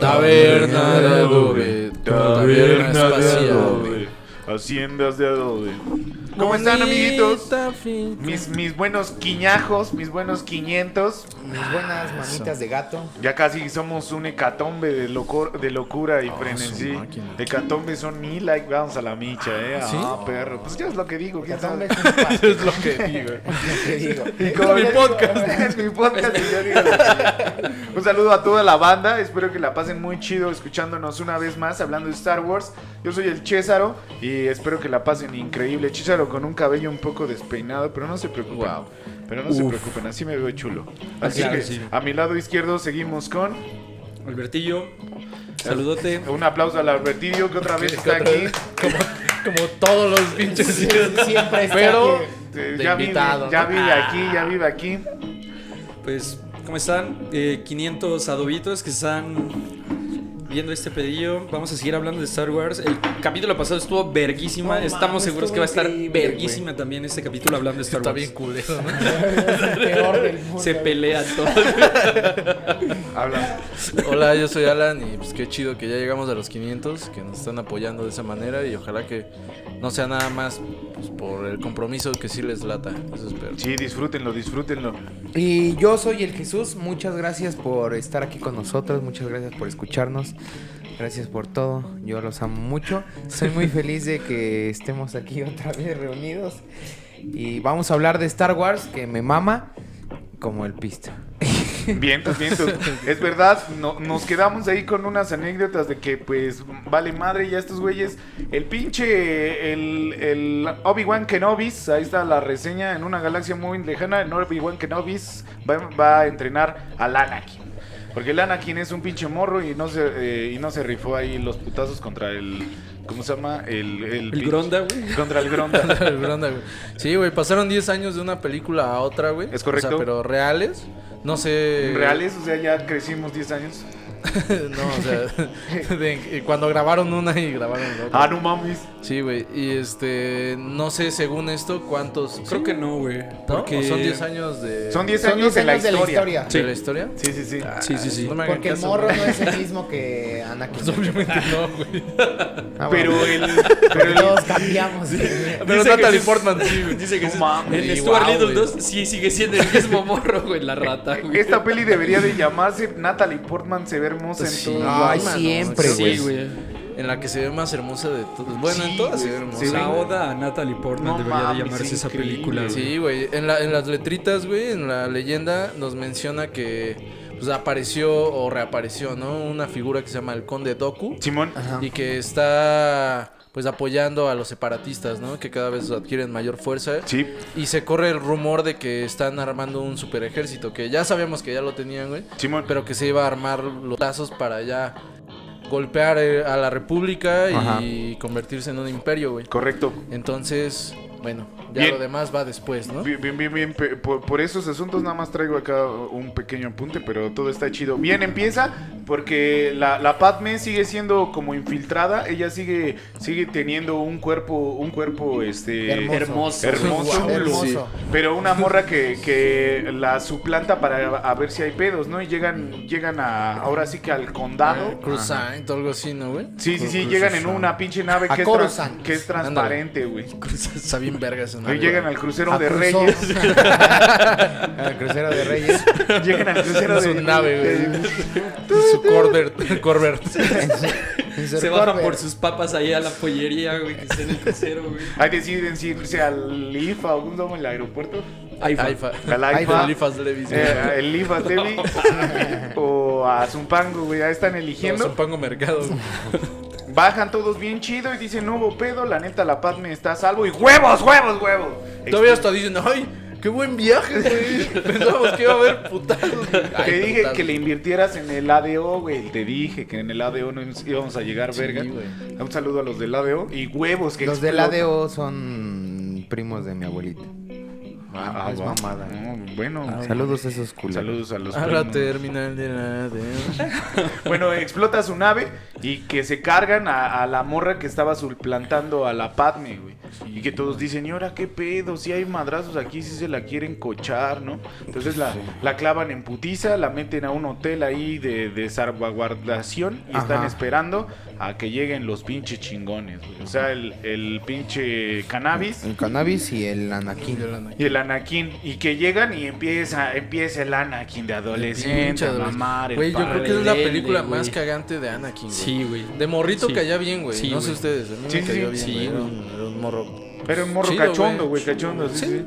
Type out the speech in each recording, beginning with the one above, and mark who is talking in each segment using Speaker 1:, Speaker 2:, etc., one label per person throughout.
Speaker 1: Taberna de adobe. Taberna
Speaker 2: Taberna de
Speaker 1: espacial.
Speaker 2: adobe. Haciendas de adobe. ¿Cómo están, amiguitos? Mis, mis buenos quiñajos, mis buenos quinientos.
Speaker 3: Mis buenas
Speaker 2: Ah,
Speaker 3: manitas de gato.
Speaker 2: Ya casi somos un hecatombe de, locor- de locura y frenesí. Hecatombe son mil, ahí vamos a la micha, ¿eh? Ah, perro. Pues ya es lo que digo, ¿quién sabe?
Speaker 3: Es
Speaker 2: lo que digo.
Speaker 3: que digo.
Speaker 2: Y como yo digo, Es mi podcast y yo digo lo que digo. Un saludo a toda la banda. Espero que la pasen muy chido escuchándonos una vez más hablando de Star Wars. Yo soy el Césaro y espero que la pasen increíble. Césaro con un cabello un poco despeinado, pero no se preocupen.
Speaker 1: Wow.
Speaker 2: Pero no se preocupen, así me veo chulo. Así
Speaker 4: Claro
Speaker 2: que
Speaker 4: que sí.
Speaker 2: a mi lado izquierdo seguimos con
Speaker 4: Albertillo, saludote.
Speaker 2: un aplauso al Albertillo que otra vez está aquí.
Speaker 1: Como todos los pinches.
Speaker 3: Sí, siempre está
Speaker 1: Pero-
Speaker 3: aquí.
Speaker 2: Eh,
Speaker 1: De
Speaker 2: Ya vive,
Speaker 1: invitado,
Speaker 2: ya
Speaker 1: ¿no?
Speaker 2: vive aquí, ya vive aquí.
Speaker 4: Pues, ¿cómo están? Eh, 500 adobitos que están viendo este pedillo. Vamos a seguir hablando de Star Wars. El capítulo pasado estuvo verguísima.
Speaker 3: No
Speaker 4: Estamos
Speaker 3: mames,
Speaker 4: seguros
Speaker 3: estuvo
Speaker 4: que va a estar
Speaker 3: increíble,
Speaker 4: verguísima también este capítulo hablando de Star
Speaker 1: Está
Speaker 4: Wars.
Speaker 1: bien culero, ¿no?
Speaker 3: Es el peor del mundo.
Speaker 4: Se pelea todo.
Speaker 2: Habla.
Speaker 1: Hola, yo soy Alan y pues qué chido que ya llegamos a los 500, que nos están apoyando de esa manera y ojalá que no sea nada más pues, por el compromiso que sí les lata. Eso espero.
Speaker 2: Sí, disfrútenlo, disfrútenlo.
Speaker 3: Y yo soy el Jesús. Muchas gracias por estar aquí con nosotros. Muchas gracias por escucharnos. Gracias por todo. Yo los amo mucho. Soy muy feliz de que estemos aquí otra vez reunidos. Y vamos a hablar de Star Wars, que me mama como el pisto.
Speaker 2: Vientos, vientos. Es verdad, no- nos quedamos ahí con unas anécdotas de que, pues, vale madre ya estos güeyes. El pinche, el, el Obi-Wan Kenobis, ahí está la reseña, en una galaxia muy lejana, el Obi-Wan Kenobis va, va a entrenar al Anakin. Porque el Anakin es un pinche morro y no se, eh, y no se rifó ahí los putazos contra el, ¿cómo se llama? El, el,
Speaker 4: El
Speaker 2: pinche-
Speaker 4: Gronda, güey.
Speaker 2: Contra el Gronda.
Speaker 1: El Gronda, güey. Sí, güey, pasaron 10 años de una película a otra, güey.
Speaker 2: Es correcto.
Speaker 1: O sea, pero reales. No sé.
Speaker 2: ¿Reales? O sea, ya crecimos 10 años.
Speaker 1: no, o sea, de- cuando grabaron una y grabaron la otra.
Speaker 2: Ah, no mames.
Speaker 1: Sí, güey. Y este, no sé según esto cuántos.
Speaker 4: Creo que no, güey.
Speaker 1: Porque
Speaker 4: Porque
Speaker 1: son 10 años de.
Speaker 2: Son 10
Speaker 3: Son
Speaker 2: años,
Speaker 3: los
Speaker 2: en la historia.
Speaker 1: de la historia.
Speaker 2: Sí, sí, sí.
Speaker 4: Ah, Sí, sí, sí.
Speaker 1: No me hagan
Speaker 3: Porque el
Speaker 1: caso,
Speaker 3: morro
Speaker 1: güey.
Speaker 3: no es el mismo que Anakin.
Speaker 1: Pues obviamente no, güey.
Speaker 3: Ah, bueno.
Speaker 2: Pero el. Pero el-
Speaker 3: todos cambiamos.
Speaker 1: Pero
Speaker 4: Dice que
Speaker 1: Natalie
Speaker 4: sí.
Speaker 1: Portman, sí, güey.
Speaker 4: Dice que
Speaker 2: No
Speaker 4: sí.
Speaker 2: mames,
Speaker 4: en Stuart
Speaker 1: wow,
Speaker 4: Little
Speaker 1: güey.
Speaker 4: 2 sí sigue siendo el mismo morro, güey, la rata, güey.
Speaker 2: esta peli debería de llamarse Natalie Portman se ve hermosa en
Speaker 3: Pues
Speaker 1: Sí.
Speaker 2: todo.
Speaker 3: Ay,
Speaker 1: Batman,
Speaker 3: siempre,
Speaker 1: ¿no?
Speaker 4: Sí,
Speaker 3: güey.
Speaker 4: güey.
Speaker 1: En la que se ve más hermosa de todas. Bueno,
Speaker 2: Sí,
Speaker 1: en todas se
Speaker 2: güey.
Speaker 1: ve hermosa.
Speaker 2: Sí,
Speaker 4: la
Speaker 1: güey.
Speaker 4: oda a Natalie Portman
Speaker 2: No
Speaker 4: debería de
Speaker 2: mames,
Speaker 4: llamarse esa
Speaker 2: increíble.
Speaker 4: película, güey.
Speaker 1: Sí, güey. En, la- en las letritas, güey, en la leyenda nos menciona que pues, apareció o reapareció, ¿no? Una figura que se llama el Conde Doku.
Speaker 2: Simón.
Speaker 1: Y que está pues apoyando a los separatistas, ¿no? Que cada vez adquieren mayor fuerza.
Speaker 2: Sí.
Speaker 1: Y se corre el rumor de que están armando un super ejército, que ya sabíamos que ya lo tenían, güey.
Speaker 2: Simón.
Speaker 1: Pero que se iba a armar los lazos para ya golpear eh, a la República y convertirse en un imperio, güey.
Speaker 2: Correcto.
Speaker 1: Entonces, bueno, ya
Speaker 2: Bien.
Speaker 1: lo demás va después, ¿no?
Speaker 2: Bien, bien, bien, bien. Pe- Por, por esos asuntos nada más traigo acá un pequeño apunte, pero todo está chido. Bien, empieza porque la, la Padme sigue siendo como infiltrada. Ella sigue sigue teniendo un cuerpo, un cuerpo este
Speaker 3: Hermoso.
Speaker 2: hermoso,
Speaker 3: Guau, hermoso.
Speaker 2: pero una morra que, que la suplanta para a ver si hay pedos, ¿no? Y llegan llegan a ahora sí que al
Speaker 3: Eh,
Speaker 2: condado.
Speaker 1: Cruzant o algo así, ¿no, güey?
Speaker 2: Sí, sí, sí, llegan en una pinche nave
Speaker 3: A
Speaker 2: que es, tran-
Speaker 3: Coruscant.
Speaker 2: que es transparente, güey.
Speaker 1: Está bien verga esa nave,
Speaker 2: Ahí Llegan
Speaker 1: güey.
Speaker 2: al crucero
Speaker 3: A
Speaker 2: de
Speaker 3: cruzó.
Speaker 2: Reyes.
Speaker 3: Al crucero de Reyes.
Speaker 2: Llegan al crucero
Speaker 1: Su
Speaker 2: de
Speaker 1: nave,
Speaker 2: de-
Speaker 1: güey. Su Corvette. Corvette.
Speaker 4: Se bajan por sus papas ahí a la pollería, güey, que está en el crucero, güey.
Speaker 2: Ahí deciden si irse al IFA o cómo se llama el aeropuerto.
Speaker 1: Aifa.
Speaker 2: Al IFA.
Speaker 1: Aifa. Lifas Levis. güey.
Speaker 2: eh, el IFA Tevi. o a Zumpango, güey. Ahí están eligiendo.
Speaker 1: No, son pango mercado. güey.
Speaker 2: Bajan todos bien chido y dicen, no hubo pedo, la neta, la paz me está a salvo. Y huevos, huevos, huevos.
Speaker 1: Todavía hasta dicen, ay, qué buen viaje, güey. Pensábamos que iba a haber putazos. güey.
Speaker 2: Te
Speaker 1: Ay,
Speaker 2: dije
Speaker 1: putazos.
Speaker 2: que le invirtieras en el ADO, güey. Te dije que en el ADO no íbamos a llegar,
Speaker 1: Sí,
Speaker 2: verga.
Speaker 1: güey.
Speaker 2: Un saludo a los del ADO. Y huevos que
Speaker 3: Los del
Speaker 2: explota.
Speaker 3: ADO son primos de mi abuelita.
Speaker 2: Ah, ah,
Speaker 3: es
Speaker 2: va.
Speaker 3: mamada.
Speaker 2: No, bueno,
Speaker 3: Saludos a esos culos.
Speaker 2: saludos a los
Speaker 1: Ahora
Speaker 2: primos.
Speaker 1: terminal de la de...
Speaker 2: Bueno, explota su nave y que se cargan a, a la morra que estaba suplantando a la Padme, güey. Y que todos dicen, ¿y ahora qué pedo? Si hay madrazos aquí, si se la quieren cochar, ¿no? Entonces la, la clavan en putiza, la meten a un hotel ahí de, de salvaguardación y están
Speaker 3: Ajá.
Speaker 2: esperando a que lleguen los pinches chingones, güey. O sea, el, el pinche cannabis.
Speaker 3: El cannabis y el anaquín.
Speaker 2: Y el Anakin, y que llegan y empieza, empieza el Anakin de adolescente, a mamar el
Speaker 1: Güey, yo creo
Speaker 2: palo.
Speaker 1: que es la
Speaker 4: Lele,
Speaker 1: película
Speaker 4: güey.
Speaker 1: más cagante de Anakin, güey.
Speaker 4: Sí, güey.
Speaker 1: De morrito
Speaker 4: Sí.
Speaker 1: caía bien, güey.
Speaker 4: Sí,
Speaker 1: no sé
Speaker 4: güey.
Speaker 1: ustedes, a mí
Speaker 2: Sí,
Speaker 1: me
Speaker 2: sí,
Speaker 1: cayó
Speaker 2: sí,
Speaker 1: bien,
Speaker 4: sí,
Speaker 1: güey. Era
Speaker 4: güey.
Speaker 1: un- Era un morro.
Speaker 2: Pero un morro
Speaker 1: Chido,
Speaker 2: cachondo,
Speaker 1: güey.
Speaker 2: güey, cachondo, sí,
Speaker 1: Sí.
Speaker 2: sí.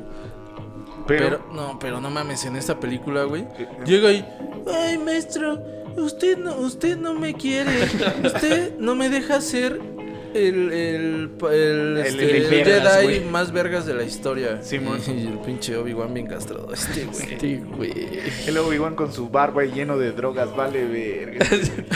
Speaker 1: Pero,
Speaker 2: Pero,
Speaker 1: no, pero no mames, en esta película, güey.
Speaker 2: Eh, eh.
Speaker 1: Llega y. Ay, maestro, usted no, usted no me quiere. Usted no me deja ser el, el, el, este,
Speaker 2: el
Speaker 1: el
Speaker 2: vergas,
Speaker 1: Jedi
Speaker 2: güey.
Speaker 1: más vergas de la historia.
Speaker 2: Simón.
Speaker 1: y, el pinche Obi-Wan bien castrado. Este, güey.
Speaker 2: el Obi-Wan con su barba y lleno de drogas, vale verga.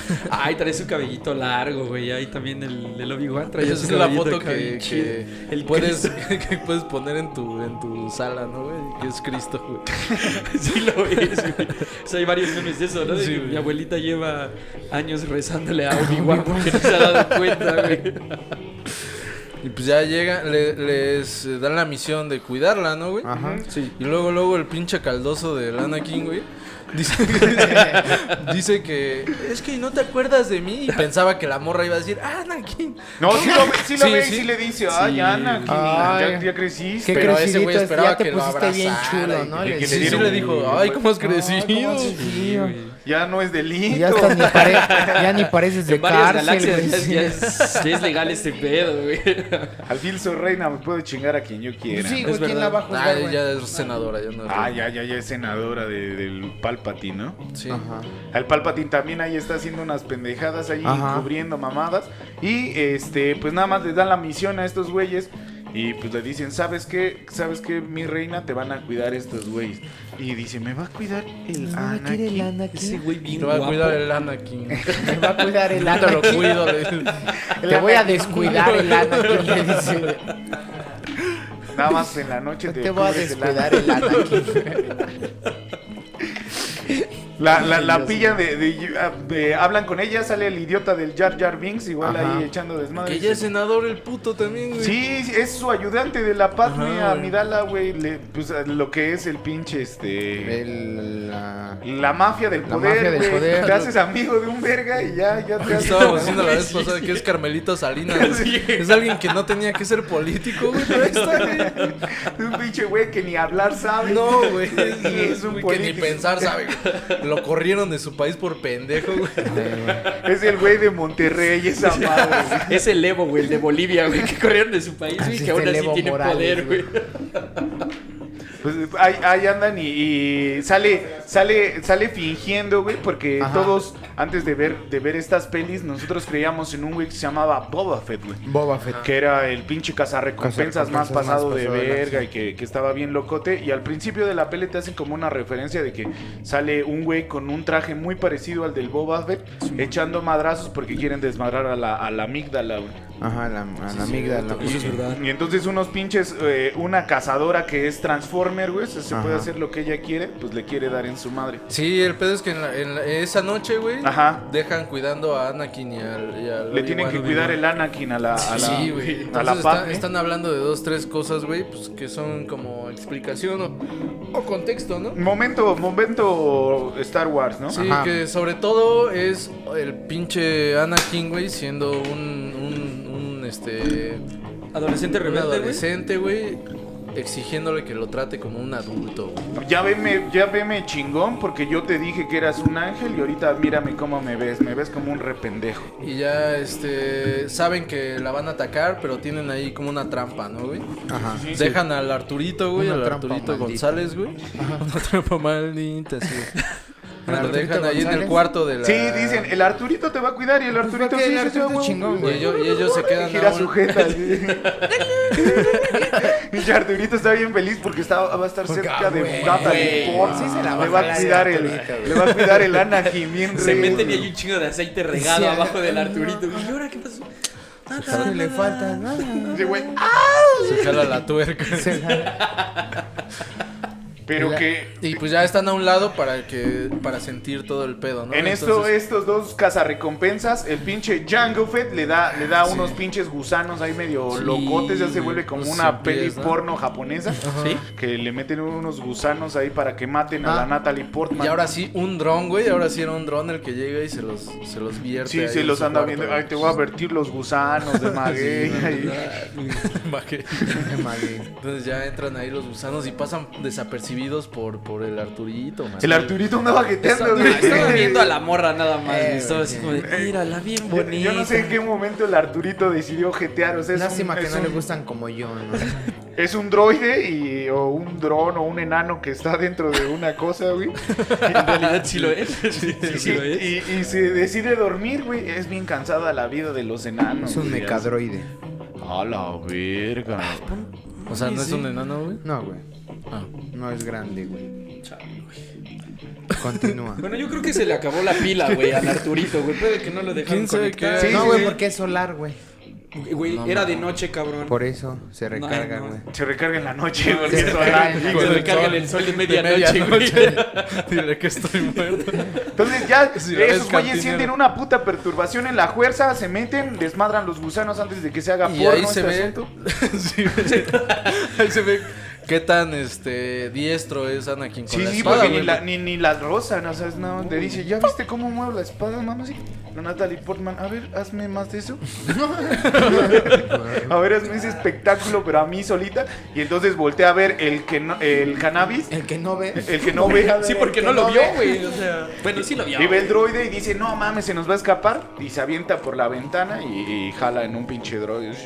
Speaker 4: Ay, trae su cabellito largo, güey. Ahí también el, el Obi-Wan trae
Speaker 1: Esa es la foto que, que
Speaker 4: el
Speaker 1: puedes, que puedes poner en tu, en tu sala, ¿no, güey? Que es Cristo, güey.
Speaker 4: Sí lo es, güey. O sea, hay varios memes de eso, ¿no? De
Speaker 1: Sí,
Speaker 4: que
Speaker 1: güey.
Speaker 4: mi abuelita lleva años rezándole a Obi-Wan porque no se ha dado cuenta, güey.
Speaker 1: Y pues ya llega, le- les eh, dan la misión de cuidarla, ¿no, güey?
Speaker 3: Ajá.
Speaker 4: Sí.
Speaker 1: Y luego, luego el pinche caldoso de Lana King, güey. Dice que, dice que es que no te acuerdas de mí. Y pensaba que la morra iba a decir, ah, Anakin.
Speaker 2: No, sí lo ve, sí lo
Speaker 1: Sí,
Speaker 2: ve,
Speaker 1: sí.
Speaker 2: sí. le dice, ay,
Speaker 4: Sí,
Speaker 2: Anakin,
Speaker 3: Ay.
Speaker 2: ya, ya creciste.
Speaker 3: Qué
Speaker 1: Pero ese güey
Speaker 3: crecidito,
Speaker 1: esperaba
Speaker 3: ya te
Speaker 1: que lo
Speaker 3: pusiste bien
Speaker 1: abrazara
Speaker 3: chulo,
Speaker 1: y
Speaker 3: ¿no?
Speaker 2: que- que
Speaker 1: Sí, sí
Speaker 2: le dieron
Speaker 1: le
Speaker 2: un-
Speaker 1: dijo, ay, cómo has crecido.
Speaker 4: Sí, güey.
Speaker 2: Ya no es delito.
Speaker 3: Ya, hasta ni pare- ya ni pareces de
Speaker 4: En varias
Speaker 3: cárcel, güey.
Speaker 4: galaxias ya, ya es, ya es legal este pedo, güey.
Speaker 2: Al fin soy reina, me puedo chingar a quien yo quiera.
Speaker 3: Sí,
Speaker 4: Es
Speaker 3: güey, ¿quién la
Speaker 4: verdad.
Speaker 3: va a juzgar,
Speaker 1: Ay,
Speaker 3: güey?
Speaker 1: Ah, ya es senadora, ya no. es
Speaker 2: Ah,
Speaker 1: reina".
Speaker 2: ya, ya, ya es senadora de- del Palpatine, ¿no?
Speaker 1: Sí.
Speaker 3: Ajá.
Speaker 2: Al Palpatine también ahí está haciendo unas pendejadas ahí
Speaker 3: Ajá.
Speaker 2: cubriendo mamadas. Y este, pues nada más les dan la misión a estos güeyes. Y pues le dicen, ¿sabes qué? ¿Sabes qué? Mi reina te van a cuidar estos güeyes. Y dice, ¿me va a cuidar
Speaker 3: Ah,
Speaker 2: el Anakin?
Speaker 4: Ese güey bien
Speaker 1: Te va a
Speaker 4: guapo.
Speaker 1: cuidar el Anakin.
Speaker 3: Me va a cuidar el
Speaker 1: Ya te lo
Speaker 3: Anakin.
Speaker 1: cuido. le-
Speaker 3: Te voy a descuidar el Anakin, le dice.
Speaker 2: Nada más en la noche
Speaker 3: Yo
Speaker 2: te,
Speaker 3: te voy a
Speaker 2: cubres el
Speaker 3: descuidar el Anakin.
Speaker 2: La, la, la pilla de, de- de- Hablan con ella, sale el idiota del Jar Jar Binks, igual
Speaker 3: Ajá.
Speaker 2: ahí echando desmadre.
Speaker 1: Que ya es senador el puto también, güey.
Speaker 2: Sí, sí, es su ayudante de la paz,
Speaker 1: Ajá,
Speaker 2: güey,
Speaker 1: güey.
Speaker 2: Amidala, güey. le- Pues lo que es el pinche, este...
Speaker 3: El, la-
Speaker 2: La mafia del
Speaker 3: La
Speaker 2: poder,
Speaker 3: mafia del
Speaker 2: güey.
Speaker 3: poder.
Speaker 2: Te haces amigo de un verga y ya, ya te haces...
Speaker 1: Estábamos diciendo la vez pasada que es Carmelita Salinas. güey.
Speaker 4: Sí.
Speaker 1: Es alguien que no tenía que ser político, güey. pero ahí está, güey.
Speaker 2: un pinche güey que ni hablar sabe.
Speaker 1: No, güey.
Speaker 2: Y es un
Speaker 1: güey que ni
Speaker 2: político.
Speaker 1: pensar sabe. güey. Lo corrieron de su país por pendejo, güey.
Speaker 2: Es el güey de Monterrey, esa madre. güey.
Speaker 4: Es el Evo, güey, el de Bolivia, güey, que corrieron de su país
Speaker 3: Así
Speaker 4: y que
Speaker 3: está
Speaker 4: aún
Speaker 3: el
Speaker 4: así
Speaker 3: Evo
Speaker 4: tiene
Speaker 3: Morales,
Speaker 4: poder, güey.
Speaker 2: Pues ahí, ahí andan y, y sale, sale, sale fingiendo, güey, porque
Speaker 3: Ajá.
Speaker 2: todos, antes de ver, de ver estas pelis, nosotros creíamos en un güey que se llamaba Boba Fett, güey.
Speaker 3: Boba Fett.
Speaker 2: Que era el pinche cazarrecompensas
Speaker 3: Cazarrecompensas
Speaker 2: más
Speaker 3: más
Speaker 2: pasado de
Speaker 3: pasado de
Speaker 2: verga
Speaker 3: lanza.
Speaker 2: y que, que estaba bien locote. Y al principio de la peli te hacen como una referencia de que sale un güey con un traje muy parecido al del Boba Fett, echando madrazos porque quieren desmadrar a la, a la amígdala, güey.
Speaker 3: Ajá, la, a la amígdala.
Speaker 4: Eso es verdad.
Speaker 2: Y entonces unos pinches, eh, una cazadora que es Transformer, güey, se, se puede
Speaker 3: Ajá.
Speaker 2: hacer lo que ella quiere, pues le quiere dar en su madre.
Speaker 1: Sí, el pedo es que en, la- en la- esa noche, güey,
Speaker 2: Ajá.
Speaker 1: dejan cuidando a Anakin y al. y al
Speaker 2: Le tienen
Speaker 1: Obi-Wan,
Speaker 2: que
Speaker 1: Obi-Wan.
Speaker 2: cuidar el Anakin a la, a la,
Speaker 1: sí, güey.
Speaker 2: a
Speaker 1: Entonces
Speaker 2: la
Speaker 1: está-
Speaker 2: paz. ¿eh?
Speaker 1: están hablando de dos, tres cosas, güey, pues que son como explicación o, o contexto, ¿no?
Speaker 2: Momento, momento Star Wars, ¿no?
Speaker 1: Sí,
Speaker 3: Ajá.
Speaker 1: que sobre todo es el pinche Anakin, güey, siendo un, un, un, este,
Speaker 4: Adolescente
Speaker 1: un
Speaker 4: rebelde, güey.
Speaker 1: adolescente, güey, exigiéndole que lo trate como un adulto. güey.
Speaker 2: Ya veme, ya veme chingón porque yo te dije que eras un ángel y ahorita mírame cómo me ves, me ves como un rependejo.
Speaker 1: Y ya, este, saben que la van a atacar, pero tienen ahí como una trampa, ¿no, güey?
Speaker 3: Ajá.
Speaker 1: Dejan al Arturito, güey,
Speaker 3: Una
Speaker 1: al
Speaker 3: trampa
Speaker 1: Arturito
Speaker 3: maldita.
Speaker 1: González, güey. Una trampa maldita, sí. Lo
Speaker 3: Arturito
Speaker 1: dejan ahí en el
Speaker 3: González.
Speaker 1: cuarto de la...
Speaker 2: Sí, dicen, el Arturito te va a cuidar y el Arturito
Speaker 3: ¿por qué?
Speaker 2: sí,
Speaker 3: Pues
Speaker 2: sí,
Speaker 3: El
Speaker 2: sí,
Speaker 3: Arturito es
Speaker 2: güey.
Speaker 3: chingón,
Speaker 1: Y
Speaker 3: güey.
Speaker 1: ellos, y ellos se quedan...
Speaker 2: Y gira
Speaker 1: a
Speaker 2: su
Speaker 1: un-
Speaker 2: jeta, así. Y Arturito está bien feliz porque está, va a estar cerca de
Speaker 3: ah, güey,
Speaker 2: Bugata
Speaker 3: güey.
Speaker 2: de Ford.
Speaker 3: Sí se la va
Speaker 2: le
Speaker 3: a
Speaker 2: va a
Speaker 3: jalar el
Speaker 2: cuidar el,
Speaker 3: Arturito, güey.
Speaker 2: le va a cuidar el Anakin bien
Speaker 4: Se
Speaker 2: recio.
Speaker 4: meten y hay un chingo de aceite regado
Speaker 3: Sí,
Speaker 4: abajo del
Speaker 3: no.
Speaker 4: Arturito. güey. ¿Y ahora qué pasó?
Speaker 3: Solo le falta nada.
Speaker 2: "Ah, Sí, güey.
Speaker 1: Se jala la tuerca.
Speaker 3: Se la-
Speaker 2: Pero
Speaker 1: Y la-
Speaker 2: que
Speaker 1: Y pues ya están a un lado para que para sentir todo el pedo, ¿no?
Speaker 2: en esto,
Speaker 1: Entonces,
Speaker 2: estos dos cazarrecompensas, el pinche Django Fett le da, le da unos pinches gusanos ahí medio
Speaker 4: Sí,
Speaker 2: locotes, ya se
Speaker 4: güey,
Speaker 2: vuelve como
Speaker 4: unos
Speaker 2: una peli
Speaker 4: pies, ¿no?
Speaker 2: porno japonesa.
Speaker 4: ¿Sí?
Speaker 2: Que le meten unos gusanos ahí para que maten a
Speaker 1: Ah.
Speaker 2: la Natalie Portman.
Speaker 1: Y ahora sí, un dron, güey. Ahora sí era un dron el que llega y se los, se los vierte.
Speaker 2: Sí,
Speaker 1: ahí
Speaker 2: se
Speaker 1: en
Speaker 2: los
Speaker 1: su
Speaker 2: anda
Speaker 1: cuarto,
Speaker 2: viendo.
Speaker 1: güey.
Speaker 2: Ay, te voy a vertir los gusanos de maguey. ahí.
Speaker 1: Va que- Entonces ya entran ahí los gusanos y pasan desapercibidos por, por el Arturito, man.
Speaker 2: El Arturito andaba
Speaker 4: Estaba,
Speaker 2: jeteando.
Speaker 4: no,
Speaker 2: güey.
Speaker 4: estaba viendo a la morra nada más.
Speaker 3: Eh,
Speaker 4: güey. estaba así como de, mírala, bien
Speaker 2: Yo-
Speaker 4: bonita.
Speaker 2: Yo no sé en qué momento el Arturito decidió jetear. O sea, es
Speaker 3: Lástima
Speaker 2: un,
Speaker 3: que
Speaker 2: es
Speaker 3: no le
Speaker 2: un-
Speaker 3: gustan como yo, ¿no?
Speaker 2: Es un droide y, o un dron o un enano que está dentro de una cosa, güey.
Speaker 4: En realidad sí lo es. Sí, sí,
Speaker 2: Y,
Speaker 4: lo es.
Speaker 2: y- y se decide dormir, güey. Es bien cansada la vida de los enanos.
Speaker 3: Es un
Speaker 2: güey.
Speaker 3: mecadroide.
Speaker 2: A la verga.
Speaker 1: O sea, no es un enano, güey.
Speaker 3: No, güey.
Speaker 1: Ah.
Speaker 3: No es grande, güey. Continúa.
Speaker 4: Bueno, yo creo que se le acabó la pila, güey, al Arturito, güey. Puede que no lo dejaron
Speaker 1: ¿Quién sabe
Speaker 4: conectar.
Speaker 1: qué?
Speaker 2: Sí,
Speaker 3: no,
Speaker 2: sí,
Speaker 3: güey,
Speaker 2: sí.
Speaker 3: porque es solar, güey.
Speaker 4: Güey,
Speaker 1: No,
Speaker 4: era
Speaker 1: no.
Speaker 4: de noche, cabrón.
Speaker 3: Por eso se
Speaker 4: No,
Speaker 3: recarga,
Speaker 4: no.
Speaker 3: güey.
Speaker 2: Se recarga en la noche, güey.
Speaker 3: Se recarga en la
Speaker 4: Y
Speaker 3: Con
Speaker 4: se
Speaker 3: el
Speaker 4: recargan
Speaker 1: sol.
Speaker 4: el sol de
Speaker 1: De
Speaker 4: medianoche, güey.
Speaker 1: medianoche. Dile que estoy muerto.
Speaker 2: Entonces ya
Speaker 1: Sí, es
Speaker 2: esos
Speaker 1: cantinero.
Speaker 2: güeyes sienten una puta perturbación en la fuerza, se meten, desmadran los gusanos antes de que se haga
Speaker 1: Y
Speaker 2: porno
Speaker 1: ahí se
Speaker 2: este
Speaker 1: ve.
Speaker 2: asunto.
Speaker 1: Sí, güey. ahí se ve qué tan este diestro es Anakin con
Speaker 2: Sí,
Speaker 1: la
Speaker 2: sí,
Speaker 1: espada,
Speaker 2: porque ni
Speaker 1: güey.
Speaker 2: la, ni, ni la rozan, o sea, es nada más te dice, ¿ya viste cómo muevo la espada, mamá? Sí. No, Natalie Portman, a ver, hazme más de eso. a ver, hazme ese espectáculo, pero a mí solita. Y entonces volteé a ver el que no, el cannabis,
Speaker 3: El que no ve.
Speaker 2: el que no ve.
Speaker 4: Sí, porque
Speaker 2: el
Speaker 4: no
Speaker 2: que
Speaker 4: lo vio,
Speaker 2: ve.
Speaker 4: güey. O sea, bueno, sí lo vio.
Speaker 2: Y ve el droide y dice, no mames, se nos va a escapar. Y se avienta por la ventana y, y jala en un pinche droide.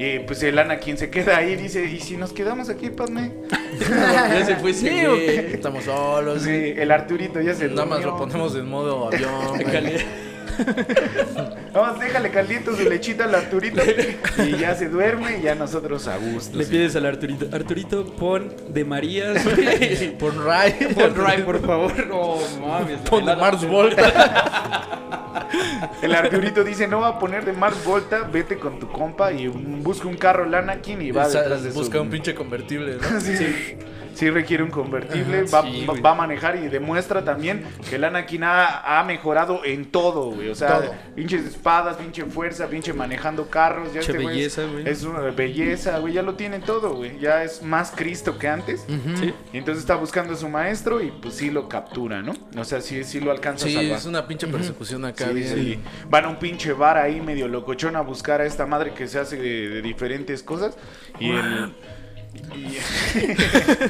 Speaker 2: Y pues el Anakin se queda ahí y dice, ¿y si nos quedamos aquí, Padme?
Speaker 4: Ya se fue
Speaker 1: Sí,
Speaker 4: ese
Speaker 1: ¿o
Speaker 4: güey.
Speaker 1: qué? Estamos solos.
Speaker 2: Sí, el Arturito ya se
Speaker 1: Nada más lo
Speaker 2: durmió.
Speaker 1: ponemos en modo avión. güey.
Speaker 4: Cali-
Speaker 2: Nada más déjale caliente su lechita al Arturito y ya se duerme y ya nosotros a gusto.
Speaker 4: Le pides al Arturito, Arturito, pon de Marías, güey.
Speaker 1: Por Ray.
Speaker 4: Pon Ray, por favor. No mames.
Speaker 1: Pon de
Speaker 4: la-
Speaker 1: Mars Volta.
Speaker 2: El Arturito dice, no va a poner de más Volta, vete con tu compa y mm, busca un carro el Anakin y va
Speaker 1: O sea,
Speaker 2: detrás de su-
Speaker 1: Busca un pinche convertible, ¿no?
Speaker 2: Sí, sí. Sí requiere un convertible, va,
Speaker 4: sí,
Speaker 2: va-
Speaker 4: güey.
Speaker 2: va a manejar y demuestra también que el Anakin ha, ha mejorado en todo, güey. O sea,
Speaker 3: Todo.
Speaker 2: pinches espadas, pinche fuerza, pinche manejando carros. Ya
Speaker 4: Pinche
Speaker 2: este güey es-
Speaker 4: belleza, güey.
Speaker 2: Es una belleza, güey. Ya lo tiene todo, güey. Ya es más Cristo que antes.
Speaker 4: Sí.
Speaker 2: Y entonces está buscando a su maestro y pues sí lo captura, ¿no? O sea, sí, sí lo alcanza a
Speaker 1: Sí,
Speaker 2: salvar.
Speaker 1: es una pinche persecución acá.
Speaker 2: Sí,
Speaker 1: bien.
Speaker 2: sí. Van a un pinche bar ahí medio locochón a buscar a esta madre que se hace de, de diferentes cosas. Y el. Y,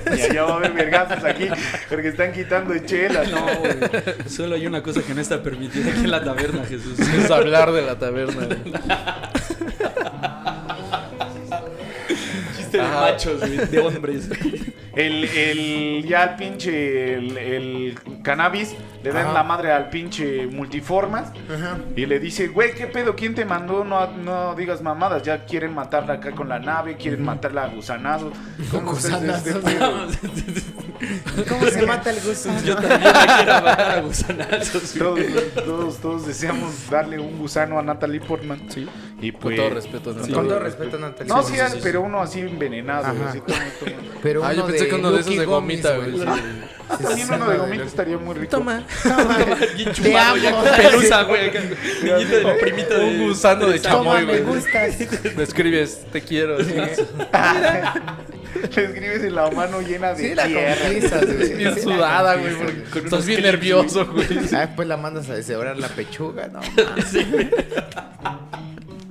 Speaker 2: y allá va a haber vergazos aquí porque están quitando chelas.
Speaker 4: No, güey. Solo hay una cosa que no está permitida aquí en la taberna, Jesús.
Speaker 1: Es hablar de la taberna. güey.
Speaker 4: Chiste de
Speaker 1: Ajá.
Speaker 4: machos, güey. Ah, De hombres.
Speaker 2: El, el, ya el pinche. El, el cannabis le dan
Speaker 3: Ajá.
Speaker 2: la madre al pinche multiformas. Y le dice, güey, ¿qué pedo? ¿Quién te mandó? No, no digas mamadas. Ya quieren matarla acá con la nave, quieren matarla a gusanazos. ¿Cómo se hace este
Speaker 3: gusanazos.
Speaker 2: pedo?
Speaker 3: ¿Cómo se mata el gusano?
Speaker 4: Yo también la quiero matar a gusanazos, güey.
Speaker 2: Todos, todos, todos deseamos darle un gusano a Natalie Portman.
Speaker 4: Sí.
Speaker 2: Y
Speaker 1: Con
Speaker 2: pues-
Speaker 1: todo respeto. ¿no?
Speaker 2: Sí.
Speaker 3: Con todo respeto, Natalia.
Speaker 2: No, sí,
Speaker 4: sí, sí.
Speaker 2: pero uno así envenenado. güey,
Speaker 3: Ajá.
Speaker 2: así, toma, toma.
Speaker 3: Pero
Speaker 1: Ah, yo
Speaker 3: uno
Speaker 1: pensé que uno de esos
Speaker 3: Lucky
Speaker 1: de gomita,
Speaker 3: Gomis,
Speaker 1: güey. sí.
Speaker 3: Sí,
Speaker 2: También
Speaker 3: sí,
Speaker 2: uno de
Speaker 3: sí,
Speaker 2: gomita
Speaker 3: Lucky-
Speaker 2: estaría muy rico.
Speaker 1: Toma.
Speaker 4: Bien chupado, ya
Speaker 3: Ah, amo.
Speaker 4: con pelusa, güey. acá. Niñito de la primita de...
Speaker 1: Un gusano de
Speaker 3: Toma,
Speaker 1: chamoy,
Speaker 3: me
Speaker 1: güey.
Speaker 3: gustas.
Speaker 1: Me escribes, te quiero. así.
Speaker 2: Le escribes en la mano llena de
Speaker 3: Sí, la
Speaker 2: tierra.
Speaker 3: conquistas, güey.
Speaker 1: Bien
Speaker 3: Sí, la
Speaker 1: sudada, güey.
Speaker 3: conquistas,
Speaker 1: porque Estás bien nervioso, güey.
Speaker 3: Ah, después la mandas a deshebrar la pechuga, ¿no?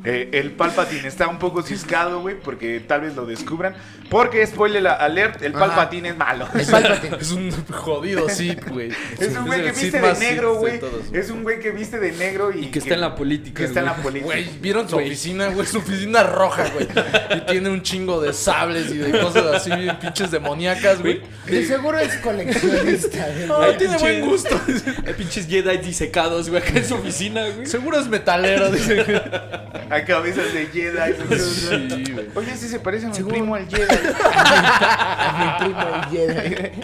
Speaker 2: Eh, el Palpatine está un poco ciscado, güey, porque tal vez lo descubran. Porque, spoiler alert, el
Speaker 3: Ajá.
Speaker 2: Palpatine es malo.
Speaker 3: El Palpatine.
Speaker 1: Es un jodido Sith, güey.
Speaker 2: Es un güey
Speaker 1: el
Speaker 2: que
Speaker 1: Sith
Speaker 2: viste de
Speaker 1: más Sith
Speaker 2: negro,
Speaker 1: de
Speaker 2: güey.
Speaker 1: todos,
Speaker 2: Es un güey que viste de negro
Speaker 4: Y
Speaker 2: y,
Speaker 4: que está en la política,
Speaker 2: que está en la
Speaker 4: güey.
Speaker 2: política.
Speaker 1: Güey, ¿vieron su oficina, güey? Su oficina roja, güey. Y tiene un chingo de sables y de cosas así, bien pinches demoníacas, güey.
Speaker 3: De seguro es coleccionista. güey.
Speaker 1: No, tiene buen gusto.
Speaker 4: Hay pinches Jedi disecados, güey, acá en su oficina, güey.
Speaker 1: Seguro es metalero, dice. güey.
Speaker 2: A cabezas de Jedi.
Speaker 1: Sí, güey.
Speaker 2: Oye, sí se parece a mi
Speaker 4: ah,
Speaker 3: Seguro.
Speaker 2: primo al Jedi.
Speaker 3: Mi primo Jedi.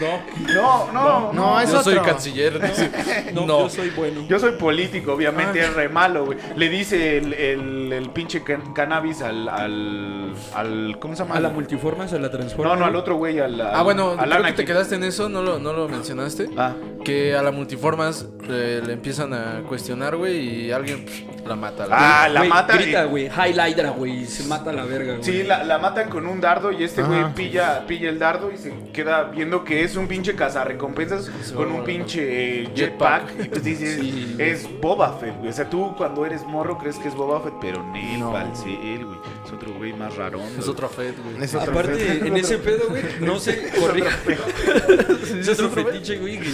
Speaker 4: No,
Speaker 2: No, no, no.
Speaker 3: No, es
Speaker 1: Yo soy
Speaker 3: otro.
Speaker 1: canciller. dice.
Speaker 4: no,
Speaker 1: No.
Speaker 4: yo soy bueno.
Speaker 2: Yo soy político, obviamente es re malo, güey. Le dice el, el- el pinche can- cannabis al, al, al- ¿Cómo se llama?
Speaker 4: A la multiforma se la transforma.
Speaker 2: No, no, al otro güey, al. al-
Speaker 1: Ah, bueno,
Speaker 2: al
Speaker 1: creo que te
Speaker 2: Anakin.
Speaker 1: quedaste en eso, no lo, no lo mencionaste.
Speaker 2: Ah.
Speaker 1: Que a la multiformas eh, le empiezan a cuestionar, güey, y alguien pff, la mata. la-
Speaker 2: Ah, la
Speaker 4: Güey,
Speaker 2: mata. y-
Speaker 4: Grita, güey. Highlighter, güey. Se mata a la verga, güey.
Speaker 2: Sí, la, la matan con un dardo y este güey
Speaker 3: Ajá.
Speaker 2: pilla, pilla el dardo y se queda viendo que es un pinche cazarrecompensas
Speaker 1: Sí,
Speaker 2: con un
Speaker 1: bueno,
Speaker 2: pinche eh,
Speaker 1: jetpack.
Speaker 2: jetpack. Y pues dices,
Speaker 4: Sí.
Speaker 2: es Boba Fett, güey. O sea, tú cuando eres morro crees que es Boba Fett, pero ni
Speaker 3: No.
Speaker 2: pal, sí, él, güey. Es otro güey más rarón.
Speaker 1: Es
Speaker 2: güey.
Speaker 1: otro Fed, güey.
Speaker 3: Es otro
Speaker 4: Aparte,
Speaker 3: fetiche.
Speaker 4: en ese pedo, güey, no se corrige. es otro fetiche, güey, que,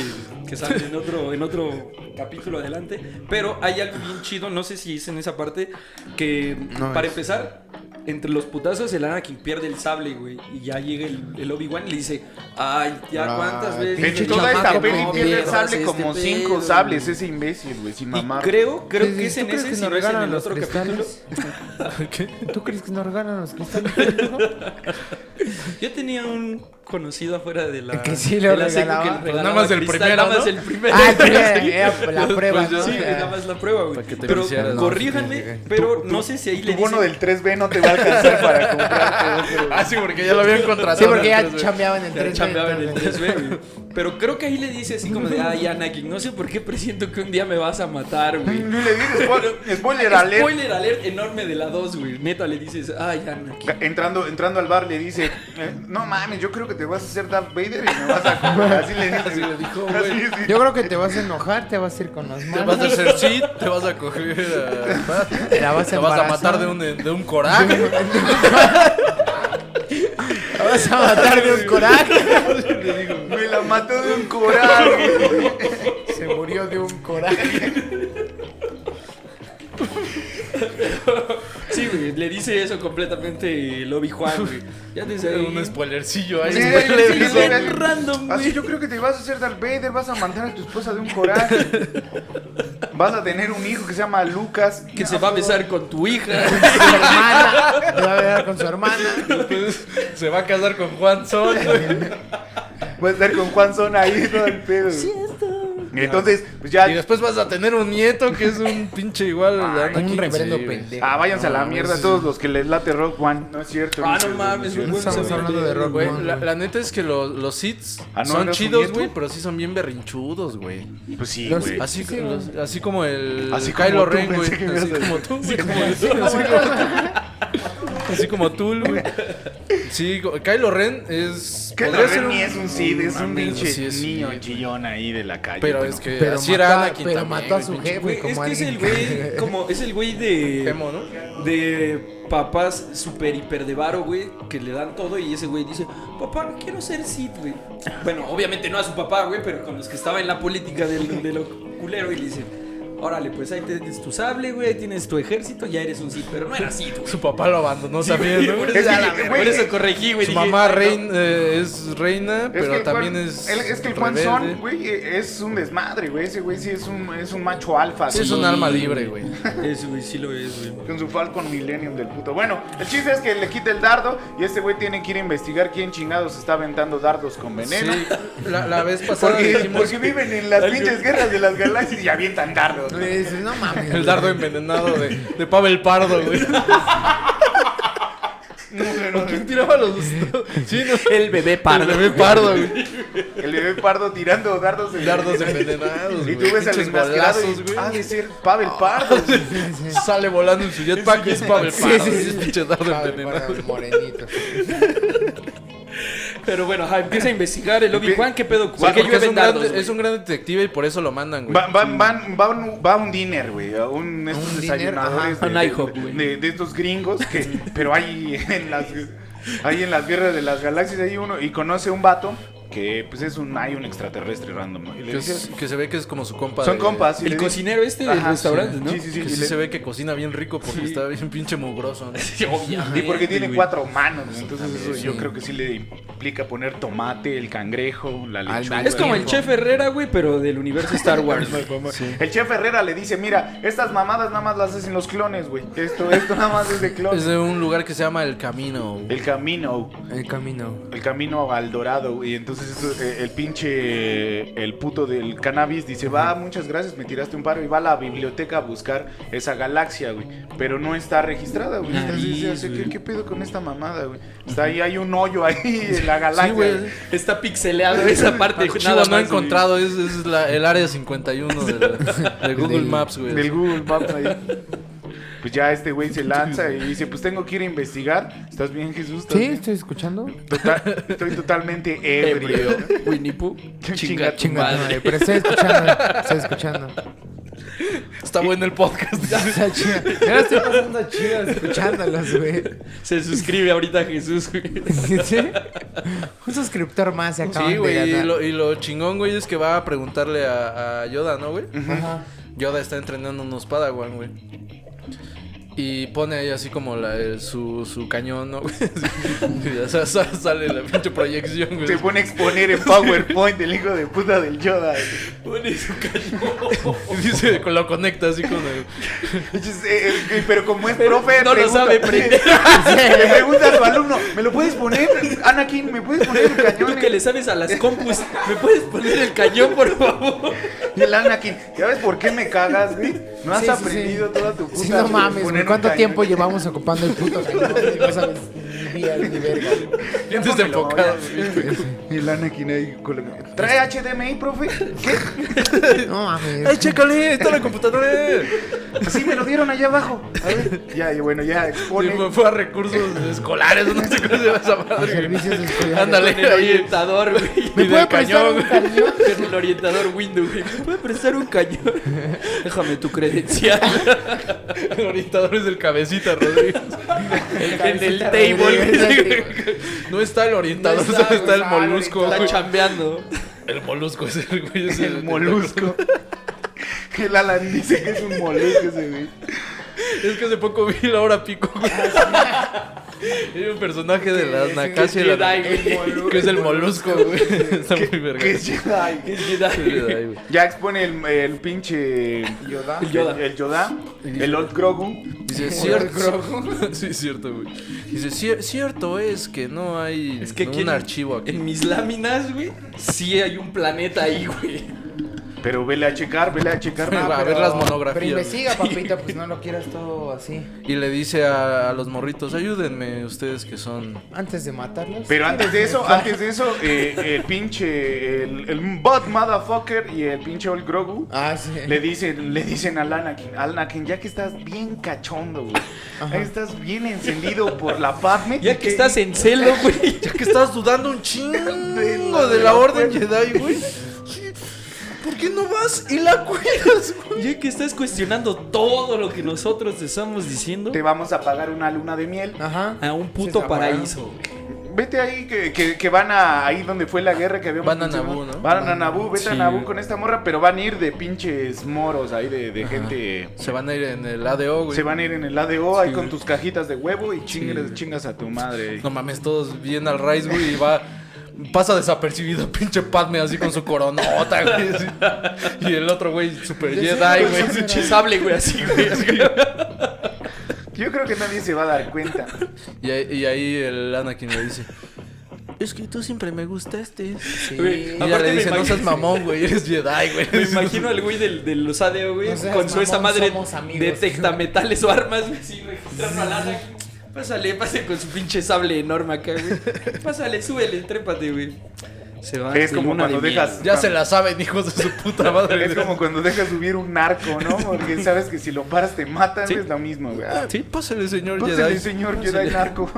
Speaker 4: que sale en otro, en otro capítulo adelante. Pero hay algo bien chido, no sé si es en esa parte, que
Speaker 3: No
Speaker 4: para
Speaker 3: es.
Speaker 4: empezar, entre los putazos, el Anakin pierde el sable, güey. Y ya llega el, el Obi-Wan y le dice, ay, ya
Speaker 3: Ay,
Speaker 4: cuántas veces.
Speaker 2: En
Speaker 3: pinche
Speaker 2: toda esta
Speaker 3: chamaco,
Speaker 2: peli
Speaker 3: no
Speaker 2: pierde el
Speaker 3: pierdas
Speaker 2: sable como cinco sables, ese imbécil, güey, sin
Speaker 4: este Y
Speaker 2: mamar.
Speaker 4: creo, creo
Speaker 3: Sí, sí,
Speaker 4: que es
Speaker 3: ¿tú
Speaker 4: en
Speaker 3: crees
Speaker 4: ese,
Speaker 3: que
Speaker 4: si
Speaker 3: nos
Speaker 4: no es en
Speaker 3: regalan
Speaker 4: el
Speaker 3: los
Speaker 4: otro capítulo.
Speaker 3: cristales? ¿Tú crees que nos regalan los cristales? Ah,
Speaker 4: Yo tenía un conocido afuera de la.
Speaker 3: Que sí lo
Speaker 4: de la secu que
Speaker 3: regalaba. Pues
Speaker 4: regalaba
Speaker 1: nada más el
Speaker 4: cristal,
Speaker 1: primero,
Speaker 4: Nada más
Speaker 1: ¿no?
Speaker 4: el primero.
Speaker 3: ah, que era, era la prueba,
Speaker 4: Pues yo
Speaker 3: ¿no? Ah.
Speaker 4: sí,
Speaker 3: O sea,
Speaker 4: nada más la prueba, güey.
Speaker 1: Para que te
Speaker 4: Pero
Speaker 1: viciaras, ¿no?
Speaker 4: corríjanme, pero no sé si ahí le
Speaker 2: Tu bono
Speaker 4: dicen...
Speaker 2: del 3B no te va a alcanzar para comprarte otro.
Speaker 1: Ah, sí, porque ya lo habían contratado.
Speaker 3: sí, porque ya
Speaker 1: entonces, güey.
Speaker 3: chambeaban el
Speaker 4: Ya
Speaker 3: 3
Speaker 4: chambeaba en el 3B, güey. Pero creo que ahí le dice así como de, ay, Anakin, no sé por qué presiento que un día me vas a matar, güey.
Speaker 2: No le digas, spoiler, Mm, spoiler alert.
Speaker 4: Spoiler alert enorme de la 2, güey. Neta le dices, ay, Anakin.
Speaker 2: Entrando, entrando al bar le dice, eh, no mames, yo creo que te vas a hacer Darth Vader y me vas a comer. Así le dijo,
Speaker 4: Así le dijo, güey.
Speaker 2: Así es.
Speaker 3: Yo creo que te vas a enojar, te vas a ir con las
Speaker 1: Te vas a
Speaker 3: manos.
Speaker 1: hacer shit, te vas a coger a...
Speaker 3: Te la vas a
Speaker 1: Te vas a
Speaker 3: embarazar.
Speaker 1: matar de un, eh, de un coraje.
Speaker 3: Te vas a matar de un coraje.
Speaker 2: Me la mató de un coraje.
Speaker 3: Se murió de un coraje.
Speaker 4: Sí, güey, le dice eso completamente el Obi-Juan, güey. Ya desde ahí...
Speaker 1: un spoilercillo ahí.
Speaker 2: Sí,
Speaker 1: güey.
Speaker 2: sí, le dijo,
Speaker 4: bien
Speaker 2: así,
Speaker 4: random, güey.
Speaker 2: Así yo creo que te vas a hacer Darth Vader, vas a matar a tu esposa de un coraje. Vas a tener un hijo que se llama Lucas.
Speaker 4: Que se va a besar con tu hija.
Speaker 3: Su hermana. Te va a ver con su hermana.
Speaker 1: Entonces, se va a casar con Juan Sol. güey.
Speaker 2: Va a estar con Juan Zona ahí todo el pedo. Y entonces, pues ya.
Speaker 1: Y después vas a tener un nieto que es un pinche igual.
Speaker 2: Ay,
Speaker 1: de
Speaker 2: un
Speaker 1: Anakin,
Speaker 3: reverendo
Speaker 1: sí, güey.
Speaker 3: pendejo.
Speaker 2: Ah, váyanse a la
Speaker 3: No,
Speaker 2: mierda
Speaker 3: sí.
Speaker 2: todos los que les late Rock One. No es cierto.
Speaker 4: Ah,
Speaker 2: no
Speaker 4: no
Speaker 2: es
Speaker 4: mames,
Speaker 2: cierto.
Speaker 4: un buen
Speaker 3: Estamos hablando de Rock
Speaker 1: Güey,
Speaker 3: One,
Speaker 1: la,
Speaker 3: güey.
Speaker 1: la neta es que los, los Siths
Speaker 2: Ah, ¿no
Speaker 1: son
Speaker 2: era su
Speaker 1: chidos,
Speaker 2: nieto?
Speaker 1: güey, pero sí son bien berrinchudos, güey.
Speaker 2: Pues sí,
Speaker 3: Los-
Speaker 2: güey.
Speaker 1: Así,
Speaker 3: Sí,
Speaker 1: los- así como el
Speaker 2: Así como
Speaker 1: Kylo
Speaker 2: tú,
Speaker 1: Ren,
Speaker 2: pensé
Speaker 1: güey.
Speaker 2: que me
Speaker 1: Así
Speaker 2: ibas
Speaker 1: como
Speaker 2: a
Speaker 1: tú, güey. Así como tú, güey. Sí, co- Kylo Ren es.
Speaker 2: Que
Speaker 1: podría ser
Speaker 2: no
Speaker 1: un-
Speaker 2: ni es un Cid, es un
Speaker 1: mames,
Speaker 2: pinche
Speaker 1: sí es
Speaker 2: niño
Speaker 1: Cid,
Speaker 2: chillón ahí de la calle.
Speaker 1: Pero
Speaker 2: güey.
Speaker 1: es que
Speaker 3: Pero
Speaker 1: así era
Speaker 3: mató a-
Speaker 1: Anakin
Speaker 3: pero
Speaker 1: también,
Speaker 3: mató a
Speaker 1: güey,
Speaker 3: su
Speaker 1: pinche
Speaker 3: jefe.
Speaker 4: Güey,
Speaker 3: como
Speaker 4: es que es el
Speaker 3: alguien
Speaker 4: güey, como es el güey de
Speaker 1: Emo, ¿no?
Speaker 4: de papás super hiper de varo, güey, que le dan todo y ese güey dice, "Papá, no quiero ser Sith, güey." Bueno, obviamente no a su papá, güey, pero con los que estaba en la política del, de lo culero y le dice, "Órale, pues ahí tienes tu sable, güey, ahí tienes tu ejército, ya eres un Sith, pero no era Sith, güey."
Speaker 1: Su papá lo abandonó también, ¿no?
Speaker 4: Por
Speaker 2: Es
Speaker 4: eso,
Speaker 2: que, güey,
Speaker 4: por eso corregí, güey.
Speaker 1: Su
Speaker 4: dije,
Speaker 1: mamá
Speaker 4: "Ay, no".
Speaker 1: rein- eh, es reina,
Speaker 2: Es que
Speaker 1: pero
Speaker 2: el
Speaker 1: también
Speaker 2: Juan-
Speaker 1: es.
Speaker 2: el- es que el Juan
Speaker 1: rebelde.
Speaker 2: Son, güey, e, es un desmadre, güey. Ese güey sí es un, es un macho alfa.
Speaker 1: Sí, es
Speaker 2: así,
Speaker 1: un alma libre, güey.
Speaker 4: Eso, güey, sí lo es, güey.
Speaker 2: Con su Falcon Millennium del puto. Bueno, el chiste es que le quita el dardo y este güey tiene que ir a investigar quién chingados está aventando dardos con veneno.
Speaker 1: Sí, la, la vez pasada
Speaker 2: Porque,
Speaker 1: dijimos
Speaker 2: porque viven en las pinches guerras de las galaxias y avientan dardos.
Speaker 3: Le dices, no mames.
Speaker 1: el dardo envenenado de, de Pavel Pardo, güey.
Speaker 2: No, no, no.
Speaker 1: ¿Quién tiraba los.? Sí, no.
Speaker 4: El bebé
Speaker 1: El bebé pardo, güey.
Speaker 2: El bebé pardo tirando dardos
Speaker 1: Dardos envenenados,
Speaker 2: Y
Speaker 1: güey.
Speaker 2: tú ves al
Speaker 1: Pinches
Speaker 2: enmascarado
Speaker 1: balazos,
Speaker 2: y Ah,
Speaker 1: güey.
Speaker 2: ha de ser Pavel Pardo.
Speaker 1: Sale volando en su jetpack y es Pavel
Speaker 3: Sí,
Speaker 1: Pardo.
Speaker 3: sí,
Speaker 1: güey,
Speaker 3: sí.
Speaker 1: es pinche dardo
Speaker 3: Padre,
Speaker 1: envenenado.
Speaker 3: padre, morenito.
Speaker 4: Pero bueno, ajá, empieza a investigar el Obi-Wan, qué pedo,
Speaker 1: Sí, porque es,
Speaker 4: llueven
Speaker 1: un gran,
Speaker 4: dardos, güey?
Speaker 1: es un gran detective y por eso lo mandan, güey.
Speaker 2: Van, van, van, va un- va un dinner, güey. A un estos
Speaker 3: Un dinner,
Speaker 2: desayunadores
Speaker 4: ajá.
Speaker 2: de-
Speaker 4: Un IHOP,
Speaker 2: de,
Speaker 4: güey.
Speaker 2: de- de estos gringos que. pero hay en las. Hay en las guerras de las galaxias, hay uno. Y conoce un vato que pues es un. Hay un extraterrestre random. ¿no? Y le
Speaker 1: que,
Speaker 2: dice,
Speaker 1: es- que se ve que es como su compa.
Speaker 2: Son
Speaker 1: de-
Speaker 2: compas. y
Speaker 4: El
Speaker 2: le dice-
Speaker 4: cocinero este del
Speaker 2: Ajá,
Speaker 4: restaurante,
Speaker 2: sí.
Speaker 4: ¿no?
Speaker 2: Sí, sí, sí.
Speaker 1: Que
Speaker 2: y
Speaker 1: sí
Speaker 2: le-
Speaker 1: se ve que cocina bien rico porque
Speaker 4: Sí.
Speaker 1: está bien pinche mugroso. ¿no?
Speaker 4: Sí, obviamente.
Speaker 2: Y porque tiene
Speaker 4: güey.
Speaker 2: cuatro manos, ¿no? entonces eso
Speaker 3: sí.
Speaker 2: yo creo que sí le implica poner tomate, el cangrejo, la
Speaker 3: Al-
Speaker 2: lechuga.
Speaker 4: Es como el chef Herrera, güey, pero del universo Star Wars. güey.
Speaker 2: El chef Herrera le dice, mira, estas mamadas nada más las hacen los clones, güey. Esto, esto nada más es de
Speaker 1: Es
Speaker 2: clones.
Speaker 1: de un lugar que se llama El Camino. güey.
Speaker 2: El camino,
Speaker 3: El camino.
Speaker 2: el camino al dorado, güey. Entonces esto- eh, el pinche, el puto del cannabis dice, va, muchas gracias, me tiraste un paro y va a la biblioteca a buscar esa galaxia, güey. Pero no está registrada, güey. Entonces
Speaker 4: Nariz,
Speaker 2: dice, así, ¿qué,
Speaker 4: güey.
Speaker 2: ¿qué pedo con esta mamada, güey? Está ahí, hay un hoyo ahí en la galaxia.
Speaker 1: güey.
Speaker 2: güey.
Speaker 4: Está pixeleado esa parte.
Speaker 1: Archivo no
Speaker 4: nada
Speaker 1: he
Speaker 4: más, güey.
Speaker 1: encontrado, es, es la- el área 51 de, de Google
Speaker 3: Del-
Speaker 1: Maps, güey.
Speaker 2: Del Google Maps ahí. Pues ya este güey se lanza y dice, pues tengo que ir a investigar. ¿Estás bien, Jesús? ¿Estás
Speaker 3: Sí,
Speaker 2: bien?
Speaker 3: estoy escuchando.
Speaker 2: Total- estoy totalmente ebrio.
Speaker 4: Winnie Pooh.
Speaker 2: Chinga
Speaker 4: Chinga, tu
Speaker 3: Chinga, tu
Speaker 4: madre.
Speaker 3: madre, pero estoy escuchando. Estoy escuchando.
Speaker 1: Está bueno el podcast.
Speaker 2: Ah,
Speaker 3: Está chido. Yo la estoy pasando chido escuchándolos, güey.
Speaker 4: Se suscribe ahorita Jesús, güey.
Speaker 3: ¿Sí? Un suscriptor más se acaba
Speaker 1: Sí, güey,
Speaker 3: de
Speaker 1: y
Speaker 3: ganar.
Speaker 1: lo, y lo chingón, güey, es que va a preguntarle a, a Yoda, ¿no, güey?
Speaker 3: Ajá.
Speaker 1: Yoda está entrenando unos Padawan, güey. Y pone ahí así como la, el- su, su cañón, ¿no? güey? Y ya sa- sa- sale la pinche proyección, güey.
Speaker 2: Se pone a exponer en PowerPoint el hijo de puta del Yoda. güey.
Speaker 4: Pone su cañón.
Speaker 1: Y dice, lo conecta así con el...
Speaker 2: Entonces, eh, eh, Pero como es profe,
Speaker 4: no lo
Speaker 2: pregunta-
Speaker 4: sabe prender.
Speaker 2: Le pregunta a su alumno, ¿me lo puedes poner? Anakin, ¿me puedes poner el
Speaker 4: Tú
Speaker 2: cañón?
Speaker 4: que le sabes a las compus, ¿me puedes poner el cañón, por favor?
Speaker 2: Y el Anakin, ¿sabes por qué me cagas, güey? No has
Speaker 3: Sí, sí,
Speaker 2: aprendido
Speaker 3: sí.
Speaker 2: toda tu puta
Speaker 3: Sí, no
Speaker 2: vida
Speaker 3: mames,
Speaker 2: poner
Speaker 3: güey.
Speaker 2: un
Speaker 3: ¿Cuánto
Speaker 2: cañón?
Speaker 3: tiempo llevamos ocupando el puto cañón? güey? No sabes ni vida ni verga.
Speaker 1: Bien
Speaker 2: Pónmelo,
Speaker 1: desenfocado.
Speaker 2: ya, güey. Y el Anakin ahí con- ¿Trae HDMI, profe? ¿Qué?
Speaker 3: No mames.
Speaker 1: ¡Ay, chécale! ¡Está la computadora!
Speaker 2: Sí, me lo dieron allá abajo. A ver. Ya, y bueno, ya expone.
Speaker 1: Sí, fue- fue a recursos escolares, no sé cómo se llama esa
Speaker 3: Los
Speaker 1: madre. güey.
Speaker 3: servicios escolares.
Speaker 1: Ándale,
Speaker 4: Con el
Speaker 1: ahí.
Speaker 4: orientador, güey.
Speaker 1: Y
Speaker 3: ¿Me puede
Speaker 1: del
Speaker 3: prestar
Speaker 1: cañón,
Speaker 3: un
Speaker 1: güey.
Speaker 3: cañón?
Speaker 4: Con el orientador Windows, güey. ¿Me puede prestar un cañón? Déjame tu credencial.
Speaker 1: El orientador es el cabecita, Rodríguez.
Speaker 4: en el
Speaker 3: Cabecita
Speaker 4: table,
Speaker 3: Rodríguez,
Speaker 4: güey.
Speaker 1: No está el orientador,
Speaker 4: No está,
Speaker 1: solo está
Speaker 4: güey,
Speaker 1: el
Speaker 2: está el
Speaker 1: molusco,
Speaker 4: Está
Speaker 1: güey.
Speaker 4: chambeando.
Speaker 1: El molusco es el güey. es
Speaker 2: El molusco. El Alan dice que es un molusco ese güey.
Speaker 1: Es que hace poco vi la hora pico, güey. Hay un personaje de la
Speaker 3: Que-
Speaker 1: Nakashi de la-
Speaker 4: Jedi, güey.
Speaker 1: que es el molusco, güey. Está muy verga.
Speaker 2: Que es Jedi.
Speaker 4: Es Jedi, güey.
Speaker 1: Jedi, güey.
Speaker 2: Ya expone el, el pinche.
Speaker 3: Yoda.
Speaker 4: El Yoda.
Speaker 2: El, el Yoda. El Old Grogu.
Speaker 1: Dice,
Speaker 3: Lord
Speaker 1: cierto. Sí, cierto, güey. Dice, "Cier- cierto es que no hay
Speaker 4: Es que
Speaker 1: un
Speaker 4: aquí en-
Speaker 1: archivo aquí.
Speaker 4: En mis láminas, güey, sí hay un planeta ahí, güey.
Speaker 2: Pero vele a checar, vele a checar.
Speaker 1: Va a
Speaker 2: nada,
Speaker 1: ver
Speaker 2: pero-
Speaker 1: las monografías.
Speaker 3: Pero
Speaker 1: güey.
Speaker 3: investiga, papito, pues no lo quieras todo así.
Speaker 1: Y le dice a, a los morritos, ayúdenme ustedes que son...
Speaker 3: Antes de matarlos.
Speaker 2: Pero antes de eso, antes de eso, eh, el pinche. El, el Bot Motherfucker y el pinche Old Grogu.
Speaker 3: Ah, sí.
Speaker 2: Le dicen, le dicen al Anakin, al Anakin, ya que estás bien cachondo, güey.
Speaker 3: Ajá.
Speaker 2: Estás bien encendido por la Padme.
Speaker 4: Ya que estás en celo, güey.
Speaker 1: Ya que estabas dudando un chingo de la Orden Jedi, güey. ¿Por qué no vas y la cuidas, güey?
Speaker 4: Ya que estás cuestionando todo lo que nosotros te estamos diciendo
Speaker 2: Te vamos a pagar una luna de miel.
Speaker 3: Ajá.
Speaker 4: a un
Speaker 3: Sí,
Speaker 4: puto
Speaker 3: está
Speaker 4: paraíso.
Speaker 2: Vete ahí, que, que- que van a ahí donde fue la guerra que habíamos
Speaker 1: Van a
Speaker 2: mencionado.
Speaker 1: Naboo, ¿no?
Speaker 2: Van a Naboo, vete a
Speaker 1: Sí.
Speaker 2: Naboo con esta morra, pero van a ir de pinches moros ahí, de, de gente.
Speaker 1: Se van a ir en el ADO, güey.
Speaker 2: Se van a ir en el ADO ahí con tus cajitas de huevo y chingas, chingas a tu madre. ahí.
Speaker 1: No mames, todos bien al raíz, güey, y va... Pasa desapercibido pinche Padme así con su coronota, güey. así. Y el otro güey, super
Speaker 3: Ya
Speaker 1: Jedi,
Speaker 3: sé, güey,
Speaker 1: güey.
Speaker 3: sí,
Speaker 4: Güey, su sable, güey, así, güey. así.
Speaker 2: Yo creo que nadie se va a dar cuenta.
Speaker 1: Y, ahí- y ahí el Anakin le dice... Es que tú siempre me gustaste.
Speaker 3: Sí.
Speaker 4: Güey,
Speaker 1: Y
Speaker 3: No
Speaker 1: ya
Speaker 4: Aparte
Speaker 1: le
Speaker 4: me
Speaker 1: dice, no
Speaker 4: imagino-
Speaker 1: seas mamón, güey, eres Jedi, güey.
Speaker 4: Me imagino al güey del, de los ADO, güey,
Speaker 3: No seas
Speaker 4: con su esa
Speaker 3: mamón,
Speaker 4: madre
Speaker 3: somos amigos.
Speaker 4: detecta metales o armas, güey, así registrando al Anakin. Pásale, pásale con su pinche sable enorme acá, güey. Pásale, súbele, trépate, güey. Se va.
Speaker 2: Es
Speaker 4: de
Speaker 2: como
Speaker 4: Ah, luna de
Speaker 2: cuando
Speaker 4: miel.
Speaker 2: dejas.
Speaker 1: Ya se la saben, hijos de su puta madre.
Speaker 2: Es como cuando dejas subir un narco, ¿no? Porque sabes que si lo paras te matan,
Speaker 4: Sí.
Speaker 2: es lo mismo, güey.
Speaker 1: Sí, pásale, señor
Speaker 2: Pásale,
Speaker 1: Ah, Jedi.
Speaker 2: señor
Speaker 1: Pásale.
Speaker 2: Jedi narco.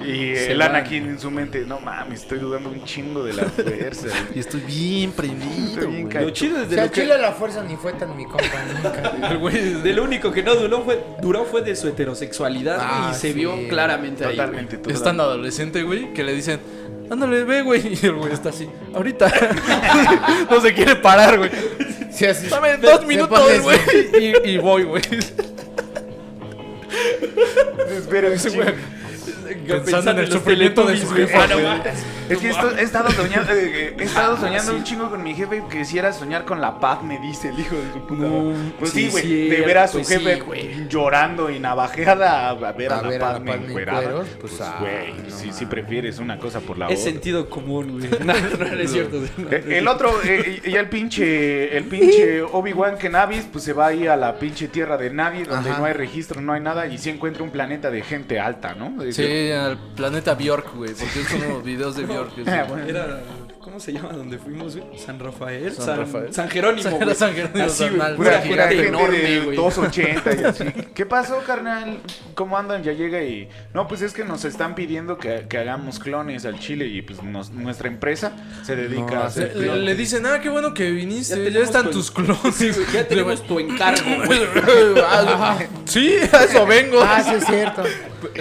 Speaker 2: Y
Speaker 1: Se
Speaker 2: el
Speaker 1: van.
Speaker 2: Anakin en su mente, no mames, estoy dudando un chingo de la fuerza. güey".
Speaker 1: Y estoy bien prendido,
Speaker 2: Estoy bien
Speaker 1: güey.
Speaker 2: caído.
Speaker 4: Lo chido es
Speaker 3: O
Speaker 4: de
Speaker 3: sea,
Speaker 4: lo
Speaker 3: al
Speaker 4: que-
Speaker 3: Chile la fuerza ni fue tan mi compa nunca.
Speaker 1: El güey
Speaker 4: De lo único que no duró fue, duró fue de su heterosexualidad güey,
Speaker 3: Ah,
Speaker 4: y se
Speaker 3: sí.
Speaker 4: vio claramente ahí.
Speaker 2: Totalmente,
Speaker 1: es tan
Speaker 2: totalmente.
Speaker 1: adolescente, güey, que le dicen, ándale, ve, güey. Y el güey está así, ahorita. no se quiere parar, güey.
Speaker 3: Sí, así.
Speaker 1: Dame dos
Speaker 3: Se
Speaker 1: minutos,
Speaker 3: pone
Speaker 1: güey.
Speaker 3: así.
Speaker 1: Y, y voy, güey.
Speaker 2: Espera,
Speaker 1: Ese güey, Pensando en el sufrimiento de su jefa, güey.
Speaker 2: Es que esto- he estado soñando, eh, he
Speaker 4: Ah,
Speaker 2: estado soñando un chingo con mi jefe que quisiera soñar con la paz, me dice el hijo de su puta.
Speaker 4: No,
Speaker 2: madre. pues sí,
Speaker 4: sí,
Speaker 2: güey,
Speaker 4: sí,
Speaker 2: de ver a su
Speaker 4: pues sí,
Speaker 2: jefe
Speaker 4: güey.
Speaker 2: llorando y navajeada a a ver a,
Speaker 3: A ver
Speaker 2: la
Speaker 3: a
Speaker 2: paz
Speaker 3: la Padme en
Speaker 2: encuerada.
Speaker 3: cueros, pues,
Speaker 2: Pues,
Speaker 3: ah,
Speaker 2: güey,
Speaker 3: no
Speaker 2: sí, sí
Speaker 3: mames.
Speaker 2: prefieres una cosa por la
Speaker 4: Es
Speaker 2: otra.
Speaker 4: sentido común, güey. No, no, no es cierto. no.
Speaker 2: Eh, El otro, eh, y- ya el pinche, el pinche Obi-Wan Kenobi, pues se va ahí a la pinche tierra de nadie, donde
Speaker 3: Ajá.
Speaker 2: no hay registro, no hay nada, y sí encuentra un planeta de gente alta, ¿no? Es decir,
Speaker 1: Sí, al planeta Bjork, güey. Porque es como videos de Bjork. es-
Speaker 2: Ah, bueno.
Speaker 4: Era, ¿cómo se llama donde fuimos, güey? San Rafael.
Speaker 1: San
Speaker 4: San,
Speaker 1: Rafael.
Speaker 4: San Jerónimo,
Speaker 1: San-
Speaker 4: güey.
Speaker 1: San Jerónimo,
Speaker 4: Así,
Speaker 1: San
Speaker 4: güey,
Speaker 1: Mal.
Speaker 4: pura
Speaker 2: Pura
Speaker 4: gente
Speaker 2: gente
Speaker 4: enorme,
Speaker 2: de
Speaker 4: güey.
Speaker 2: 280 y así. ¿Qué pasó, carnal? ¿Cómo andan? Ya llega y. No, pues es que nos están pidiendo que, que hagamos clones al chile y pues nos- nuestra empresa se dedica
Speaker 3: No,
Speaker 2: a
Speaker 1: Le,
Speaker 2: hacer
Speaker 1: le-
Speaker 2: clones.
Speaker 1: le dicen, ah, qué bueno que viniste. Ya,
Speaker 4: tenemos
Speaker 1: están
Speaker 4: tu-
Speaker 1: tus clones.
Speaker 4: Sí, güey, ya tenemos tu encargo, güey.
Speaker 1: Ah, sí, a eso vengo.
Speaker 3: Ah, sí, es cierto.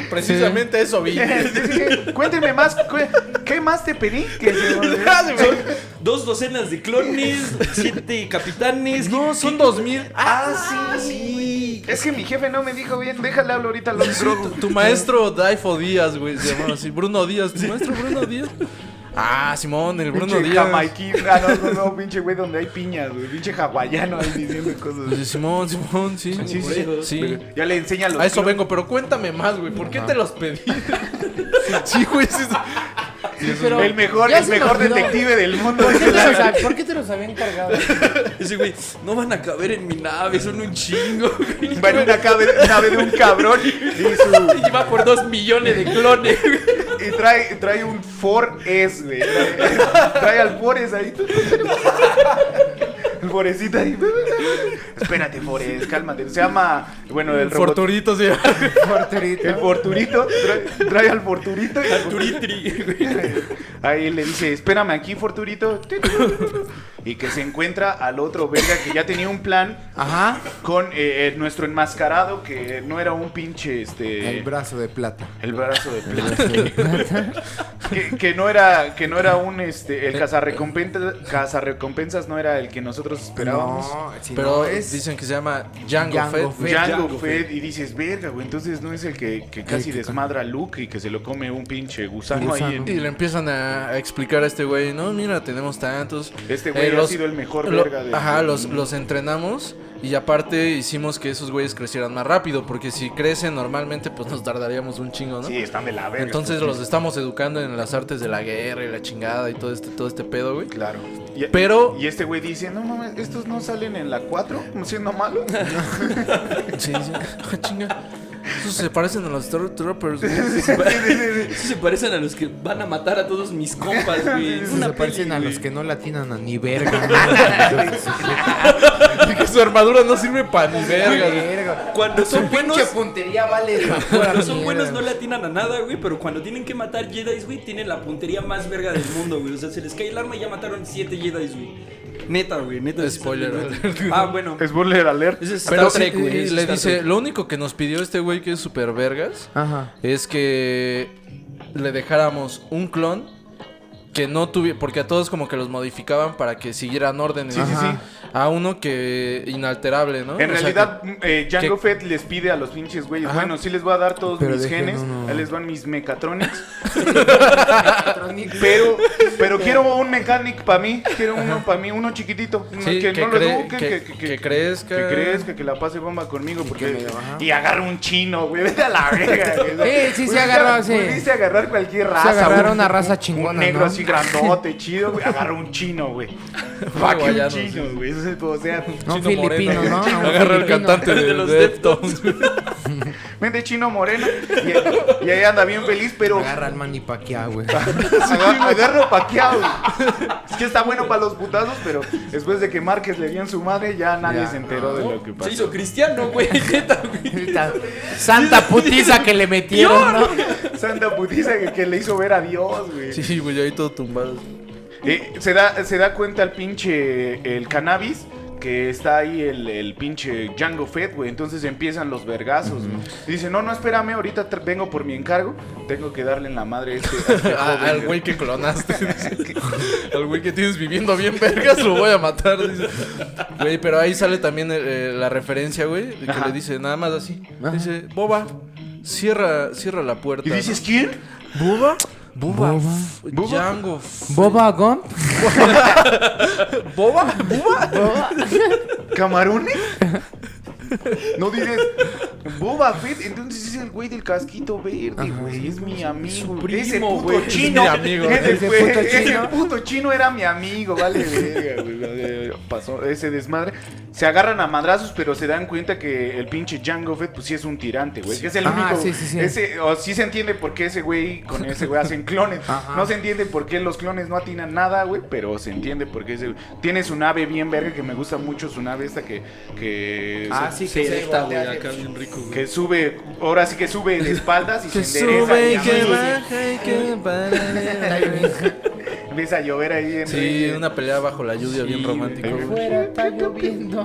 Speaker 1: Precisamente a eso vine.
Speaker 2: Es que, Cuéntenme más, cu- ¿qué más te pedí? Que se-
Speaker 1: Ah,
Speaker 4: Son dos docenas de clones, siete capitanes.
Speaker 1: No, son dos mil.
Speaker 2: Ah, sí. Es que mi jefe no me dijo bien. Déjale hablo ahorita a los
Speaker 1: Tu, tu maestro Daifo Díaz, güey, se llamaba así. Bruno Díaz, tu maestro Bruno Díaz. Ah, Simón, el Bruno
Speaker 2: Pinche
Speaker 1: Díaz.
Speaker 2: jamaiquín. Ah, no, no, no, pinche güey, donde hay piñas, güey. Pinche hawaiano ahí diciendo cosas.
Speaker 1: Pues, Simón, Simón, sí.
Speaker 2: Sí, sí, sí.
Speaker 1: Sí.
Speaker 2: Ya le enseña los
Speaker 1: A eso
Speaker 2: clones.
Speaker 1: vengo, pero cuéntame más, güey. ¿Por qué te los pedí? Sí, güey. sí, sí.
Speaker 3: Pero
Speaker 2: el mejor,
Speaker 3: ya
Speaker 2: el
Speaker 3: se me
Speaker 2: mejor
Speaker 3: olvidó.
Speaker 2: detective del mundo.
Speaker 3: ¿Por qué, te los, ha- por qué te los había encargado?
Speaker 4: Ese güey, no van a caber en mi nave, son un chingo, güey.
Speaker 2: Va en una cabe- nave de un cabrón y, su-
Speaker 4: Y va por dos millones de clones, güey.
Speaker 2: y trae, trae un Ford S, güey. Trae, trae al Ford S ahí. El Foresita ahí. Espérate, Forest, cálmate. Se llama, bueno, el robot-
Speaker 1: Forturito, sí.
Speaker 3: Forturito.
Speaker 2: El Forturito. Trae, trae al Forturito. y-
Speaker 4: Turitri, güey.
Speaker 2: Ahí le dice, espérame aquí, Forturito. Y que se encuentra al otro verga que ya tenía un plan
Speaker 3: Ajá.
Speaker 2: con eh, eh, nuestro enmascarado que no era un pinche este
Speaker 3: El brazo de plata.
Speaker 2: el brazo de plata que, que no era que no era un este el cazarrecompensas cazarrecompensas no era el que nosotros esperábamos
Speaker 3: No, si
Speaker 1: Pero
Speaker 3: no es-
Speaker 1: dicen que se llama Django,
Speaker 3: Django
Speaker 1: Fett.
Speaker 3: Fett.
Speaker 2: Django
Speaker 4: Django
Speaker 2: Fett y dices verga güey entonces no es el que, que casi desmadra a Luke y que se lo come un pinche gusano, ahí
Speaker 3: Gusano.
Speaker 2: en-
Speaker 1: Y le empiezan a a explicar a este güey, no, mira, tenemos tantos. Eh,
Speaker 2: Este güey ha
Speaker 1: los-
Speaker 2: sido el mejor
Speaker 1: lo-
Speaker 2: verga de-
Speaker 1: Ajá, los, los entrenamos y aparte hicimos que esos güeyes crecieran más rápido, porque si crecen normalmente pues nos tardaríamos un chingo, ¿no?
Speaker 2: sí están de la verga
Speaker 1: Entonces los estamos educando en las artes de la guerra y la chingada y todo este, todo este pedo, güey.
Speaker 2: Claro. Y,
Speaker 1: Pero-
Speaker 2: Y este güey dice, no mames, estos no salen en la 4, siendo malo.
Speaker 1: Sí, sí. Ah, chinga. Esos se parecen a los Stormtroopers, güey.
Speaker 4: Esos se parecen a los que van a matar a todos mis compas, güey. Es
Speaker 3: Esos
Speaker 4: una
Speaker 3: se parecen
Speaker 4: peli,
Speaker 3: a
Speaker 4: güey.
Speaker 3: los que no latinan a ni verga. ¿no?
Speaker 1: Y que su armadura no sirve para ni verga, güey.
Speaker 3: Verga.
Speaker 4: Cuando son buenos,
Speaker 3: Pinche puntería vale. la pura
Speaker 4: cuando son
Speaker 3: mierda.
Speaker 4: buenos no le atinan a nada, güey. Pero cuando tienen que matar Jedi, güey, tienen la puntería más verga del mundo, güey. O sea, se les cae el arma y ya mataron siete Jedi, güey. Neta, güey, neta.
Speaker 1: Spoiler alert.
Speaker 4: Ah, bueno.
Speaker 2: es spoiler alert.
Speaker 4: Ese es
Speaker 1: Pero
Speaker 4: Star Trek,
Speaker 1: sí,
Speaker 4: güey,
Speaker 1: y
Speaker 4: es
Speaker 1: le
Speaker 4: Star
Speaker 1: dice,
Speaker 4: Trek.
Speaker 1: lo único que nos pidió este güey que es super vergas
Speaker 3: Ajá.
Speaker 1: es que le dejáramos un clon que no tuviera, porque a todos como que los modificaban para que siguieran órdenes.
Speaker 2: Sí, sí,
Speaker 1: Ajá.
Speaker 2: sí.
Speaker 1: A uno que inalterable, ¿no?
Speaker 2: En
Speaker 1: O sea,
Speaker 2: realidad, eh, Django
Speaker 1: que-
Speaker 2: Fett les pide a los pinches güeyes,
Speaker 1: Ajá.
Speaker 2: bueno, sí les voy a dar todos
Speaker 3: Pero
Speaker 2: mis
Speaker 3: dejen
Speaker 2: genes,
Speaker 3: uno.
Speaker 2: ahí les van mis mecatronics, pero, pero quiero un mecánic para mí, quiero uno para mí, uno chiquitito, uno
Speaker 1: Sí, que
Speaker 2: lo
Speaker 1: cre-
Speaker 2: eduquen,
Speaker 1: que- que crezca.
Speaker 2: que crezca, que la pase bomba conmigo, porque...
Speaker 3: me- ajá.
Speaker 2: Y agarra un chino, güey, vete a la verga. güey. O sea,
Speaker 3: Sí, sí se
Speaker 2: pudiste-
Speaker 3: agarró, sí.
Speaker 2: Pudiste agarrar cualquier raza.
Speaker 3: agarraron
Speaker 2: güey.
Speaker 3: una raza
Speaker 2: Un- Un
Speaker 3: chingona,
Speaker 2: negro
Speaker 3: ¿no?
Speaker 2: así grandote, chido, güey, agarra un chino, güey. Va que un
Speaker 1: guayano,
Speaker 2: chino,
Speaker 1: sí.
Speaker 2: güey, o sea...
Speaker 3: No,
Speaker 1: Chino Moreno.
Speaker 3: filipino, ¿no? A un
Speaker 1: Agarra el
Speaker 3: filipino.
Speaker 1: cantante de,
Speaker 4: De los
Speaker 1: de Deftones.
Speaker 2: Vende chino moreno y, y ahí anda bien feliz, pero
Speaker 3: Agarra al Manny Pacquiao, güey.
Speaker 2: Aga- agarro paqueado. Es que está bueno para los putazos, pero después de que Márquez le dio en su madre, ya nadie
Speaker 3: Ya,
Speaker 2: se enteró de lo que
Speaker 4: Se
Speaker 2: pasó.
Speaker 4: hizo cristiano, güey. Neta, güey.
Speaker 3: Esta Santa putiza que le metieron, ¿no?
Speaker 2: Santa putiza que, que le hizo ver a Dios, güey.
Speaker 1: sí, güey, ahí todo tumbado.
Speaker 2: Eh, se, da, se da cuenta el pinche el cannabis. Que está ahí el, el pinche Django Fett, güey. Entonces empiezan los vergazos, güey. Dice, no, no, espérame, ahorita tra- vengo por mi encargo. Tengo que darle en la madre a este. a este
Speaker 1: Ah,
Speaker 2: joven".
Speaker 1: al güey que clonaste. al güey que tienes viviendo bien vergas, lo voy a matar. dice. Güey, pero ahí sale también eh, la referencia, eh, güey, de que
Speaker 2: Ajá.
Speaker 1: le dice nada más así. Dice, boba. Cierra, cierra la puerta.
Speaker 2: ¿Y
Speaker 1: ¿no?
Speaker 2: dices quién?
Speaker 1: ¿Boba? Boba.
Speaker 3: Boba.
Speaker 1: F-
Speaker 2: Boba.
Speaker 1: Django. F-
Speaker 3: Boba Gump.
Speaker 1: ¿Boba? ¿Boba?
Speaker 2: ¿Camarone? No dices Boba Fett, entonces es el güey del casquito verde, güey. Es mi amigo.
Speaker 4: primo,
Speaker 2: ese puto
Speaker 4: güey, es
Speaker 2: chino.
Speaker 1: mi amigo.
Speaker 2: Ese,
Speaker 3: Ese
Speaker 2: fue-
Speaker 3: puto
Speaker 2: ese
Speaker 3: chino.
Speaker 2: puto chino era mi amigo, vale, verga, güey. Pasó ese desmadre. Se agarran a madrazos, pero se dan cuenta que el pinche Django Fett, pues sí es un tirante, güey. Es el
Speaker 3: Ah,
Speaker 2: único.
Speaker 3: sí, sí, sí.
Speaker 2: Ese, o sí se entiende por qué ese güey con ese güey hacen clones.
Speaker 3: Ajá.
Speaker 2: No se entiende por qué los clones no atinan nada, güey, pero se entiende por qué ese güey. Tiene su nave bien verga, que me gusta mucho su nave esta que. que
Speaker 3: Ah,
Speaker 2: se-
Speaker 3: sí,
Speaker 4: Se
Speaker 3: que se
Speaker 4: erecta, güey,
Speaker 3: voltea
Speaker 4: acá
Speaker 3: hacia-
Speaker 4: bien rico, güey.
Speaker 2: Que sube, ahora sí que sube de espaldas y
Speaker 1: Que
Speaker 2: se endereza.
Speaker 1: sube y
Speaker 2: ya,
Speaker 1: que
Speaker 2: güey.
Speaker 1: baja y que para.
Speaker 2: Empieza a llover ahí en
Speaker 1: Sí, una pelea bajo la lluvia bien
Speaker 4: Sí,
Speaker 1: romántico.
Speaker 2: güey.
Speaker 1: güey.
Speaker 3: Fuera está lloviendo.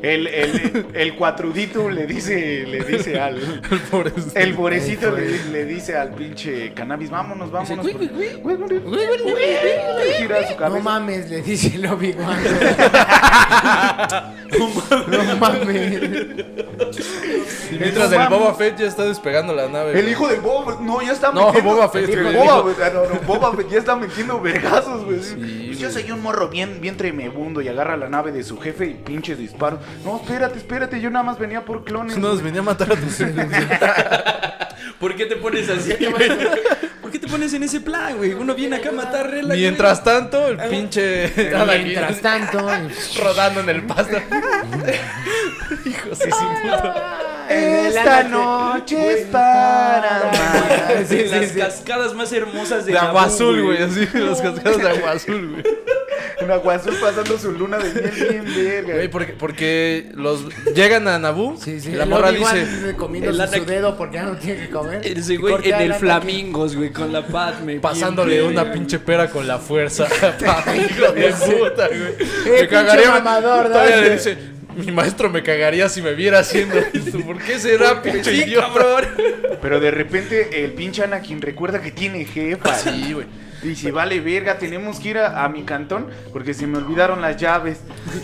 Speaker 2: El, el, el cuatrudito le dice, le dice al.
Speaker 1: El pobrecito.
Speaker 2: El borecito
Speaker 3: El
Speaker 2: le,
Speaker 3: bore.
Speaker 2: le dice al pinche cannabis, vámonos, vámonos.
Speaker 4: "Güey,
Speaker 2: porque-
Speaker 4: güey,
Speaker 2: Güey, güey, güey, güey, güey", Gira su
Speaker 3: No
Speaker 2: cabeza.
Speaker 3: mames, le dice el Obi-Wan. no mames.
Speaker 1: Y mientras
Speaker 2: No
Speaker 1: el
Speaker 2: mames.
Speaker 1: Boba Fett ya está despegando la nave.
Speaker 2: El
Speaker 1: güey.
Speaker 2: hijo de Boba, no, ya está
Speaker 1: No,
Speaker 2: metiendo.
Speaker 1: Boba Fett,
Speaker 2: El
Speaker 1: güey.
Speaker 2: Boba, güey, ah, no, no, Boba Fett ya está metiendo vergazos, güey. Pues
Speaker 1: Sí,
Speaker 2: yo
Speaker 1: güey.
Speaker 2: soy un morro bien, bien tremebundo y agarra la nave de su jefe y pinche disparo. No, espérate, espérate, yo nada más venía por clones.
Speaker 1: Nos
Speaker 2: güey.
Speaker 1: venía a matar a tus hijos.
Speaker 4: ¿Por qué te pones así, güey? ¿Por qué te pones en ese plan, güey? Uno viene acá a matar rela.
Speaker 1: Mientras tanto, el pinche. Anakin
Speaker 3: Mientras tanto,
Speaker 1: rodando en el pasto. Hijos de su puta.
Speaker 2: Esta noche es para amar.
Speaker 4: güey.
Speaker 3: Sí, sí,
Speaker 4: las
Speaker 3: sí.
Speaker 4: cascadas más hermosas de,
Speaker 1: De agua
Speaker 4: Naboo,
Speaker 1: azul, güey. Así, los cascados de agua azul, güey.
Speaker 2: Un aguazul pasando su luna de miel bien verga.
Speaker 1: Güey, porque, porque los llegan a Naboo
Speaker 3: Sí, sí.
Speaker 1: y la
Speaker 3: el
Speaker 1: morra
Speaker 3: Obi-Wan
Speaker 1: dice,
Speaker 3: comiendo
Speaker 4: el
Speaker 3: su,
Speaker 4: Anakin-
Speaker 3: dedo porque ya no tiene que comer.
Speaker 4: Ese güey
Speaker 3: Corte
Speaker 4: en el
Speaker 3: al Anakin.
Speaker 4: flamingos, güey, con la Padme.
Speaker 1: pasándole
Speaker 4: Bien,
Speaker 1: una
Speaker 4: güey.
Speaker 1: pinche pera con la fuerza. Hijo de puta, güey. Me
Speaker 3: pinche
Speaker 1: cagaría.
Speaker 3: mamador, ¿no?
Speaker 1: todavía le dice, mi maestro me cagaría si me viera haciendo esto. ¿Por qué será, pinche
Speaker 4: Sí,
Speaker 1: idiota?
Speaker 4: cabrón.
Speaker 2: Pero de repente el pinche Anakin recuerda que tiene jefa.
Speaker 1: Sí, güey.
Speaker 2: Y si vale verga, tenemos que ir a, a mi cantón porque se me olvidaron las llaves.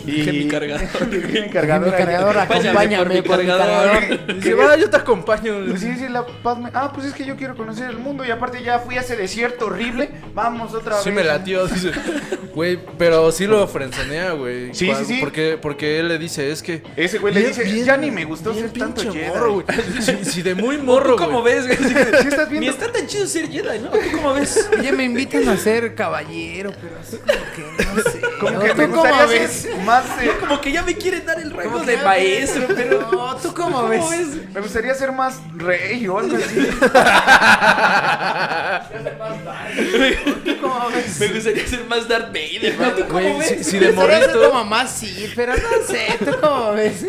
Speaker 2: Y
Speaker 4: Dejé mi cargador.
Speaker 2: Dejé mi
Speaker 3: Mi
Speaker 2: cargador. ahí.
Speaker 3: cargador,
Speaker 4: Acompáñame por mi
Speaker 3: acompáñame por mi
Speaker 4: cargador.
Speaker 3: cargador.
Speaker 1: Dice, va, yo te acompaño.
Speaker 2: "Pues Sí, sí, la paz me- Ah, pues es que yo quiero conocer el mundo y aparte ya fui a ese desierto horrible. Vamos otra
Speaker 1: Sí
Speaker 2: vez.
Speaker 1: me latió, dice. Güey, pero sí lo frenzonea, güey.
Speaker 2: Sí, sí, sí.
Speaker 1: Porque, porque él le dice, es que...
Speaker 2: Ese güey le
Speaker 1: Bien,
Speaker 2: dice,
Speaker 1: bien,
Speaker 2: ya ni me gustó
Speaker 1: bien
Speaker 2: ser tanto
Speaker 1: pinche
Speaker 2: Jedi.
Speaker 1: morro, güey. Si, si de muy
Speaker 4: Morro,
Speaker 1: morro,
Speaker 4: ¿cómo
Speaker 1: güey.
Speaker 4: ves, güey? Así que-
Speaker 2: ¿Sí estás
Speaker 4: Ni
Speaker 2: viendo?
Speaker 4: está tan chido ser Jedi, ¿no? ¿Tú cómo ves?
Speaker 3: Oye, me invitan a ser caballero, pero así como que no sé.
Speaker 2: Como
Speaker 3: ¿no?
Speaker 2: que
Speaker 3: ¿Tú
Speaker 2: me
Speaker 3: cómo
Speaker 2: gustaría
Speaker 3: ves?
Speaker 2: ser más... eh,
Speaker 4: Como que ya me quieren dar el rango
Speaker 3: Como
Speaker 4: de
Speaker 3: que-
Speaker 4: maestro, pero...
Speaker 3: No, ¿tú cómo ves?
Speaker 2: me gustaría ser más rey o algo así.
Speaker 3: ¿Tú cómo ves?
Speaker 4: Me gustaría ser más Darth Vader, ¿no? ¿Tú cómo
Speaker 1: Güey,
Speaker 4: ves?
Speaker 1: si, si
Speaker 3: Me
Speaker 1: de
Speaker 3: gustaría ser
Speaker 1: morrito...
Speaker 3: como más sí, pero no sé, ¿tú cómo ves?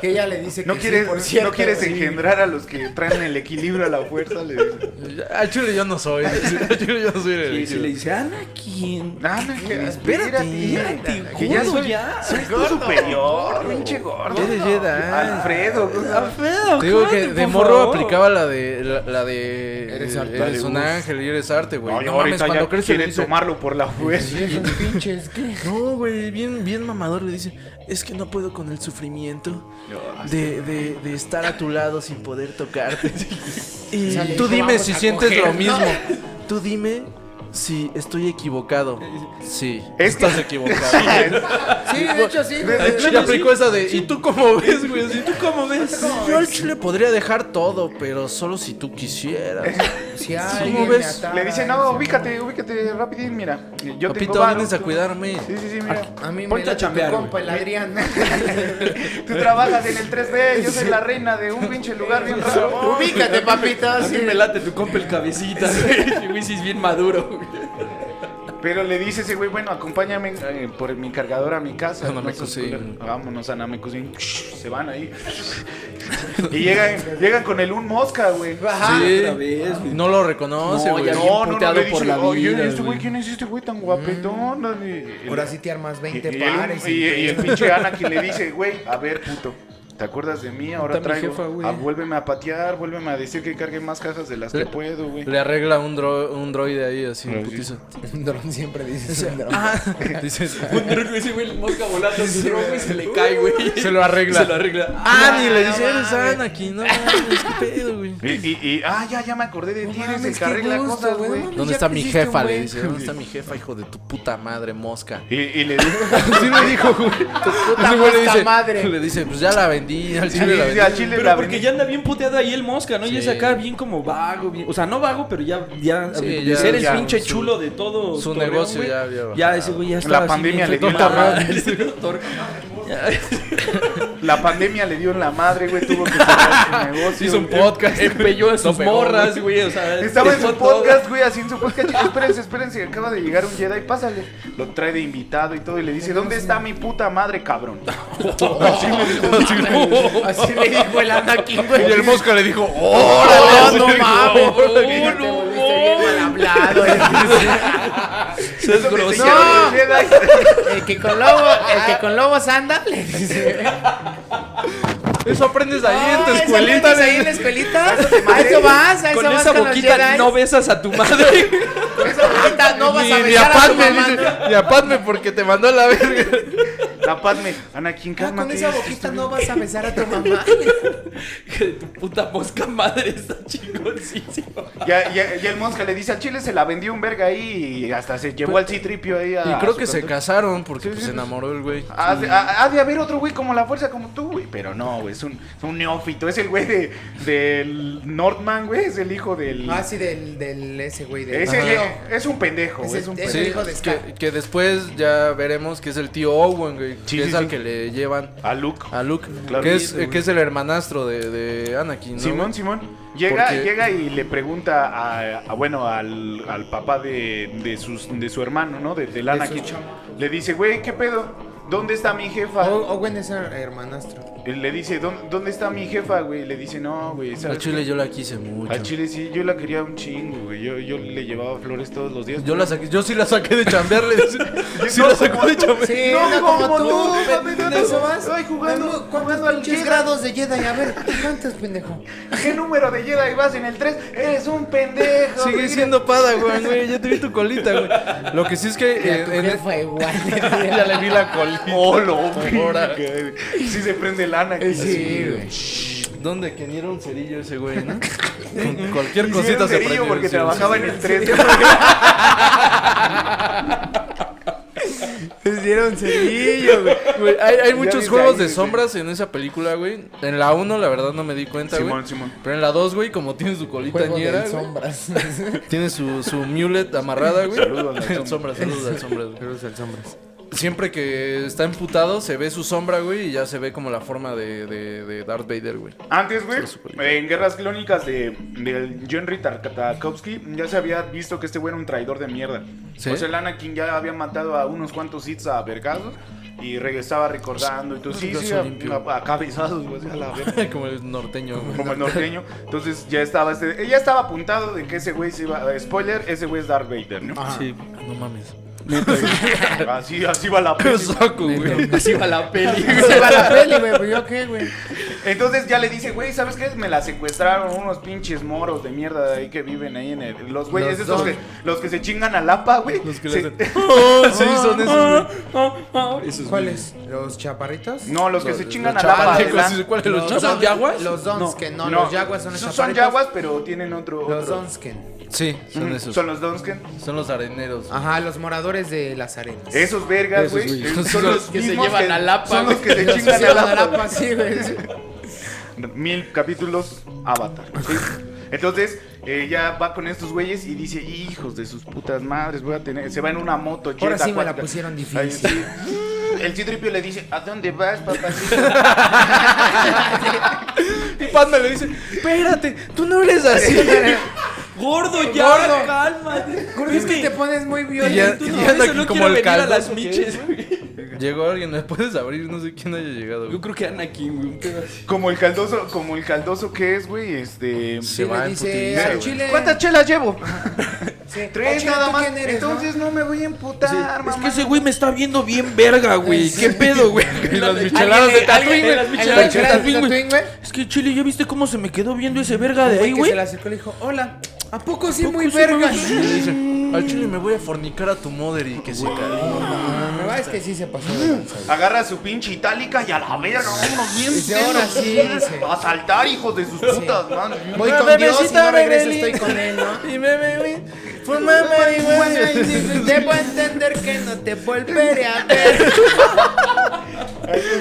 Speaker 3: Que ella le dice
Speaker 2: No
Speaker 3: que
Speaker 2: quieres,
Speaker 3: sí, por cierto,
Speaker 2: no quieres
Speaker 3: güey.
Speaker 2: engendrar a los que traen el equilibrio a la fuerza. Le dice.
Speaker 1: Al chile yo no soy. Al chile yo no soy el
Speaker 4: Y si
Speaker 1: elegido.
Speaker 4: le dice, Anakin...
Speaker 2: Ana, Ah, que-
Speaker 4: Espérate,
Speaker 2: espérate,
Speaker 4: que
Speaker 2: que ya soy,
Speaker 4: ya.
Speaker 2: soy tu superior, pinche gordo.
Speaker 1: Eres Jedi. ah.
Speaker 2: Alfredo, cosa-
Speaker 4: Alfredo,
Speaker 1: Te digo que
Speaker 4: cálmate,
Speaker 1: de
Speaker 4: por
Speaker 1: morro
Speaker 4: favor.
Speaker 1: aplicaba la de la, la de
Speaker 3: Eres arte.
Speaker 1: eres un
Speaker 2: Dale,
Speaker 1: ángel y eres arte, güey.
Speaker 2: No,
Speaker 1: No,
Speaker 2: y
Speaker 1: mames,
Speaker 2: ahorita
Speaker 1: cuando
Speaker 2: ya
Speaker 1: crees le
Speaker 2: quieren
Speaker 1: dice,
Speaker 2: tomarlo por la fuerza.
Speaker 3: Sí, esos pinches, ¿qué?
Speaker 1: No, güey, bien bien mamador le dice, "Es que no puedo con el sufrimiento de, de, de estar a tu lado sin poder tocarte." Y
Speaker 3: Sale,
Speaker 1: tú
Speaker 3: dijo,
Speaker 1: dime
Speaker 3: "Vamos
Speaker 1: si
Speaker 3: a
Speaker 1: sientes
Speaker 3: coger,
Speaker 1: lo
Speaker 3: ¿no?"
Speaker 1: mismo. Tú dime si estoy equivocado. Sí,
Speaker 2: Es que-
Speaker 1: estás equivocado.
Speaker 3: Sí, de hecho sí.
Speaker 2: De-
Speaker 3: güey.
Speaker 1: Al chile
Speaker 2: Bueno,
Speaker 1: aplicó esa de, ¿y tú cómo ves, güey? Así,
Speaker 4: ¿Tú cómo ves?
Speaker 1: Yo al chile podría dejar todo, pero solo si tú quisieras.
Speaker 3: Si
Speaker 1: ¿Cómo
Speaker 3: alguien me
Speaker 1: ves?
Speaker 3: atara,
Speaker 2: Le dice, no,
Speaker 3: dice,
Speaker 2: ubícate, ubícate rapidín, mira. Yo
Speaker 1: Papito,
Speaker 2: tengo varo,
Speaker 1: vienes a
Speaker 2: tú-
Speaker 1: cuidarme.
Speaker 2: Sí, sí, sí, mira.
Speaker 3: A mí me
Speaker 4: Ponte a
Speaker 3: late tu
Speaker 4: chambear,
Speaker 3: compa, el Adrián.
Speaker 2: Tú trabajas en el 3D, yo soy la reina de un pinche lugar bien raro.
Speaker 3: Ubícate, papito.
Speaker 4: A
Speaker 3: sí.
Speaker 4: mí me late tu compa el cabecita, güey. Güey, sí es bien maduro, güey.
Speaker 2: Pero le dice ese güey, bueno, acompáñame eh, por mi cargador a mi casa.
Speaker 1: A Namekusei.
Speaker 2: Namekusei. Vámonos a Namekusei. Se van ahí. y llegan, llegan con el un mosca, güey.
Speaker 3: Ajá.
Speaker 1: Sí.
Speaker 4: Ah, otra vez, güey.
Speaker 1: No lo reconoce,
Speaker 4: No,
Speaker 1: güey.
Speaker 4: ya
Speaker 2: No, no, no,
Speaker 4: puteado
Speaker 2: le dice,
Speaker 4: por la
Speaker 2: oye,
Speaker 4: vida,
Speaker 2: ¿este güey
Speaker 4: güey. Mm.
Speaker 2: quién es este güey tan guapetón? Y-
Speaker 3: Por así te armas
Speaker 2: y-
Speaker 3: 20
Speaker 2: y el-
Speaker 3: pares.
Speaker 2: y, y el pinche Anakin le dice, güey, a ver, puto. ¿Te acuerdas de mí? Ahora
Speaker 4: Está mi
Speaker 2: traigo.
Speaker 4: jefa, güey.
Speaker 2: ah, vuélveme a patear, vuélveme a decir que cargue más cajas de las que
Speaker 1: Le-
Speaker 2: puedo, güey.
Speaker 1: Le arregla un, dro- un droide ahí, así,
Speaker 2: Ah, sí.
Speaker 1: putiza.
Speaker 3: Un dron siempre dices un dron.
Speaker 1: Ah, Dices,
Speaker 4: Un dron, güey, ese güey, el mosca volando en su dron, güey, se le cae, güey.
Speaker 1: Se lo arregla.
Speaker 4: Se lo arregla.
Speaker 1: ah, ni le
Speaker 2: no
Speaker 1: dice, eres
Speaker 2: mames".
Speaker 1: Anakin, no mames, qué pedo, güey.
Speaker 2: Y, y, y- ah, ya, ya me acordé de ti, eres el que arregla cosas, güey.
Speaker 1: ¿Dónde está mi jefa? Le dice, ¿dónde está mi jefa, hijo de tu puta madre, mosca?
Speaker 2: Y, y le dijo,
Speaker 1: Sí le dijo, güey. Ese güey le
Speaker 3: mosca
Speaker 1: dice,
Speaker 3: madre.
Speaker 1: Le dice, pues ya la vendí, al chile la
Speaker 2: "Sí,
Speaker 1: vendí.
Speaker 2: al chile
Speaker 4: Pero
Speaker 2: la
Speaker 4: porque
Speaker 2: vendí".
Speaker 4: ya anda bien puteado ahí el mosca, ¿no? Y es
Speaker 1: Sí.
Speaker 4: acá bien como vago, bien- o sea, no vago, pero ya, ya,
Speaker 1: Sí,
Speaker 4: de
Speaker 1: ya-
Speaker 4: ser el
Speaker 1: ya,
Speaker 4: pinche
Speaker 1: su-
Speaker 4: chulo de todo.
Speaker 1: su
Speaker 4: Torreón,
Speaker 1: negocio
Speaker 4: güey.
Speaker 1: ya había bajado.
Speaker 4: Ya ese güey ya estaba así
Speaker 2: pandemia
Speaker 4: bien
Speaker 2: le dio
Speaker 4: feito,
Speaker 2: la
Speaker 4: madre.
Speaker 2: madre.
Speaker 4: Ese doctor.
Speaker 2: La pandemia le dio en la madre, güey, tuvo que cerrar su negocio.
Speaker 1: Hizo un
Speaker 2: güey.
Speaker 1: podcast.
Speaker 4: Empelló a sus
Speaker 1: pegó,
Speaker 4: morras, güey, o sea.
Speaker 2: Estaba en
Speaker 4: dejó
Speaker 2: su
Speaker 4: todo.
Speaker 2: podcast, güey, así en su podcast. Chicos, espérense, espérense, que acaba de llegar un Jedi, pásale. Lo trae de invitado y todo, y le dice, ¿dónde está mi puta madre, cabrón? Así le dijo.
Speaker 3: Así le dijo el Anakin,
Speaker 1: Y
Speaker 3: güey.
Speaker 1: el mosca le dijo,
Speaker 3: ¡Oh,
Speaker 1: ¡Órale!
Speaker 3: no mames!
Speaker 4: ¡Oh,
Speaker 3: Te
Speaker 4: no,
Speaker 3: volviste bien mal hablado.
Speaker 4: Seas
Speaker 2: Eso que se
Speaker 4: grosero.
Speaker 2: llama Jedi.
Speaker 3: El que con lobo, el que con lobos anda, le dice.
Speaker 1: Eso aprendes ahí en tu
Speaker 3: "Ah, ¿eso
Speaker 1: escuelita.
Speaker 3: aprendes ahí en la escuelita? A eso vas, a eso
Speaker 4: Con
Speaker 3: vas
Speaker 4: esa
Speaker 3: los
Speaker 4: boquita
Speaker 3: Jedi.
Speaker 4: no besas a tu madre.
Speaker 3: Con esa boquita no vas a
Speaker 1: Ni, ni
Speaker 3: besar a tu
Speaker 1: apatme,
Speaker 3: mamá.
Speaker 1: dice,
Speaker 3: ¿no?
Speaker 1: ni apatme porque te mandó a la verga.
Speaker 2: La Padme, Anakin,
Speaker 3: Ah, Con
Speaker 2: cálmate.
Speaker 3: esa boquita no vas a besar a tu mamá. le-
Speaker 4: Que tu puta mosca madre está chingoncísima.
Speaker 2: Ya, ya, ya el mosca le dice, al chile se la vendió un verga ahí y hasta se llevó al citripio ahí a...
Speaker 1: Pues, Y creo
Speaker 2: a
Speaker 1: que
Speaker 2: su
Speaker 1: se
Speaker 2: control.
Speaker 1: casaron porque
Speaker 2: Ah, Sí,
Speaker 1: pues,
Speaker 2: sí,
Speaker 1: se
Speaker 2: pues.
Speaker 1: enamoró el güey.
Speaker 2: Ha de, ha- ha de haber otro güey como la fuerza como tú, güey. Pero no, güey, es un, es un neófito. Es el güey de, del Northman, güey. Es el hijo del...
Speaker 3: Ah, sí, del, del ese güey. Del
Speaker 2: es, el-
Speaker 3: Leo.
Speaker 2: es un pendejo, güey.
Speaker 3: Ese-
Speaker 2: Es un
Speaker 3: ese-
Speaker 2: pendejo.
Speaker 1: Sí,
Speaker 3: hijo de
Speaker 1: que,
Speaker 3: Scar.
Speaker 1: que después ya veremos que es el tío Owen, güey,
Speaker 2: Sí,
Speaker 1: que
Speaker 2: sí,
Speaker 1: es al
Speaker 2: sí.
Speaker 1: que le llevan
Speaker 2: A Luke.
Speaker 1: a Luke,
Speaker 2: Claro.
Speaker 1: que, es,
Speaker 2: Sí, güey.
Speaker 1: que es el hermanastro de, de Anakin, ¿no?
Speaker 2: Simón, Simón. Llega,
Speaker 1: Porque-
Speaker 2: llega y le pregunta a, a- bueno, al, al papá de, de sus, de su hermano, ¿no? De, del Anakin.
Speaker 3: su chamo.
Speaker 2: Le dice, güey, ¿qué pedo? ¿Dónde está mi jefa?
Speaker 3: O- Owen es her- eh, hermanastro.
Speaker 2: Él Le dice, "¿Dó- ¿dónde está mi jefa, güey? Le dice, no, güey,
Speaker 1: Al
Speaker 2: ¿sabes
Speaker 1: chile
Speaker 2: qué?
Speaker 1: yo la quise mucho.
Speaker 2: Al chile sí, yo la quería un chingo, güey. Yo, yo le llevaba flores todos los días.
Speaker 1: Yo, la saqué- yo sí la saqué de chambear, le dice. Sí
Speaker 2: No,
Speaker 1: la sacó
Speaker 2: como
Speaker 1: de
Speaker 2: tú.
Speaker 1: chambear.
Speaker 3: Sí,
Speaker 2: No,
Speaker 3: no,
Speaker 2: como
Speaker 3: como
Speaker 2: tú,
Speaker 3: tú,
Speaker 2: pendejo,
Speaker 3: pendejo, vas.
Speaker 2: ay, jugando-
Speaker 3: Vemos
Speaker 2: jugando al
Speaker 3: ¿Cuántos pinches
Speaker 2: Jedi. Eh,
Speaker 3: grados de Jedi? A ver, ¿cuántos, pendejo?
Speaker 2: ¿Qué número de Jedi vas en el 3? Eres un pendejo.
Speaker 1: Sigue
Speaker 2: mira.
Speaker 1: siendo Padawan, güey. Ya te vi tu colita, güey. Lo que sí es que.
Speaker 3: Y a
Speaker 1: en-
Speaker 3: tu
Speaker 1: en-
Speaker 3: jefa igual. le dice.
Speaker 1: ya le vi la colita.
Speaker 2: Oh, lo
Speaker 1: Ahora.
Speaker 2: Sí se prende lana.
Speaker 3: Eh, Sí, güey.
Speaker 1: ¿Dónde? Que ni era un cerillo ese güey, ¿no? Con cualquier
Speaker 2: Sí, era
Speaker 1: cosita
Speaker 2: un
Speaker 1: se
Speaker 2: cerillo
Speaker 1: prendió.
Speaker 2: porque
Speaker 1: sí,
Speaker 2: trabajaba
Speaker 1: sí,
Speaker 2: en el 3.
Speaker 3: Les dieron cerillo, güey.
Speaker 1: Güey, hay, hay
Speaker 2: Ya
Speaker 1: muchos
Speaker 2: viste
Speaker 1: juegos
Speaker 2: ahí,
Speaker 1: de
Speaker 2: sí.
Speaker 1: sombras en esa película, güey. En la 1, la verdad, no me di cuenta, güey.
Speaker 2: Simón, Simón.
Speaker 1: Pero en la 2, güey, como tiene su colita
Speaker 3: Juego
Speaker 1: ñera,
Speaker 3: de
Speaker 1: güey,
Speaker 3: sombras.
Speaker 1: tiene su, su mulet amarrada, güey.
Speaker 2: Saludos a las
Speaker 1: En sombras,
Speaker 2: sombras.
Speaker 1: saludos a las sombras, güey.
Speaker 3: Juegos de sombras.
Speaker 1: Siempre que está emputado, se ve su sombra, güey, y ya se ve como la forma de, de, de Darth Vader, güey.
Speaker 2: Antes, güey, en Guerras Clónicas de, del Henry Tarkovsky, ya se había visto que este güey era un traidor de mierda.
Speaker 1: ¿Sí?
Speaker 2: O sea, el Anakin ya había matado a unos cuantos hits a vergazos y regresaba recordando. Y tú, sí, sí,
Speaker 1: Vergazo
Speaker 2: a,
Speaker 1: limpio.
Speaker 2: a- a cabezazos, güey, a la verga.
Speaker 1: como el norteño, güey.
Speaker 2: Como el norteño. Entonces ya estaba este, ya estaba apuntado de que ese güey se iba. eh, Spoiler, ese güey es Darth Vader, ¿no?
Speaker 1: Ah,
Speaker 4: Sí.
Speaker 1: No mames.
Speaker 2: Así, así va la
Speaker 1: Qué
Speaker 2: peli.
Speaker 1: saco, güey.
Speaker 4: Así va la peli.
Speaker 3: Se va la peli, güey. pero ¿Yo qué, güey?
Speaker 2: Entonces ya le dice, güey, ¿sabes qué? Me la secuestraron unos pinches moros de mierda de ahí que viven ahí en el. Los güeyes
Speaker 1: Los
Speaker 2: esos
Speaker 1: dos.
Speaker 2: que, los que se chingan a Lapa, güey.
Speaker 1: Los que
Speaker 2: Se-
Speaker 1: le hacen. Oh, sí, son
Speaker 4: ah.
Speaker 1: esos, güey.
Speaker 4: Esos
Speaker 3: ¿Cuáles? ¿Los chaparritos?
Speaker 2: No, los que
Speaker 1: Los-
Speaker 2: se chingan
Speaker 1: los
Speaker 2: a Lapa.
Speaker 1: chapalecos,
Speaker 2: ¿verdad?
Speaker 1: sí, ¿Cuáles? ¿Los
Speaker 4: ¿No son
Speaker 1: chapalecos?
Speaker 4: yaguas?
Speaker 3: Los dons, que no, los yaguas son los
Speaker 2: Son,
Speaker 3: chaparritos.
Speaker 2: yaguas, pero tienen otro.
Speaker 3: Los
Speaker 2: otro.
Speaker 3: Donsken.
Speaker 1: Sí, son
Speaker 2: Ujú,
Speaker 1: esos.
Speaker 2: Son los Ah, Donsken.
Speaker 1: Son los areneros.
Speaker 3: Ajá, los moradores de las arenas.
Speaker 2: Esos vergas,
Speaker 1: Esos,
Speaker 2: güey.
Speaker 1: güey.
Speaker 2: eh,
Speaker 1: Son
Speaker 2: Son
Speaker 1: los
Speaker 2: los
Speaker 4: que se
Speaker 2: mismos
Speaker 4: llevan a Lapa,
Speaker 2: Son los que
Speaker 3: güey.
Speaker 2: se chingan a
Speaker 3: llevan
Speaker 2: Lapa.
Speaker 3: Lapa, sí, güey.
Speaker 2: mil capítulos Avatar. ¿sí? Entonces, eh, ya va con estos güeyes y dice, hijos de sus putas madres, voy a tener. Se va en una moto, Jet
Speaker 3: Ahora sí me la
Speaker 2: acuática.
Speaker 3: pusieron
Speaker 2: Ahí
Speaker 3: difícil.
Speaker 2: sí. El citripio le dice, ¿a dónde vas, papacito?
Speaker 1: Y Panda le dice: Espérate, tú no eres así.
Speaker 4: Gordo, ya,
Speaker 3: Gordo.
Speaker 4: cálmate.
Speaker 3: Gordo, es que te pones muy
Speaker 1: Y ya-
Speaker 3: violento.
Speaker 4: Tú
Speaker 1: y
Speaker 4: no,
Speaker 1: anda
Speaker 4: eso
Speaker 1: aquí como
Speaker 4: no quiero
Speaker 1: el
Speaker 4: venir a
Speaker 1: calvo,
Speaker 4: las
Speaker 1: ¿qué?
Speaker 4: miches, güey.
Speaker 1: Llegó alguien, ¿me puedes abrir? No sé quién haya llegado.
Speaker 4: Yo
Speaker 1: güey.
Speaker 4: creo que Anakin, güey, un pedo así.
Speaker 2: como el caldoso, como el caldoso que es, güey, este...
Speaker 1: Se
Speaker 3: Sí,
Speaker 1: va
Speaker 3: le
Speaker 1: en
Speaker 3: dice
Speaker 1: putiza,
Speaker 3: al
Speaker 1: güey.
Speaker 3: chile.
Speaker 2: ¿Cuántas chelas llevo?
Speaker 3: Sí. Ah,
Speaker 2: Tres
Speaker 3: chinga,
Speaker 2: nada
Speaker 3: ¿tú
Speaker 2: más.
Speaker 3: quién eres, no?
Speaker 2: Entonces no? me voy a emputar,
Speaker 4: Sí, es
Speaker 2: mamá.
Speaker 4: que ese güey me está viendo bien verga, güey. ¿Qué pedo, güey?
Speaker 1: Y las
Speaker 3: Alguien
Speaker 1: micheladas
Speaker 3: le-
Speaker 1: de Tatooine.
Speaker 3: alguien-
Speaker 1: güey.
Speaker 4: las
Speaker 3: alguien
Speaker 4: micheladas
Speaker 3: le-
Speaker 4: de
Speaker 3: alguien le-
Speaker 4: Tatooine,
Speaker 3: güey.
Speaker 4: Es que Chile, ¿ya viste cómo se me quedó viendo ese verga de ahí,
Speaker 3: Güey, que
Speaker 4: güey?
Speaker 3: se le acercó y le dijo, hola, ¿a poco sí
Speaker 4: ¿A poco
Speaker 3: muy
Speaker 4: sí,
Speaker 3: verga?
Speaker 4: muy
Speaker 1: Y le dice, al chile me voy a fornicar a tu mother y que se cae.
Speaker 3: Me va, es que sí se pasó de lanza, güey.
Speaker 2: Agarra su pinche itálica y a la verga, vámonos bien.
Speaker 3: Dice,
Speaker 2: pedos,
Speaker 3: "Ahora sí", dice.
Speaker 2: A saltar, hijos de sus putas, man.
Speaker 3: Voy
Speaker 1: Una
Speaker 3: con Dios y
Speaker 1: bebecita,
Speaker 3: no regreso,
Speaker 1: bebelín.
Speaker 3: estoy con él, ¿no?
Speaker 1: Y meme, güey. Fuma marihuana. y dice,
Speaker 3: Debo entender que no te volveré a ver.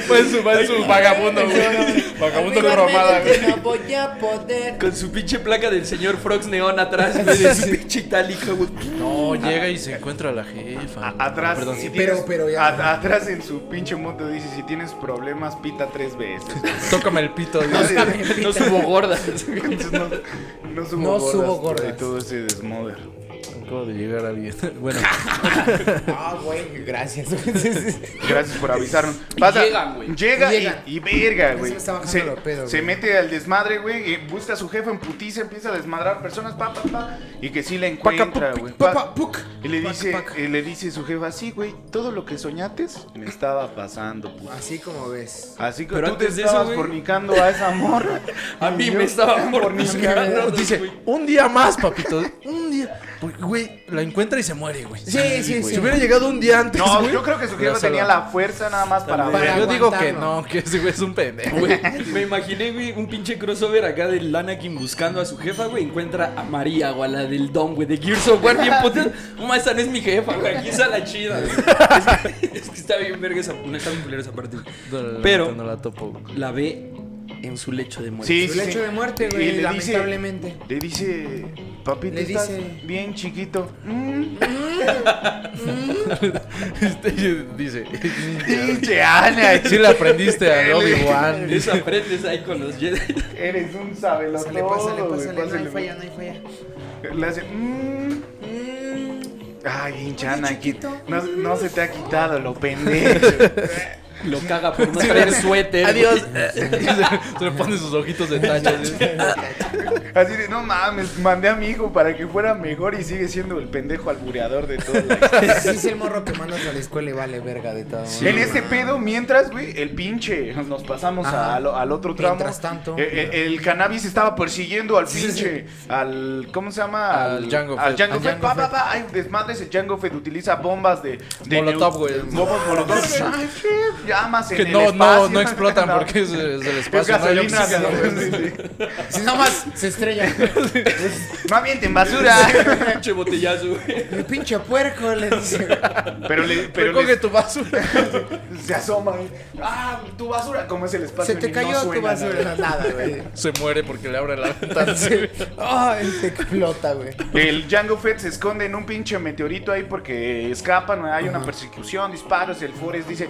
Speaker 1: Fue su, fue su vagabundo, güey. Vagabundo cromada, güey.
Speaker 3: No voy a poder.
Speaker 4: Con su pinche placa del señor Frogs Neón atrás, güey, de su pinche itálica, güey.
Speaker 1: No, llega y se encuentra a la jefa.
Speaker 2: A- Atrás,
Speaker 1: Perdón.
Speaker 2: si
Speaker 3: Ah, Pero-
Speaker 2: tienes-
Speaker 3: pero ya.
Speaker 2: a- atrás en su pinche moto dice, si tienes problemas, pita tres veces.
Speaker 1: Tócame el pito, güey.
Speaker 2: No, sí,
Speaker 4: No subo gordas. güey.
Speaker 2: entonces no, no subo
Speaker 3: No
Speaker 2: gordas.
Speaker 3: subo
Speaker 2: por-
Speaker 3: gordas.
Speaker 2: Y todo ese desmoder.
Speaker 1: Acabo de llegar alguien. Bueno,
Speaker 3: Ah, güey, gracias. güey.
Speaker 2: Gracias por avisarnos. Pasa,
Speaker 4: llegan, güey.
Speaker 2: Llega y,
Speaker 3: Llegan.
Speaker 2: y verga,
Speaker 3: Ya
Speaker 2: güey.
Speaker 3: se está bajando
Speaker 2: Se,
Speaker 3: los pedos,
Speaker 2: se
Speaker 3: güey.
Speaker 2: mete al desmadre, güey. y Busca a su jefe en putiza, empieza a desmadrar personas, pa, pa, pa. Y que sí la encuentra, güey. Pa- Y le dice, y le dice su jefa, sí, güey, todo lo que soñates me estaba pasando, puta.
Speaker 3: Así como ves.
Speaker 2: Así que
Speaker 4: Pero
Speaker 2: tú te
Speaker 4: antes de eso,
Speaker 2: estabas
Speaker 4: güey.
Speaker 2: fornicando a esa morra.
Speaker 4: A
Speaker 2: Y
Speaker 4: mí
Speaker 2: yo-
Speaker 4: me estaba
Speaker 1: no,
Speaker 4: fornicando.
Speaker 1: dice,
Speaker 4: güey.
Speaker 1: un día más, papito. Un día. Porque, Güey, la encuentra y se muere, güey.
Speaker 3: Sí, sí, sí.
Speaker 1: Si hubiera llegado un día antes,
Speaker 2: No,
Speaker 1: güey,
Speaker 2: yo creo que su
Speaker 1: hubiera
Speaker 2: jefa tenía
Speaker 1: salvado.
Speaker 2: la fuerza nada más para
Speaker 3: Para
Speaker 2: ver.
Speaker 1: Yo digo que
Speaker 3: aguantarlo.
Speaker 1: no, que ese güey es un pendejo.
Speaker 4: Güey, me imaginé, güey, un pinche crossover acá del Anakin buscando a su jefa, güey. Encuentra a María o a la del Dom, güey, de Gears of War, bien potente. Mamá, esa no es mi jefa, güey. Aquí está la chida, güey. Es que, es que está bien verga esa, no está bien culera esa parte.
Speaker 1: No, no, no,
Speaker 4: Pero-
Speaker 1: No la topo, güey.
Speaker 4: La ve en su lecho de muerte.
Speaker 2: Sí,
Speaker 3: Su
Speaker 2: sí,
Speaker 3: lecho
Speaker 2: sí.
Speaker 3: de muerte,
Speaker 2: Y
Speaker 3: güey,
Speaker 2: le dice-
Speaker 3: lamentablemente.
Speaker 2: Le dice, papito,
Speaker 3: Le
Speaker 2: estás
Speaker 3: dice-
Speaker 2: bien chiquito. Mm,
Speaker 1: Este, Dice,
Speaker 2: pinche Ana,
Speaker 1: sí le aprendiste a Obi-Wan.
Speaker 4: Eso aprendes ahí con los Jedi.
Speaker 2: Eres un sabelotón.
Speaker 3: Pásale, pásale,
Speaker 2: güey,
Speaker 3: pásale. No hay
Speaker 2: pásale.
Speaker 3: falla, no hay falla.
Speaker 2: Le hace, mm. Ay, pinche
Speaker 3: Oye,
Speaker 2: Ana,
Speaker 3: chiquito.
Speaker 2: que- no, no se te ha quitado lo pendejo.
Speaker 4: Lo caga por no traer suéter.
Speaker 1: Adiós.
Speaker 4: güey.
Speaker 1: se, se le ponen sus ojitos de tacha. así.
Speaker 3: Mm.
Speaker 2: Así de, no mames, mandé a mi hijo para que fuera mejor y sigue siendo el pendejo albureador de todo.
Speaker 3: Sí, es el morro que mandas a la escuela y vale verga de todo.
Speaker 2: en este pedo, mientras, güey, el pinche, nos pasamos
Speaker 3: Ajá.
Speaker 2: a lo- al otro tramo.
Speaker 3: Mientras tanto.
Speaker 2: Eh, eh, el, cannabis estaba persiguiendo al
Speaker 3: Sí, sí,
Speaker 2: pinche, al, ¿cómo se llama?
Speaker 1: Al Django
Speaker 2: Al
Speaker 1: Fett.
Speaker 2: Django
Speaker 3: Al
Speaker 2: Fett.
Speaker 3: Django
Speaker 2: Pa, pa,
Speaker 3: Fett.
Speaker 2: pa. Ay, desmadres, el Django Fett utiliza bombas de... de
Speaker 1: Molotov,
Speaker 2: neu-
Speaker 1: güey.
Speaker 2: Bombas molotov. Ay, sí, Llamas en
Speaker 1: Que
Speaker 2: el
Speaker 1: no, no,
Speaker 2: espacio.
Speaker 1: no explotan porque es, es el
Speaker 2: Es
Speaker 1: espacio. no hay
Speaker 2: gasolina.
Speaker 1: oxígeno, güey.
Speaker 2: sí, sí.
Speaker 3: Si nada más se estrella.
Speaker 2: No avienten basura.
Speaker 4: Pinche botellazo, güey.
Speaker 3: Mi pinche puerco le dice.
Speaker 2: Pero le... Pero
Speaker 1: Recoge
Speaker 2: les-
Speaker 1: tu basura.
Speaker 2: Se asoma. eh. Ah, tu basura. ¿Cómo es el espacio?
Speaker 3: Se te
Speaker 2: Ni-
Speaker 3: cayó
Speaker 2: no
Speaker 3: tu
Speaker 2: suena
Speaker 3: basura.
Speaker 2: nada.
Speaker 3: Nada, güey.
Speaker 1: Se muere porque le abre la ventana.
Speaker 3: Ah, se explota, güey.
Speaker 2: El Django Fett se esconde en un pinche meteorito ahí porque escapan. Hay una persecución, disparos. El Forest dice.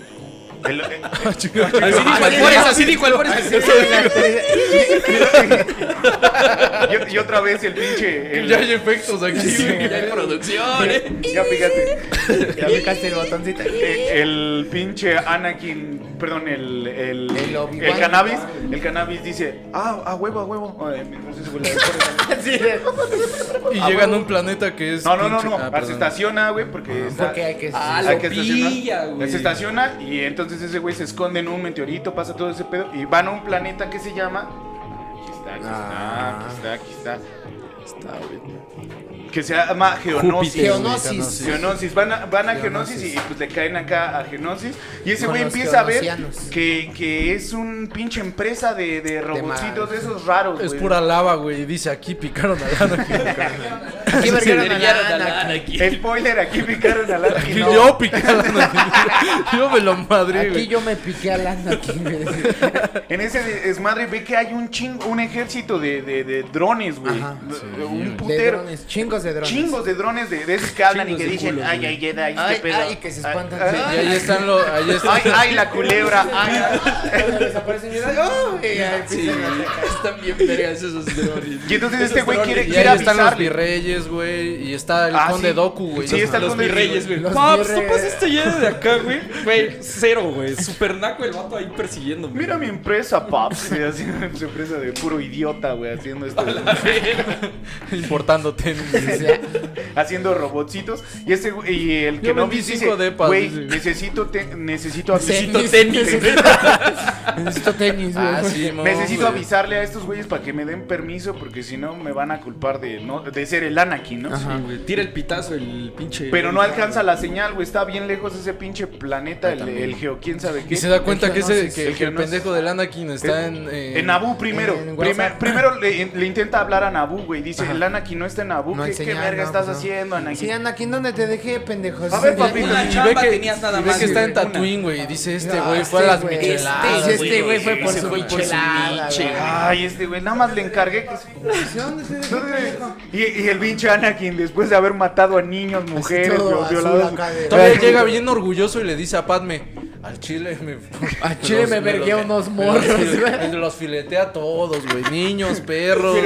Speaker 2: El, eh,
Speaker 4: Así dijo el Forest, así dijo
Speaker 2: Ah,
Speaker 4: el Forest.
Speaker 2: y, y otra vez el pinche. el-
Speaker 1: Ya hay efectos aquí. güey.
Speaker 2: Ah,
Speaker 4: Ya hay producción, eh.
Speaker 2: ya fíjate.
Speaker 3: Ya picaste el botoncito.
Speaker 2: Eh, el pinche Anakin, perdón, el el,
Speaker 3: El Obi-Wan.
Speaker 2: el cannabis, el cannabis dice, ah, a huevo, a huevo. Eh, entonces, güey, el Forest-
Speaker 3: Sí, de-
Speaker 1: Y llegan a un planeta que es.
Speaker 2: No, no, no,
Speaker 1: pinche-
Speaker 2: no,
Speaker 1: Ah,
Speaker 2: se
Speaker 1: perdón.
Speaker 2: estaciona, güey, porque está-
Speaker 3: Porque hay que.
Speaker 4: Ah,
Speaker 2: Hay
Speaker 4: lo
Speaker 2: que
Speaker 4: pilla,
Speaker 2: estacionar.
Speaker 4: güey.
Speaker 2: Se estaciona y entonces ese güey se esconde en un meteorito, pasa todo ese pedo y van a un planeta que se llama. Aquí está, aquí
Speaker 1: Ah.
Speaker 2: está, aquí está, aquí
Speaker 1: Está, güey.
Speaker 2: está. Que se llama Geonosis.
Speaker 1: Júpiter, güey,
Speaker 3: Geonosis.
Speaker 2: Geonosis, van a, van a
Speaker 3: Geonosis.
Speaker 2: Geonosis, y pues le caen acá a Geonosis. Y ese
Speaker 3: Con
Speaker 2: güey
Speaker 3: los
Speaker 2: empieza a ver
Speaker 3: geonosianos.
Speaker 2: que, que es un pinche empresa de, de robotcitos de esos raros.
Speaker 1: Es
Speaker 2: güey.
Speaker 1: pura lava, güey. Y dice aquí picaron a lana.
Speaker 3: Aquí
Speaker 4: Se
Speaker 3: vergaron a
Speaker 4: verguearon a
Speaker 3: la
Speaker 4: la
Speaker 3: Ana.
Speaker 4: Ana aquí.
Speaker 2: Spoiler, aquí picaron a la
Speaker 1: Y yo piqué a lana. Yo me lo madré,
Speaker 3: Aquí
Speaker 1: güey.
Speaker 3: yo me piqué al Ana. aquí, güey.
Speaker 2: En ese desmadre ve que hay un chingo, un ejército de, de- de drones, güey.
Speaker 3: Ajá.
Speaker 1: Sí,
Speaker 2: un
Speaker 1: güey.
Speaker 3: De
Speaker 2: putero.
Speaker 3: drones, chingos de drones.
Speaker 2: Chingos de drones de, de esos que hablan
Speaker 4: Chingos
Speaker 2: y que
Speaker 4: de
Speaker 2: dicen,
Speaker 4: culos,
Speaker 2: ay,
Speaker 4: güey.
Speaker 2: ay, ay, ay,
Speaker 3: Ay,
Speaker 2: qué pedo.
Speaker 3: ay, que se espantan.
Speaker 2: Ay,
Speaker 1: Y
Speaker 3: Sí,
Speaker 1: ahí están los. Ahí
Speaker 2: ay,
Speaker 1: están.
Speaker 2: ay, la culebra, ay.
Speaker 3: Desaparecen y dan- ¡Oh! Y ahí
Speaker 4: Sí,
Speaker 3: empiezan a-
Speaker 4: están bien vergas esos drones.
Speaker 2: Y entonces este güey quiere,
Speaker 1: Y
Speaker 2: quiere
Speaker 1: ahí están los
Speaker 2: avisarle.
Speaker 1: virreyes, Reyes, güey. Y está el
Speaker 2: Ah,
Speaker 1: conde
Speaker 2: sí.
Speaker 1: Doku, güey.
Speaker 2: Sí, está el
Speaker 4: Los
Speaker 2: conde
Speaker 4: mi reyes, güey.
Speaker 3: Los
Speaker 4: Paps,
Speaker 3: Virre-
Speaker 4: tú pasaste ya de acá, güey. Güey, cero, güey. Super naco el vato ahí persiguiéndome.
Speaker 2: Mira mi empresa, paps. Y así, su empresa de puro idiota, güey, haciendo este, esto.
Speaker 1: Importando tenis.
Speaker 2: haciendo robotcitos. Y ese güey- y el
Speaker 1: Yo
Speaker 2: que no
Speaker 1: vendí
Speaker 2: dice,
Speaker 1: cinco depas,
Speaker 2: güey,
Speaker 1: dice.
Speaker 2: necesito te- necesito avisar.
Speaker 4: Necesito tenis, güey.
Speaker 3: Necesito tenis, güey.
Speaker 1: Ah, sí, mo,
Speaker 2: Necesito
Speaker 1: güey.
Speaker 2: avisarle a estos güeyes para que me den permiso porque si no me van a culpar de no de ser el Anakin, ¿no?
Speaker 3: Ajá.
Speaker 4: Sí, Ah, güey, Tira el pitazo, el pinche.
Speaker 2: Pero no alcanza la señal, güey, está bien lejos ese pinche planeta, el, el geo, quién sabe qué.
Speaker 1: Y se da cuenta que, ese,
Speaker 2: Geonosis,
Speaker 1: que-
Speaker 2: el
Speaker 1: que el
Speaker 2: Geonosis.
Speaker 1: pendejo del Anakin está en. eh,
Speaker 2: En Naboo primero.
Speaker 3: en
Speaker 2: Primer-
Speaker 3: WhatsApp.
Speaker 2: primero le, le intenta hablar a Naboo, güey. Dice,
Speaker 3: Ajá.
Speaker 2: el Anakin no está en Naboo.
Speaker 3: No hay
Speaker 2: ¿Qué, qué
Speaker 3: señal,
Speaker 2: verga
Speaker 3: no, pues
Speaker 2: estás
Speaker 3: no.
Speaker 2: haciendo, Anakin?
Speaker 3: Sí, Anakin, ¿dónde te dejé, pendejo?
Speaker 2: A ver,
Speaker 3: Sí,
Speaker 2: papito,
Speaker 3: ya-
Speaker 2: Una
Speaker 1: y ve
Speaker 4: chamba
Speaker 1: que-
Speaker 4: tenías nada
Speaker 1: y ve
Speaker 4: más,
Speaker 1: que está
Speaker 4: güey.
Speaker 1: en Tatooine, güey. y Dice este,
Speaker 3: No,
Speaker 1: güey, fue a
Speaker 3: este
Speaker 1: las
Speaker 3: güey.
Speaker 1: micheladas.
Speaker 3: Sí, este güey fue por
Speaker 1: Ese
Speaker 3: su
Speaker 1: güey por su
Speaker 3: michelada,
Speaker 1: miche,
Speaker 3: güey.
Speaker 1: güey.
Speaker 2: Ay, este güey, nada más le encargué que...
Speaker 3: Sí, ¿Dónde te dejé,
Speaker 2: Entonces,
Speaker 3: pendejo?
Speaker 2: Y, y el pinche Anakin, después de haber matado a niños, mujeres,
Speaker 3: todo
Speaker 2: viol-
Speaker 3: azul
Speaker 2: violados.
Speaker 3: acá de-
Speaker 1: Todavía llega bien orgulloso y le dice a Padme, al chile me...
Speaker 3: Al chile me vergué unos morros, güey.
Speaker 1: Los, los filetea a todos, güey. Niños, perros.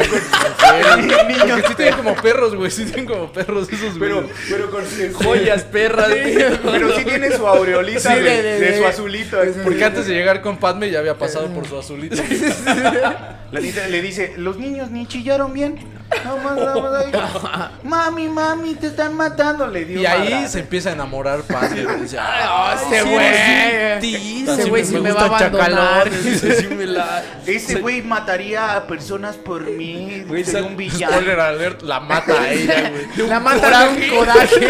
Speaker 2: Ni- niños,
Speaker 1: Niños, sí tienen como perros, güey. Sí tienen como perros esos, güey.
Speaker 2: Pero, pero con
Speaker 4: Joyas, perras,
Speaker 2: Pero sí tiene su aureolita
Speaker 3: Sí,
Speaker 2: de,
Speaker 3: de- de-
Speaker 2: de su
Speaker 3: de-
Speaker 2: azulito. así.
Speaker 1: Porque antes de llegar con Padme ya había pasado por su azulito.
Speaker 2: La neta le dice, los niños ni chillaron bien. No más, no más. ahí. Mami, mami, te están matando. Le dio
Speaker 1: Y ahí
Speaker 2: madrazo.
Speaker 1: se empieza a enamorar Padme. güey, dice, "Ay,
Speaker 3: este
Speaker 1: sí,
Speaker 3: güey.
Speaker 1: sí,
Speaker 3: Ese
Speaker 1: sí,
Speaker 3: güey sí me va a
Speaker 1: gusta
Speaker 3: abandonar".
Speaker 1: Chacalón, dice, "Sí me la-".
Speaker 2: Este güey mataría a personas por mí.
Speaker 4: Güey,
Speaker 2: Sería
Speaker 4: sal-
Speaker 2: un villano.
Speaker 1: Spoiler alert, la mata a ella, güey.
Speaker 3: La mata de un coraje.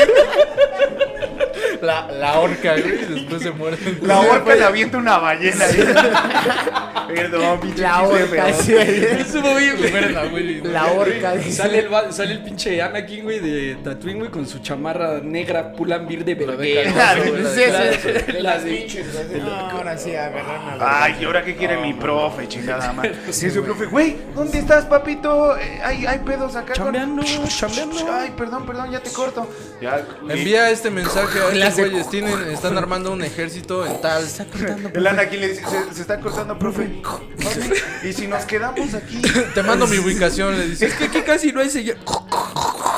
Speaker 1: La, la horca, güey, y después se muere.
Speaker 2: La orca le avienta una ballena. Perdón, pinche
Speaker 3: La
Speaker 2: chiste
Speaker 3: horca,
Speaker 2: feo.
Speaker 3: sí.
Speaker 4: Eso fue bien, güey.
Speaker 1: Liberen a Willy. güey.
Speaker 3: La horca. dice.
Speaker 4: Sale el, va- sale el pinche Anakin, güey, de Tatooine, güey, con su chamarra negra, pulambir de
Speaker 1: La de
Speaker 4: verguero.
Speaker 1: Calamardo,
Speaker 4: güey,
Speaker 1: güey, la
Speaker 4: la
Speaker 3: Sí,
Speaker 1: de-
Speaker 3: sí.
Speaker 4: de- la de-
Speaker 3: No, ahora sí, agarraron a la-
Speaker 2: Ay, ¿y ahora qué quiere mi profe, chingada madre? Sí, su profe, güey, ¿dónde estás, papito? Eh, hay, hay pedos acá con...
Speaker 4: Chambeando, chambeando.
Speaker 2: Ay, perdón, perdón, ya te corto. Ya,
Speaker 1: Envía este mensaje a estos
Speaker 3: La hace-
Speaker 1: güeyes. Tienen, están armando un ejército en tal.
Speaker 2: El Anakin le dice, se, se está cortando, profe. Y si nos quedamos aquí...
Speaker 1: Te mando mi ubicación, le dice.
Speaker 4: Es que aquí casi no hay señal.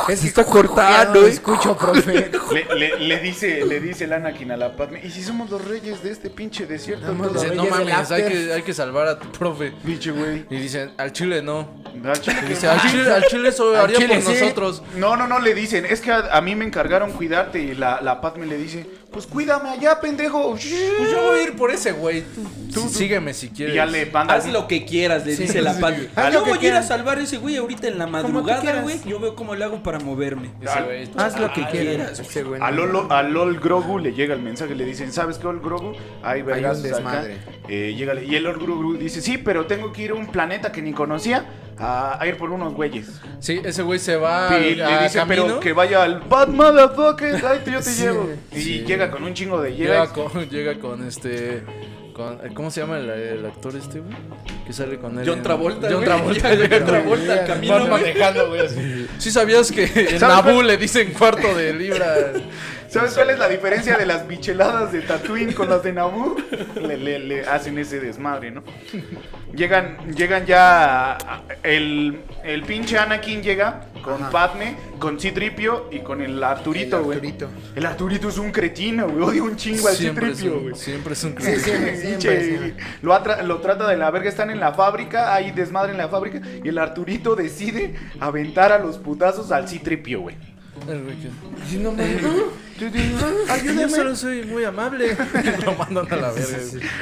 Speaker 3: Es
Speaker 4: está ¿eh?
Speaker 3: que ya no
Speaker 4: cortando.
Speaker 3: lo
Speaker 4: güey.
Speaker 3: escucho, profe.
Speaker 2: Le, le- le dice, le dice el Anakin a la Padme, ¿y si somos los reyes de este pinche desierto?
Speaker 3: Somos
Speaker 2: Entonces,
Speaker 1: Dice,
Speaker 3: los
Speaker 1: no
Speaker 3: Reyes del
Speaker 1: mames, hay
Speaker 3: After".
Speaker 1: que, hay que salvar a tu profe.
Speaker 2: Pinche güey.
Speaker 1: Y dicen, al chile no.
Speaker 2: Ah, chica,
Speaker 1: Y
Speaker 2: qué
Speaker 1: dice, al
Speaker 2: mal.
Speaker 1: chile, al chile eso
Speaker 3: Al
Speaker 1: haría
Speaker 3: chile
Speaker 1: por
Speaker 3: sí.
Speaker 1: nosotros.
Speaker 2: No, no, no, le dicen, es que a, a mí me encargaron cuidarte y la, la Padme le dice, pues cuídame allá, pendejo.
Speaker 1: Pues yo voy a ir por ese güey. Tú, sígueme si
Speaker 2: Y
Speaker 1: quieres.
Speaker 2: ya le manda
Speaker 4: Haz lo que quieras, le dice la Padme.
Speaker 3: Haz
Speaker 4: Yo
Speaker 3: lo
Speaker 4: voy a
Speaker 3: que
Speaker 4: ir a
Speaker 3: quieras.
Speaker 4: salvar a ese güey ahorita en la
Speaker 3: tú
Speaker 4: madrugada,
Speaker 3: quieras.
Speaker 4: güey. Yo veo cómo le hago para moverme.
Speaker 1: Ese güey,
Speaker 4: Haz lo que quieras.
Speaker 3: Ese este güey no-
Speaker 2: A LOL, a LOL Grogu le llega el mensaje, le dicen, ¿sabes qué, LOL Grogu? Hay vergas acá.
Speaker 3: desmadre.
Speaker 2: Eh, llégale. Y el LOL Grogu dice, sí, pero tengo que ir a un planeta que ni conocía a, a ir por unos güeyes.
Speaker 1: Sí, ese güey se va
Speaker 2: y
Speaker 1: al,
Speaker 2: le
Speaker 1: Ah, a
Speaker 2: dice, pero
Speaker 1: camino.
Speaker 2: que vaya al Bad Motherfucker, ay, yo te llevo. Y
Speaker 1: Sí.
Speaker 2: llega con un chingo de
Speaker 1: Llega
Speaker 2: Jedi.
Speaker 1: con, llega con este. Con, ¿Cómo se llama el, el actor este, güey? Que sale con él.
Speaker 4: John
Speaker 1: en-
Speaker 4: Travolta,
Speaker 1: John
Speaker 4: güey.
Speaker 1: Travolta.
Speaker 4: Llega John Travolta al
Speaker 3: Van
Speaker 4: camino, güey.
Speaker 1: manejando, güey. así. Sí sabías que en Naboo le dicen cuarto de libra.
Speaker 2: ¿Sabes cuál es la diferencia de las micheladas de Tatooine con las de Naboo? Le, le- le hacen ese desmadre, ¿no? Llegan, llegan ya. a- a- El, el pinche Anakin llega con
Speaker 3: Ajá.
Speaker 2: Padme, con Citripio y con el Arturito,
Speaker 3: El
Speaker 2: güey.
Speaker 3: Arturito.
Speaker 2: El Arturito es un cretino, güey. Odia un chingo al
Speaker 1: Siempre es
Speaker 2: Citripio,
Speaker 1: un,
Speaker 2: güey.
Speaker 1: siempre es un
Speaker 3: Sí, sí. siempre,
Speaker 2: Pinche-
Speaker 3: siempre.
Speaker 2: Lo, atra- lo trata de la verga, están en la fábrica, hay desmadre en la fábrica y el Arturito decide aventar a los putazos al Citripio, güey.
Speaker 1: El güey que-
Speaker 3: Sí, no mames.
Speaker 1: Yo solo soy muy amable. Lo mandan a la verga.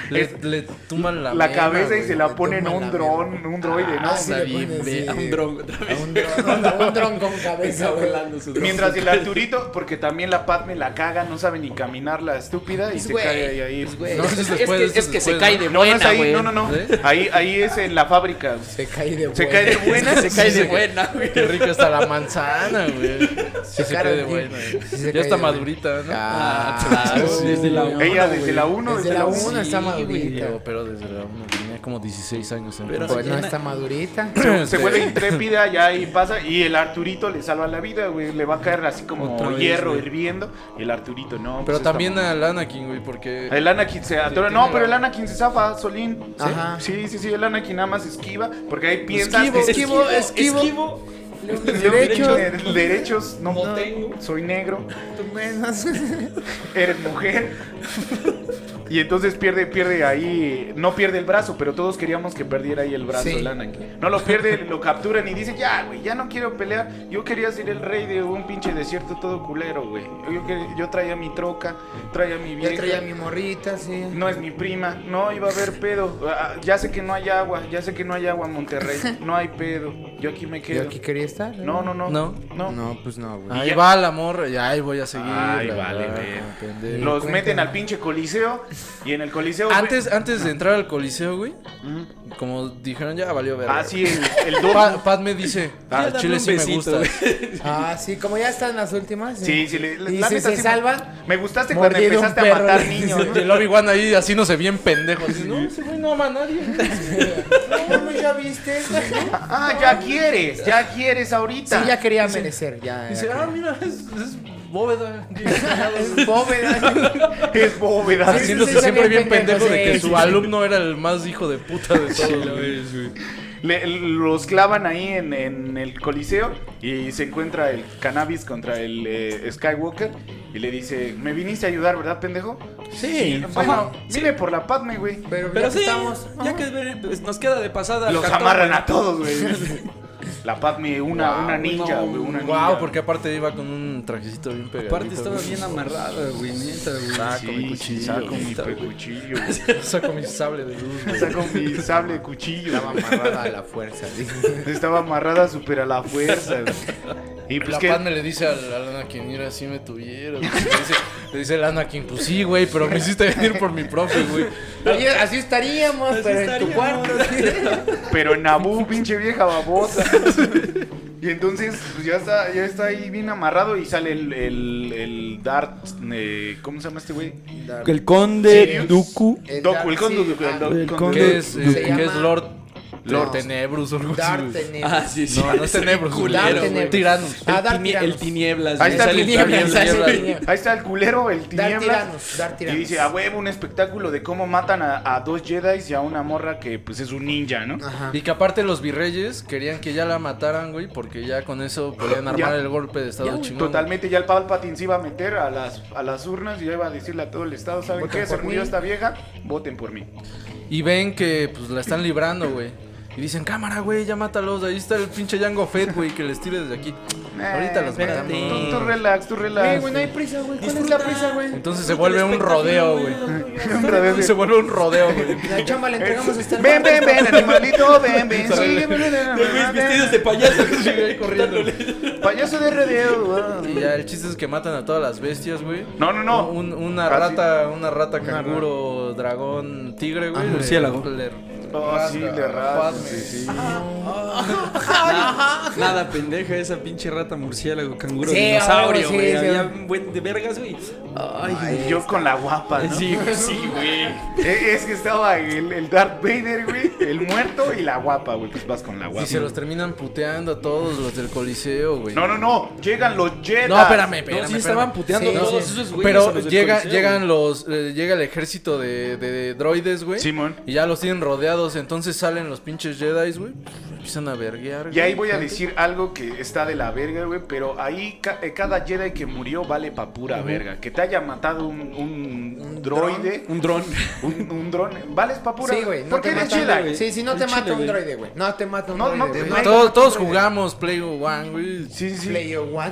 Speaker 1: güey. Le, le tuman la
Speaker 2: la
Speaker 1: mema,
Speaker 2: cabeza y
Speaker 1: güey.
Speaker 2: se la
Speaker 3: le
Speaker 2: ponen a
Speaker 3: toman
Speaker 2: un
Speaker 3: la
Speaker 2: dron, un droide, ¿no?
Speaker 3: Ah, sí,
Speaker 1: Está
Speaker 3: le
Speaker 1: bien,
Speaker 3: pones,
Speaker 1: ve,
Speaker 3: sí.
Speaker 4: A un dron, otra
Speaker 3: A
Speaker 4: vez.
Speaker 3: un dron, a un dron con cabeza
Speaker 4: Está
Speaker 3: volando.
Speaker 4: volando su dron.
Speaker 2: Mientras el Arturito, porque también la Padme la caga, no sabe ni caminar la estúpida y
Speaker 4: Pues,
Speaker 2: se
Speaker 4: güey,
Speaker 2: cae ahí. ahí.
Speaker 4: pues, güey.
Speaker 1: No, eso es después,
Speaker 4: que-
Speaker 1: eso es
Speaker 4: que se
Speaker 1: después,
Speaker 4: cae
Speaker 1: ¿no?
Speaker 4: de
Speaker 2: no, no es
Speaker 4: buena,
Speaker 2: ahí,
Speaker 4: güey.
Speaker 2: no, no, no.
Speaker 1: ¿Sí?
Speaker 2: Ahí, ahí es en la fábrica.
Speaker 3: Se cae de
Speaker 2: Se cae de
Speaker 3: buena.
Speaker 2: buena.
Speaker 4: Se cae
Speaker 1: Sí,
Speaker 4: de
Speaker 1: se-
Speaker 4: buena, güey.
Speaker 1: Qué rico está la manzana, güey. Sí, se
Speaker 3: cae
Speaker 1: cae
Speaker 3: de
Speaker 1: de buena. güey.
Speaker 3: sí se cae
Speaker 1: ya está
Speaker 3: de buena.
Speaker 1: madurita, ¿no?
Speaker 3: Ah,
Speaker 4: claro, desde la
Speaker 3: güey.
Speaker 2: Ella desde la 1,
Speaker 3: Desde la 1 está
Speaker 4: Sí, güey.
Speaker 3: madurita.
Speaker 1: Pero, pero desde la uno tenía como 16 años. ¿no?
Speaker 4: Pero-
Speaker 3: Pues no está madurita.
Speaker 2: Se vuelve intrépida, ya ahí pasa. Y el Arturito le salva la vida, güey. Le va a caer así como
Speaker 1: Otra vez,
Speaker 2: hierro
Speaker 1: güey.
Speaker 2: hirviendo. Y el Arturito no. pues,
Speaker 1: Pero
Speaker 2: esta
Speaker 1: también
Speaker 2: mamá.
Speaker 1: al Anakin, güey, porque...
Speaker 2: El Anakin se atora. No, pero el Anakin se zafa, Solín.
Speaker 3: Ajá.
Speaker 2: Sí, sí, sí. El Anakin nada más esquiva. Porque ahí piensa.
Speaker 1: Esquivo,
Speaker 2: que-
Speaker 1: esquivo,
Speaker 4: Esquivo,
Speaker 1: esquivo.
Speaker 4: esquivo. Leo mis
Speaker 2: Yo
Speaker 3: Derechos.
Speaker 2: de- derechos no,
Speaker 4: No tengo.
Speaker 2: Soy negro,
Speaker 3: Menos.
Speaker 2: eres mujer. Y entonces pierde, pierde ahí, no pierde el brazo, pero todos queríamos que perdiera ahí el brazo
Speaker 3: Sí.
Speaker 2: el Anakin. No lo pierde, lo capturan y dice, ya, güey, ya no quiero pelear. Yo quería ser el rey de un pinche desierto todo culero, güey. Yo, quer- yo traía mi troca, traía mi vieja.
Speaker 3: Ya traía mi morrita, sí.
Speaker 2: No es mi prima, no iba a haber pedo. Ah, Ya sé que no hay agua, ya sé que no hay agua en Monterrey, no hay pedo. Yo aquí me
Speaker 3: Yo
Speaker 2: quedo.
Speaker 3: aquí quería estar. ¿eh?
Speaker 2: No, no, no.
Speaker 1: No.
Speaker 2: no.
Speaker 3: No, pues no, güey.
Speaker 1: Ahí
Speaker 2: ya-
Speaker 1: va la morra, y ahí voy a seguir.
Speaker 2: Ay,
Speaker 1: la
Speaker 2: vale,
Speaker 1: verdad,
Speaker 2: ver.
Speaker 1: como pendejo.
Speaker 2: Los
Speaker 3: Cuéntame.
Speaker 2: meten al pinche coliseo y en el coliseo. güey-
Speaker 1: Antes, antes de entrar al coliseo, güey,
Speaker 2: Ujú.
Speaker 1: como dijeron ya, valió ver.
Speaker 2: Ah, sí, el, el dos-
Speaker 1: Pa- Pat me dice,
Speaker 4: Ya
Speaker 1: ah,
Speaker 4: dame
Speaker 1: Chile
Speaker 4: un
Speaker 1: sí me
Speaker 4: besito,
Speaker 1: gusta.
Speaker 4: güey.
Speaker 3: Ah, sí, como ya están las últimas. ¿eh?
Speaker 2: Sí, sí, le-
Speaker 3: Y
Speaker 2: la
Speaker 3: si
Speaker 2: neta
Speaker 3: se
Speaker 2: sí me-
Speaker 3: salvan.
Speaker 2: Me gustaste cuando
Speaker 3: Mordido un
Speaker 2: empezaste a
Speaker 3: perro.
Speaker 2: matar niños.
Speaker 1: Y el Obi-Wan ahí haciéndose bien pendejo. así, no, ese güey no ama a nadie.
Speaker 3: No, pues ya viste. Sí,
Speaker 2: Ah, ya quieres, ya quieres ahorita.
Speaker 3: ya quería merecer. Ya.
Speaker 1: Dice, ah, mira, es, es bóveda.
Speaker 3: es bóveda.
Speaker 2: Es bóveda.
Speaker 3: Sí, sí, sí.
Speaker 1: Haciéndose siempre bien
Speaker 3: bien
Speaker 1: pendejo
Speaker 3: pendejo,
Speaker 1: de que
Speaker 3: sí, sí,
Speaker 1: su
Speaker 3: sí.
Speaker 1: alumno era el más hijo de puta de todos. güey.
Speaker 2: Le- los clavan ahí en, en el coliseo y se encuentra el cannabis contra el eh, Skywalker y le dice, me viniste a ayudar, ¿verdad, pendejo?
Speaker 1: Sí,
Speaker 2: Bueno, vine por la Padme, güey.
Speaker 3: Pero,
Speaker 4: Pero
Speaker 3: ya
Speaker 4: sí,
Speaker 3: estamos.
Speaker 4: ya que pues, nos queda de pasada.
Speaker 2: Los amarran a todos, güey. La Padme, una, una ninja,
Speaker 4: Ah, no,
Speaker 2: güey, una ninja.
Speaker 1: Wow, porque aparte iba con un trajecito bien pegadito.
Speaker 4: Aparte estaba
Speaker 1: güey.
Speaker 4: bien amarrada, güey, neta, güey.
Speaker 2: Saco mi cuchillo, saco mi pe- cuchillo, güey.
Speaker 1: Saco mi sable de luz, güey.
Speaker 2: saco mi sable de cuchillo.
Speaker 3: Estaba amarrada a la fuerza. dije.
Speaker 2: Estaba amarrada super a la fuerza, güey. Y pues
Speaker 1: La
Speaker 2: que...
Speaker 1: Padme le dice al, al Anakin, mira, si me tuvieron. Le dice, le dice el Anakin, pues sí, güey, pero me hiciste venir por mi profe, güey.
Speaker 3: Oye, así estaríamos,
Speaker 4: Así
Speaker 3: pero en tu
Speaker 4: estaríamos.
Speaker 3: cuarto.
Speaker 2: Pero en Naboo, pinche vieja babosa. Y entonces pues ya está, ya está ahí bien amarrado y sale el, el, el Dart, eh, ¿cómo se llama este güey?
Speaker 3: El
Speaker 2: Conde
Speaker 5: Dooku.
Speaker 2: Doku, el Conde Dooku, el Doku, Conde
Speaker 5: el Conde
Speaker 1: Que es,
Speaker 5: Se
Speaker 1: eh,
Speaker 3: llama-
Speaker 1: que es Lord, Lord
Speaker 3: No.
Speaker 1: Tenebrus o algo así,
Speaker 3: Dar
Speaker 1: güey.
Speaker 4: Ah, sí, sí.
Speaker 1: No, no es Tenebrus, güey,
Speaker 4: Culero,
Speaker 1: es
Speaker 3: güey.
Speaker 1: Tiranos.
Speaker 4: El,
Speaker 3: Ah, dar
Speaker 4: tinie-
Speaker 3: tiranos.
Speaker 4: el tinieblas.
Speaker 2: Ahí
Speaker 4: güey,
Speaker 2: está
Speaker 4: sale
Speaker 2: el
Speaker 4: tinieblas,
Speaker 1: tinieblas,
Speaker 4: güey.
Speaker 1: ahí
Speaker 3: tinieblas.
Speaker 2: Dooku. Ahí está el culero, el
Speaker 3: Dar
Speaker 2: tinieblas.
Speaker 3: tiranos, dar
Speaker 2: Y
Speaker 3: tiranos.
Speaker 2: dice, a huevo, un espectáculo de cómo matan a, a dos Jedi y a una morra que pues es un ninja, ¿no?
Speaker 3: Ajá.
Speaker 1: Y que aparte los virreyes querían que ya la mataran, güey, porque ya con eso podían armar
Speaker 2: Ya.
Speaker 1: el golpe de estado
Speaker 3: Ya, güey,
Speaker 1: chingón. güey.
Speaker 2: Totalmente, ya el Palpatine se iba a meter a las, a las urnas y ya iba a decirle a todo el Estado, ¿saben
Speaker 3: Voten
Speaker 2: qué? Se
Speaker 3: por
Speaker 2: murió
Speaker 3: mí".
Speaker 2: esta vieja, voten por mí.
Speaker 1: Y ven que pues la están librando, güey. Y dicen, cámara, güey, ya mátalos. Ahí está el pinche Jango Fett, güey, que les tire desde aquí.
Speaker 3: Eh,
Speaker 1: Ahorita los
Speaker 2: esperan.
Speaker 1: matamos.
Speaker 2: Eh, Tú, tú relax, tú relax.
Speaker 3: Güey, güey, no hay prisa, güey. ¿Cuál es la
Speaker 4: Disfruta.
Speaker 3: prisa, güey?
Speaker 1: Entonces se vuelve un rodeo, güey.
Speaker 2: Otra vez,
Speaker 1: Se vuelve un rodeo, güey.
Speaker 3: La chamba la entregamos hasta el
Speaker 2: Ven,
Speaker 3: martes.
Speaker 2: ven, ven, animalito, ven, ven.
Speaker 1: Sale.
Speaker 2: Sí, ven, ven, ven,
Speaker 4: Los güeyes
Speaker 2: ven,
Speaker 4: vestidos de
Speaker 2: ven.
Speaker 4: payaso que
Speaker 1: Sí, güey,
Speaker 4: se
Speaker 1: corriendo.
Speaker 2: Payaso de rodeo. wow.
Speaker 1: Y ya el chiste es que matan a todas las bestias, güey.
Speaker 2: No, no, no.
Speaker 1: Un- una
Speaker 2: Así.
Speaker 1: rata, una rata canguro, dragón, tigre, güey.
Speaker 4: Ah, murciélago.
Speaker 1: Le-
Speaker 2: Oh, sí, le rasgo,
Speaker 1: Padme.
Speaker 2: sí, sí.
Speaker 4: Nada, pendeja, esa pinche rata murciélago, canguro,
Speaker 3: Sí,
Speaker 4: dinosaurio,
Speaker 3: ah, sí, Ah,
Speaker 4: güey.
Speaker 3: sí.
Speaker 4: Había un buen de vergas, güey. Ay,
Speaker 2: Y yo con la guapa, ¿no?
Speaker 4: Sí, güey, sí, güey.
Speaker 2: Eh, Es que estaba el, el Darth Vader, güey, el muerto y la guapa, güey. Pues vas con la
Speaker 1: Y se
Speaker 2: guapa.
Speaker 1: los terminan puteando a todos los del coliseo, güey.
Speaker 2: No, no, no. Llegan los Jedi.
Speaker 1: No, espérame, espérame.
Speaker 4: No, sí
Speaker 1: espérame.
Speaker 4: estaban puteando
Speaker 3: Sí,
Speaker 4: todos
Speaker 3: sí.
Speaker 4: esos güeyes. a
Speaker 1: Pero
Speaker 4: los del
Speaker 1: llega,
Speaker 4: Coliseo,
Speaker 1: llegan los, eh, llega el ejército de, de- de droides, güey.
Speaker 2: Simón.
Speaker 1: Y ya los tienen rodeados, entonces salen los pinches Jedi, güey. Empiezan a verguear.
Speaker 2: Y ahí
Speaker 1: güey.
Speaker 2: voy a decir algo que está de la verga, güey, pero ahí ca- eh, cada Jedi que murió vale pa' pura verga. Que te haya matado un, un droide,
Speaker 4: güey. Un dron.
Speaker 2: un, un dron, vales pa' pura
Speaker 3: Sí, güey. No
Speaker 2: Porque
Speaker 3: te
Speaker 2: eres
Speaker 3: mata,
Speaker 2: Jedi.
Speaker 4: güey.
Speaker 3: Sí, sí, no
Speaker 4: Un
Speaker 3: te
Speaker 4: chile,
Speaker 3: mata un
Speaker 4: güey.
Speaker 3: droide, güey. No te mata un
Speaker 2: No, no,
Speaker 3: droide,
Speaker 2: te
Speaker 3: güey.
Speaker 2: mata.
Speaker 1: Todos, todos jugamos Play One, güey.
Speaker 2: Sí, sí, sí.
Speaker 3: Player One.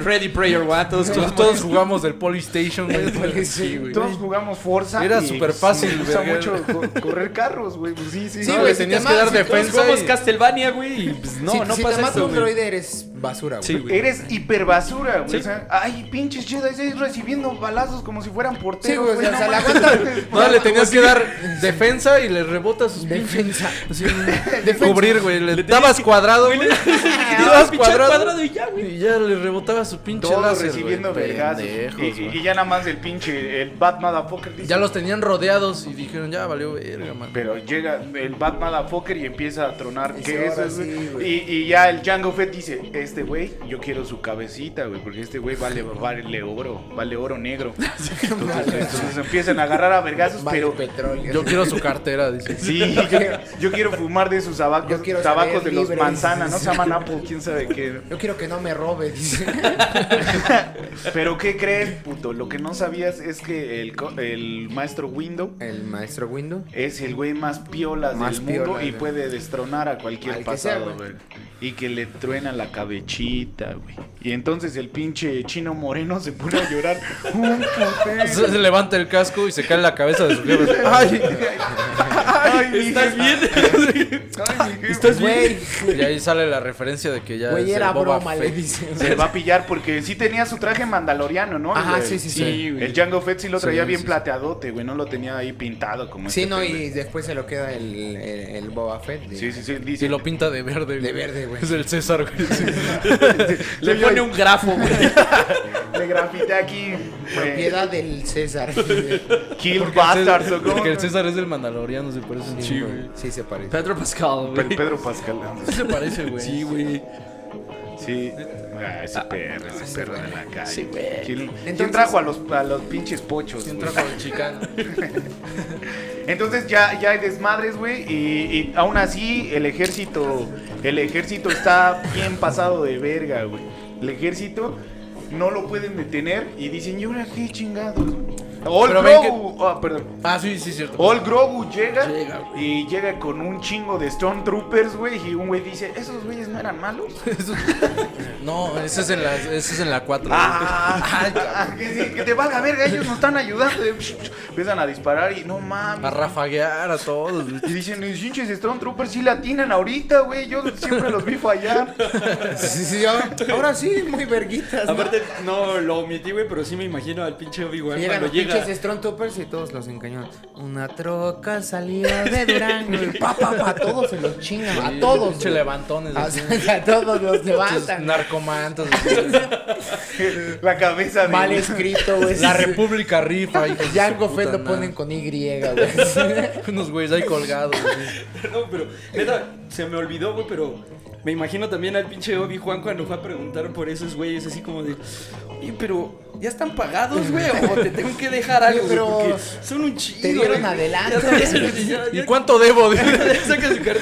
Speaker 4: Ready Prayer One, todos
Speaker 1: Todos, todos jugamos del Polystation, güey.
Speaker 3: El Poly-
Speaker 1: Sí, güey.
Speaker 2: Todos jugamos Forza.
Speaker 1: Era
Speaker 2: y,
Speaker 1: súper
Speaker 2: pues,
Speaker 1: fácil,
Speaker 2: Me gusta
Speaker 1: verga.
Speaker 2: mucho co- correr carros, güey. Pues sí, sí.
Speaker 3: Sí,
Speaker 1: No,
Speaker 3: güey,
Speaker 1: güey,
Speaker 3: si te
Speaker 1: tenías que
Speaker 3: mata-
Speaker 1: dar
Speaker 3: si todos
Speaker 4: Todos
Speaker 1: defensa.
Speaker 4: jugamos
Speaker 1: y-
Speaker 4: Pues, Castlevania, güey. y, pues, no,
Speaker 3: si,
Speaker 4: no
Speaker 3: si
Speaker 4: pasa
Speaker 3: te mata
Speaker 4: eso,
Speaker 3: un
Speaker 4: güey.
Speaker 3: droide eres basura, güey.
Speaker 4: Sí, güey.
Speaker 2: Eres hiperbasura, güey.
Speaker 4: Sí.
Speaker 2: O sea, ay, pinches Jedi ahí recibiendo balazos como si fueran porteros.
Speaker 3: Sí, güey, o sea,
Speaker 2: no
Speaker 3: se la
Speaker 2: mames.
Speaker 3: aguanta.
Speaker 1: No, le tenías que dar defensa y le rebota sus
Speaker 3: Defensa.
Speaker 1: pinches- así, Cubrir, güey. Le, dabas cuadrado, güey. Le dabas
Speaker 3: Ah,
Speaker 4: Pinchar
Speaker 1: cuadrado.
Speaker 4: cuadrado y ya, güey.
Speaker 1: Y ya le rebotaba su pinche
Speaker 2: Todos
Speaker 1: láser,
Speaker 2: recibiendo
Speaker 1: güey.
Speaker 2: vergazos.
Speaker 1: Pendejos,
Speaker 2: Y, y-
Speaker 1: güey.
Speaker 2: y ya nada más el pinche, el Bad Motherfucker dice,
Speaker 1: Ya los tenían rodeados y dijeron, ya valió verga, man.
Speaker 2: Pero llega el Bad Motherfucker y empieza a tronar
Speaker 3: Dice,
Speaker 2: quesos,
Speaker 3: "Ahora sí,
Speaker 2: güey.
Speaker 3: güey".
Speaker 2: y, y ya el Django Fett dice, este güey, yo quiero su cabecita, güey, porque este güey vale, vale oro, vale oro negro. Entonces, entonces empiezan a agarrar a vergazos,
Speaker 3: Vale,
Speaker 2: pero
Speaker 3: petróleo.
Speaker 1: Yo quiero su cartera, dice.
Speaker 2: Sí, yo, yo quiero fumar de esos tabacos,
Speaker 3: Yo quiero
Speaker 2: tabacos
Speaker 3: saber
Speaker 2: de los
Speaker 3: libres.
Speaker 2: manzanas, no se llaman Apple, quién sabe qué.
Speaker 3: Yo quiero que no me robe, dice.
Speaker 2: Pero ¿qué crees, puto? Lo que no sabías es que el, co- el maestro Window
Speaker 3: El maestro Window.
Speaker 2: es el güey más piolas
Speaker 3: Más
Speaker 2: del mundo
Speaker 3: piola,
Speaker 2: y
Speaker 3: güey.
Speaker 2: puede destronar a cualquier
Speaker 3: Al que sea,
Speaker 2: pasado,
Speaker 3: güey.
Speaker 2: güey. Y que le truena la cabechita, güey. Y entonces el pinche chino moreno se pone a llorar. ¡Un putero!
Speaker 1: Se levanta el casco y se cae en la cabeza de su jefe. ¡Ay!
Speaker 2: ¡Ay, mi
Speaker 4: ¿Estás
Speaker 2: jefa!
Speaker 4: bien?
Speaker 2: ¡Ay, mi jefa!
Speaker 4: ¿Estás bien?
Speaker 3: Güey,
Speaker 1: Y ahí sale la referencia de que ya
Speaker 3: güey,
Speaker 1: es
Speaker 3: era
Speaker 1: el Boba
Speaker 3: broma, le
Speaker 1: Fett.
Speaker 3: dice.
Speaker 2: Se le va a pillar porque sí tenía su traje mandaloriano, ¿no?
Speaker 3: Ajá,
Speaker 2: El-
Speaker 3: sí, sí, sí.
Speaker 4: Sí, güey.
Speaker 2: El Django Fett sí lo traía
Speaker 1: Sí,
Speaker 2: bien
Speaker 1: sí, sí.
Speaker 2: plateadote, güey. No lo tenía ahí pintado como
Speaker 3: Sí,
Speaker 2: este
Speaker 3: no,
Speaker 2: pendejo.
Speaker 3: y después se lo queda el, el, el Boba Fett. de-
Speaker 2: Sí, sí, sí. Dice,
Speaker 1: Y lo pinta de verde. güey.
Speaker 3: De verde, güey.
Speaker 1: Es el César, güey. Sí.
Speaker 4: Le
Speaker 2: Soy yo.
Speaker 4: pone un grafo, güey.
Speaker 2: le grafité aquí. güey,
Speaker 3: Propiedad del César.
Speaker 2: Kill
Speaker 1: Porque el César-
Speaker 2: Bastards, ¿o cómo?
Speaker 1: Porque el César es del mandaloriano, se parece un
Speaker 4: Sí,
Speaker 1: chingo.
Speaker 4: güey.
Speaker 3: Sí, se parece.
Speaker 4: Pedro Pascal,
Speaker 2: Pe-
Speaker 4: güey.
Speaker 2: Pedro Pascal.
Speaker 1: Se parece, güey.
Speaker 4: Sí, güey.
Speaker 2: Sí. Ah, ese perro, ese perro de la calle.
Speaker 4: Sí, güey.
Speaker 2: ¿Quién, ¿quién
Speaker 3: Entonces-
Speaker 2: trajo a los, a los pinches pochos?
Speaker 1: Un
Speaker 2: güey?
Speaker 1: trajo de chicano.
Speaker 2: Entonces ya, ya hay desmadres, güey. Y, y aún así, el ejército. El ejército está bien pasado de verga, güey. El ejército no lo pueden detener y dicen, ¿y ahora qué chingados? All
Speaker 1: Pero ven
Speaker 2: Grogu. ah, perdón.
Speaker 1: Ah, sí, sí, cierto.
Speaker 2: All Grogu llega,
Speaker 4: Llega,
Speaker 2: y llega con un chingo de Stormtroopers, güey. Y un güey dice, ¿esos güeyes no eran malos?
Speaker 1: Eso- No, ese es en la, ese es en la 4.
Speaker 2: Ah, que, sí, que te valga verga, ellos nos están ayudando. Empiezan a disparar y no mames.
Speaker 1: A rafaguear a todos. güey.
Speaker 2: Y dicen, los hinches Stormtroopers sí la tienen ahorita, güey. Yo siempre los vi fallar.
Speaker 3: Sí, sí, ahora, ahora sí, muy verguitas. ¿no?
Speaker 4: Aparte, no lo omití, güey, pero sí me imagino al pinche Obi-Wan
Speaker 3: Llegan
Speaker 4: cuando
Speaker 3: los
Speaker 4: llega.
Speaker 3: pinches Stormtroopers y todos los encañonan. Una troca salida de Durango. y Pa, pa, pa, a todos se los chingan. A todos.
Speaker 1: Pinche
Speaker 3: güey. Ah,
Speaker 1: levantones.
Speaker 3: A,
Speaker 1: así.
Speaker 3: a todos los
Speaker 1: Estos
Speaker 3: levantan.
Speaker 1: Narcomantos.
Speaker 2: La cabeza de.
Speaker 3: Mal escrito, güey.
Speaker 1: La República rifa. hijos de
Speaker 3: Django
Speaker 1: su
Speaker 3: Fett
Speaker 1: puta
Speaker 3: lo
Speaker 1: madre.
Speaker 3: ponen con Y, güey.
Speaker 1: Unos güeyes ahí colgados. güey.
Speaker 4: No, pero neta, se me olvidó, güey, pero me imagino también al pinche Obi-Juan cuando fue a preguntar por esos güeyes, así como de, "Oye, pero ya están pagados, güey, o te tengo que dejar algo, güey,
Speaker 3: Pero
Speaker 4: porque son un chingo.
Speaker 3: te dieron
Speaker 4: güey". Ya
Speaker 3: adelanto.
Speaker 4: sabes, ya- ya-
Speaker 1: ¿Y cuánto debo? güey?
Speaker 4: ya saca su carta.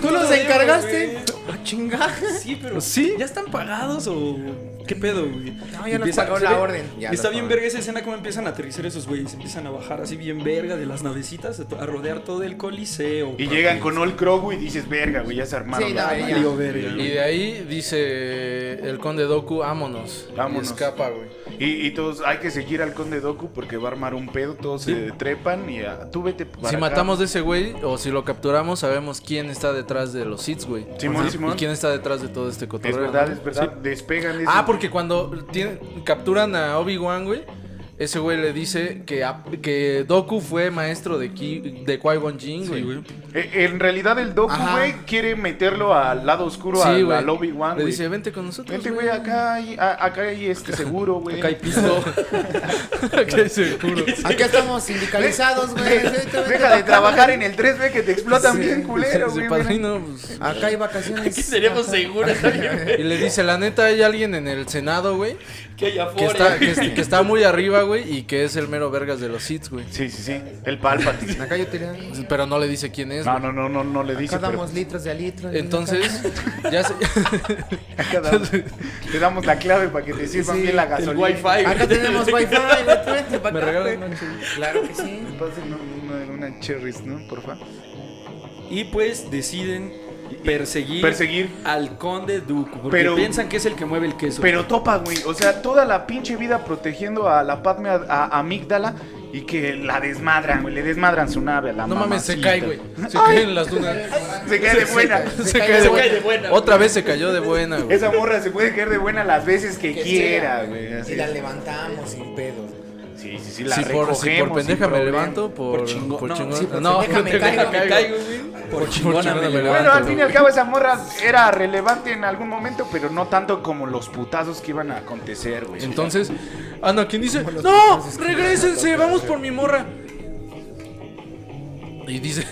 Speaker 3: ¿Tú los
Speaker 4: Todo,
Speaker 3: encargaste? Ah,
Speaker 4: güey.
Speaker 3: A chingar.
Speaker 4: Sí, pero
Speaker 1: ¿Sí?
Speaker 4: ¿Ya están pagados o qué pedo, güey?
Speaker 3: ya nos
Speaker 4: Empieza-
Speaker 3: pagó
Speaker 4: se
Speaker 3: la
Speaker 4: ve-
Speaker 3: orden. Ya
Speaker 4: está
Speaker 3: nos
Speaker 4: bien
Speaker 3: pagó.
Speaker 4: verga esa escena como empiezan a aterrizar esos güeyes, empiezan a bajar así bien verga de las navecitas a to- a rodear todo el coliseo.
Speaker 2: Y llegan con All Grogu y dices, verga, güey, ya se armaron.
Speaker 3: Sí,
Speaker 2: la
Speaker 3: no,
Speaker 2: madre".
Speaker 3: ya.
Speaker 4: Valió verga.
Speaker 1: Y de ahí dice el conde Doku, vámonos.
Speaker 2: Vámonos.
Speaker 1: Y escapa, güey.
Speaker 2: Y, y todos, hay que seguir al conde Doku porque va a armar un pedo. Todos se trepan y ah, tú vete. para
Speaker 1: Si
Speaker 2: acá.
Speaker 1: matamos de ese güey o si lo capturamos, sabemos quién está detrás de los Sith, güey.
Speaker 2: Simón,
Speaker 1: Ajá.
Speaker 2: Simón.
Speaker 1: Y quién está detrás de todo este
Speaker 2: Es
Speaker 1: cotorreo.
Speaker 2: verdad,
Speaker 1: ¿no?
Speaker 2: es verdad. Despegan. ese-
Speaker 1: Ah, porque cuando tienen- capturan a Obi-Wan, güey, ese güey le dice que, a- que Doku fue maestro de, Ki- de Qui-Gon Jinn,
Speaker 4: Sí,
Speaker 1: güey.
Speaker 4: güey.
Speaker 2: Eh, en realidad el Doku,
Speaker 3: Ajá.
Speaker 2: güey, quiere meterlo al lado oscuro,
Speaker 1: Sí,
Speaker 2: al,
Speaker 1: güey.
Speaker 2: al Obi-Wan,
Speaker 1: Le
Speaker 2: güey.
Speaker 1: dice, vente con nosotros.
Speaker 2: Vente, güey, acá hay, a- acá hay este seguro, güey.
Speaker 1: Acá hay piso. Acá hay seguro.
Speaker 3: Acá estamos sindicalizados, güey.
Speaker 2: Deja de trabajar en el 3B que te explotan bien culero,
Speaker 1: Dice,
Speaker 2: güey. mira.
Speaker 1: padrino, pues,
Speaker 3: Acá hay vacaciones.
Speaker 4: Aquí seríamos seguros también,
Speaker 1: Y le dice, la neta, hay alguien en el Senado, güey,
Speaker 4: que hay afuera.
Speaker 1: que está, que, es- que está muy arriba, güey, y que es el mero vergas de los Sith, güey.
Speaker 2: Sí, sí, sí. El Palpatine.
Speaker 3: Acá yo tenía. Acá
Speaker 1: Pero no le dice quién es,
Speaker 2: No,
Speaker 1: güey.
Speaker 2: no, no, no, no le dice. pero
Speaker 3: damos litros de alitro.
Speaker 1: Entonces, ya se...
Speaker 2: acá damos- te damos la clave para que te sirvan
Speaker 3: Sí,
Speaker 2: bien la
Speaker 4: el
Speaker 2: gasolina.
Speaker 4: wifi, güey.
Speaker 3: Acá tenemos wifi, güey. tú vente pa'
Speaker 1: Me
Speaker 3: acá,
Speaker 1: regalan
Speaker 3: güey.
Speaker 1: una
Speaker 3: Claro que sí.
Speaker 2: Pasen una, una cherries, ¿no? Porfa.
Speaker 4: Y pues deciden perseguir,
Speaker 2: Perseguir.
Speaker 4: al conde Duke, porque
Speaker 2: Pero-
Speaker 4: piensan que es el que mueve el queso.
Speaker 2: Pero topa, güey. O sea, toda la pinche vida protegiendo a la Padme a, a- Amígdala y que la desmadran, güey. Le desmadran su nave a la
Speaker 1: No mames, se
Speaker 2: mamacita.
Speaker 1: cae, güey. Se cae en las dunas.
Speaker 2: Se cae de buena.
Speaker 1: Se cae de buena. Otra vez se cayó de buena, güey.
Speaker 2: Esa morra se puede caer de buena las veces que,
Speaker 3: Que
Speaker 2: quiera,
Speaker 3: sea,
Speaker 2: güey. así.
Speaker 3: Y la levantamos sin pedo.
Speaker 2: Sí, sí, sí, la
Speaker 1: si, por, si
Speaker 2: recogemos
Speaker 1: por
Speaker 2: sin
Speaker 1: pendeja me
Speaker 2: problema.
Speaker 1: levanto, pues, por, por chingón.
Speaker 4: no,
Speaker 3: sí, por
Speaker 1: no,
Speaker 3: pendeja me
Speaker 1: pendeja
Speaker 3: caigo,
Speaker 1: me
Speaker 4: Me
Speaker 1: caigo.
Speaker 4: caigo, güey. Por
Speaker 1: chingona
Speaker 4: chingona me
Speaker 1: me
Speaker 4: levanto.
Speaker 2: Bueno, al fin y al
Speaker 1: güey.
Speaker 2: cabo esa morra era relevante en algún momento, pero no tanto como los putazos que iban a acontecer, güey.
Speaker 1: Entonces, ah, no, ¿quién dice? ¡No! ¡Regrésense! ¡Vamos por mi morra! Y dice,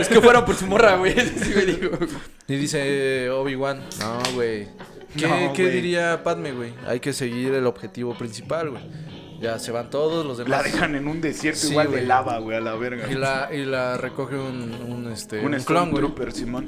Speaker 4: Es que fueron por su morra, güey. Sí, güey, digo.
Speaker 1: y dice eh, Obi-Wan, no, güey. ¿Qué,
Speaker 2: No,
Speaker 1: qué
Speaker 2: güey.
Speaker 1: diría Padme, güey? Hay que seguir el objetivo principal, güey. Ya se van todos los
Speaker 2: La
Speaker 1: demás.
Speaker 2: dejan en un desierto
Speaker 1: Sí,
Speaker 2: igual
Speaker 1: güey.
Speaker 2: de lava, güey, a la verga.
Speaker 1: Y la, y la recoge un, un, este,
Speaker 2: un
Speaker 1: un clon, güey.
Speaker 2: Stormtrooper, Simón.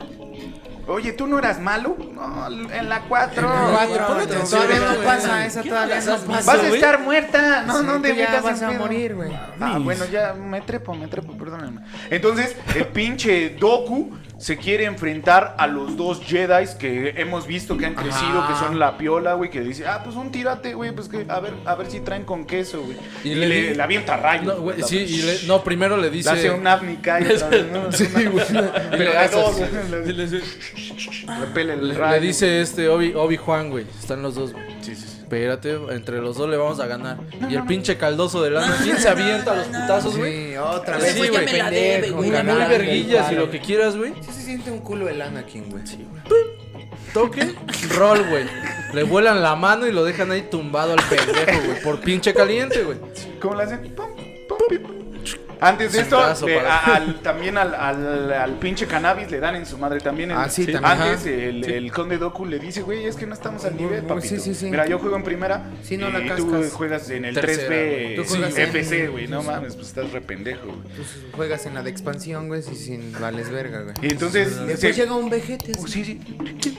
Speaker 2: Oye, ¿tú no eras malo? No, en la 4.
Speaker 1: cuatro,
Speaker 3: Cuatro,
Speaker 1: atención,
Speaker 3: todavía no
Speaker 1: güey.
Speaker 3: pasa, esa
Speaker 4: ¿Quién
Speaker 3: todavía
Speaker 4: las
Speaker 3: no
Speaker 4: has
Speaker 3: pasa.
Speaker 2: Vas a
Speaker 4: güey?
Speaker 2: estar muerta. No, no te
Speaker 3: Tú ya
Speaker 2: metas
Speaker 3: vas
Speaker 2: en
Speaker 3: a
Speaker 2: pedo.
Speaker 3: morir, güey.
Speaker 2: Ah, bueno, ya me trepo, me trepo, perdóname. Entonces, el pinche Doku se quiere enfrentar a los dos Jedi que hemos visto que han crecido, que son la piola, güey, que dice, ah, pues un tírate, güey, pues que a ver, a ver si traen con queso, güey.
Speaker 1: Y
Speaker 2: Y,
Speaker 1: le
Speaker 2: le,
Speaker 1: di-
Speaker 2: le avienta rayos.
Speaker 1: No, güey,
Speaker 2: la-
Speaker 1: sí, y le- no, primero le
Speaker 2: Le hace
Speaker 1: dice.
Speaker 2: un abnica y otra vez, ¿no?
Speaker 1: Sí, güey.
Speaker 2: Y le da dos, güey, le- repele el
Speaker 1: Le,
Speaker 2: rayo.
Speaker 1: le dice este Obi, Obi Juan, güey. Están los dos, güey.
Speaker 2: Sí, sí, sí.
Speaker 1: Espérate, entre los dos le vamos a ganar. y el pinche caldoso de lana, ¿quién se avienta a los putazos, güey?
Speaker 3: Sí, otra
Speaker 1: Sí,
Speaker 3: vez.
Speaker 1: güey,
Speaker 3: este
Speaker 1: me la
Speaker 3: pendejo,
Speaker 4: debe,
Speaker 1: Con
Speaker 4: güey,
Speaker 1: Camil
Speaker 4: ganando el
Speaker 1: Verguillas y
Speaker 3: palo.
Speaker 1: lo que quieras, güey.
Speaker 3: Sí se siente un culo el Anakin, güey. Sí,
Speaker 1: Toque, rol, güey. Le vuelan la mano y lo dejan ahí tumbado al pendejo, güey. Por pinche caliente, güey.
Speaker 2: ¿Cómo le hacen? Pum, pum, pip. Antes de
Speaker 1: Cintazo
Speaker 2: esto, le-
Speaker 1: para-
Speaker 2: a- al- también al, al- al pinche cannabis le dan en su madre también. en-
Speaker 3: Ah, sí,
Speaker 2: sí.
Speaker 3: también.
Speaker 2: Antes
Speaker 1: Ajá.
Speaker 2: el, el conde Doku le dice, güey, es que no estamos al nivel,
Speaker 3: no,
Speaker 2: papito.
Speaker 3: sí, sí, sí.
Speaker 2: Mira, yo juego en primera
Speaker 3: Sí, no
Speaker 2: y
Speaker 3: la
Speaker 2: tú
Speaker 3: cascas.
Speaker 2: juegas en el
Speaker 1: Tercera, güey.
Speaker 2: 3B
Speaker 3: Tú juegas
Speaker 2: sí,
Speaker 3: en-
Speaker 2: FC, güey. No mames, pues estás re pendejo, güey.
Speaker 3: Tú juegas en la de expansión, güey, y sin vales verga, güey.
Speaker 2: Y entonces...
Speaker 3: Después
Speaker 2: se-
Speaker 3: llega un vejete.
Speaker 2: Oh,
Speaker 3: así.
Speaker 2: sí, sí.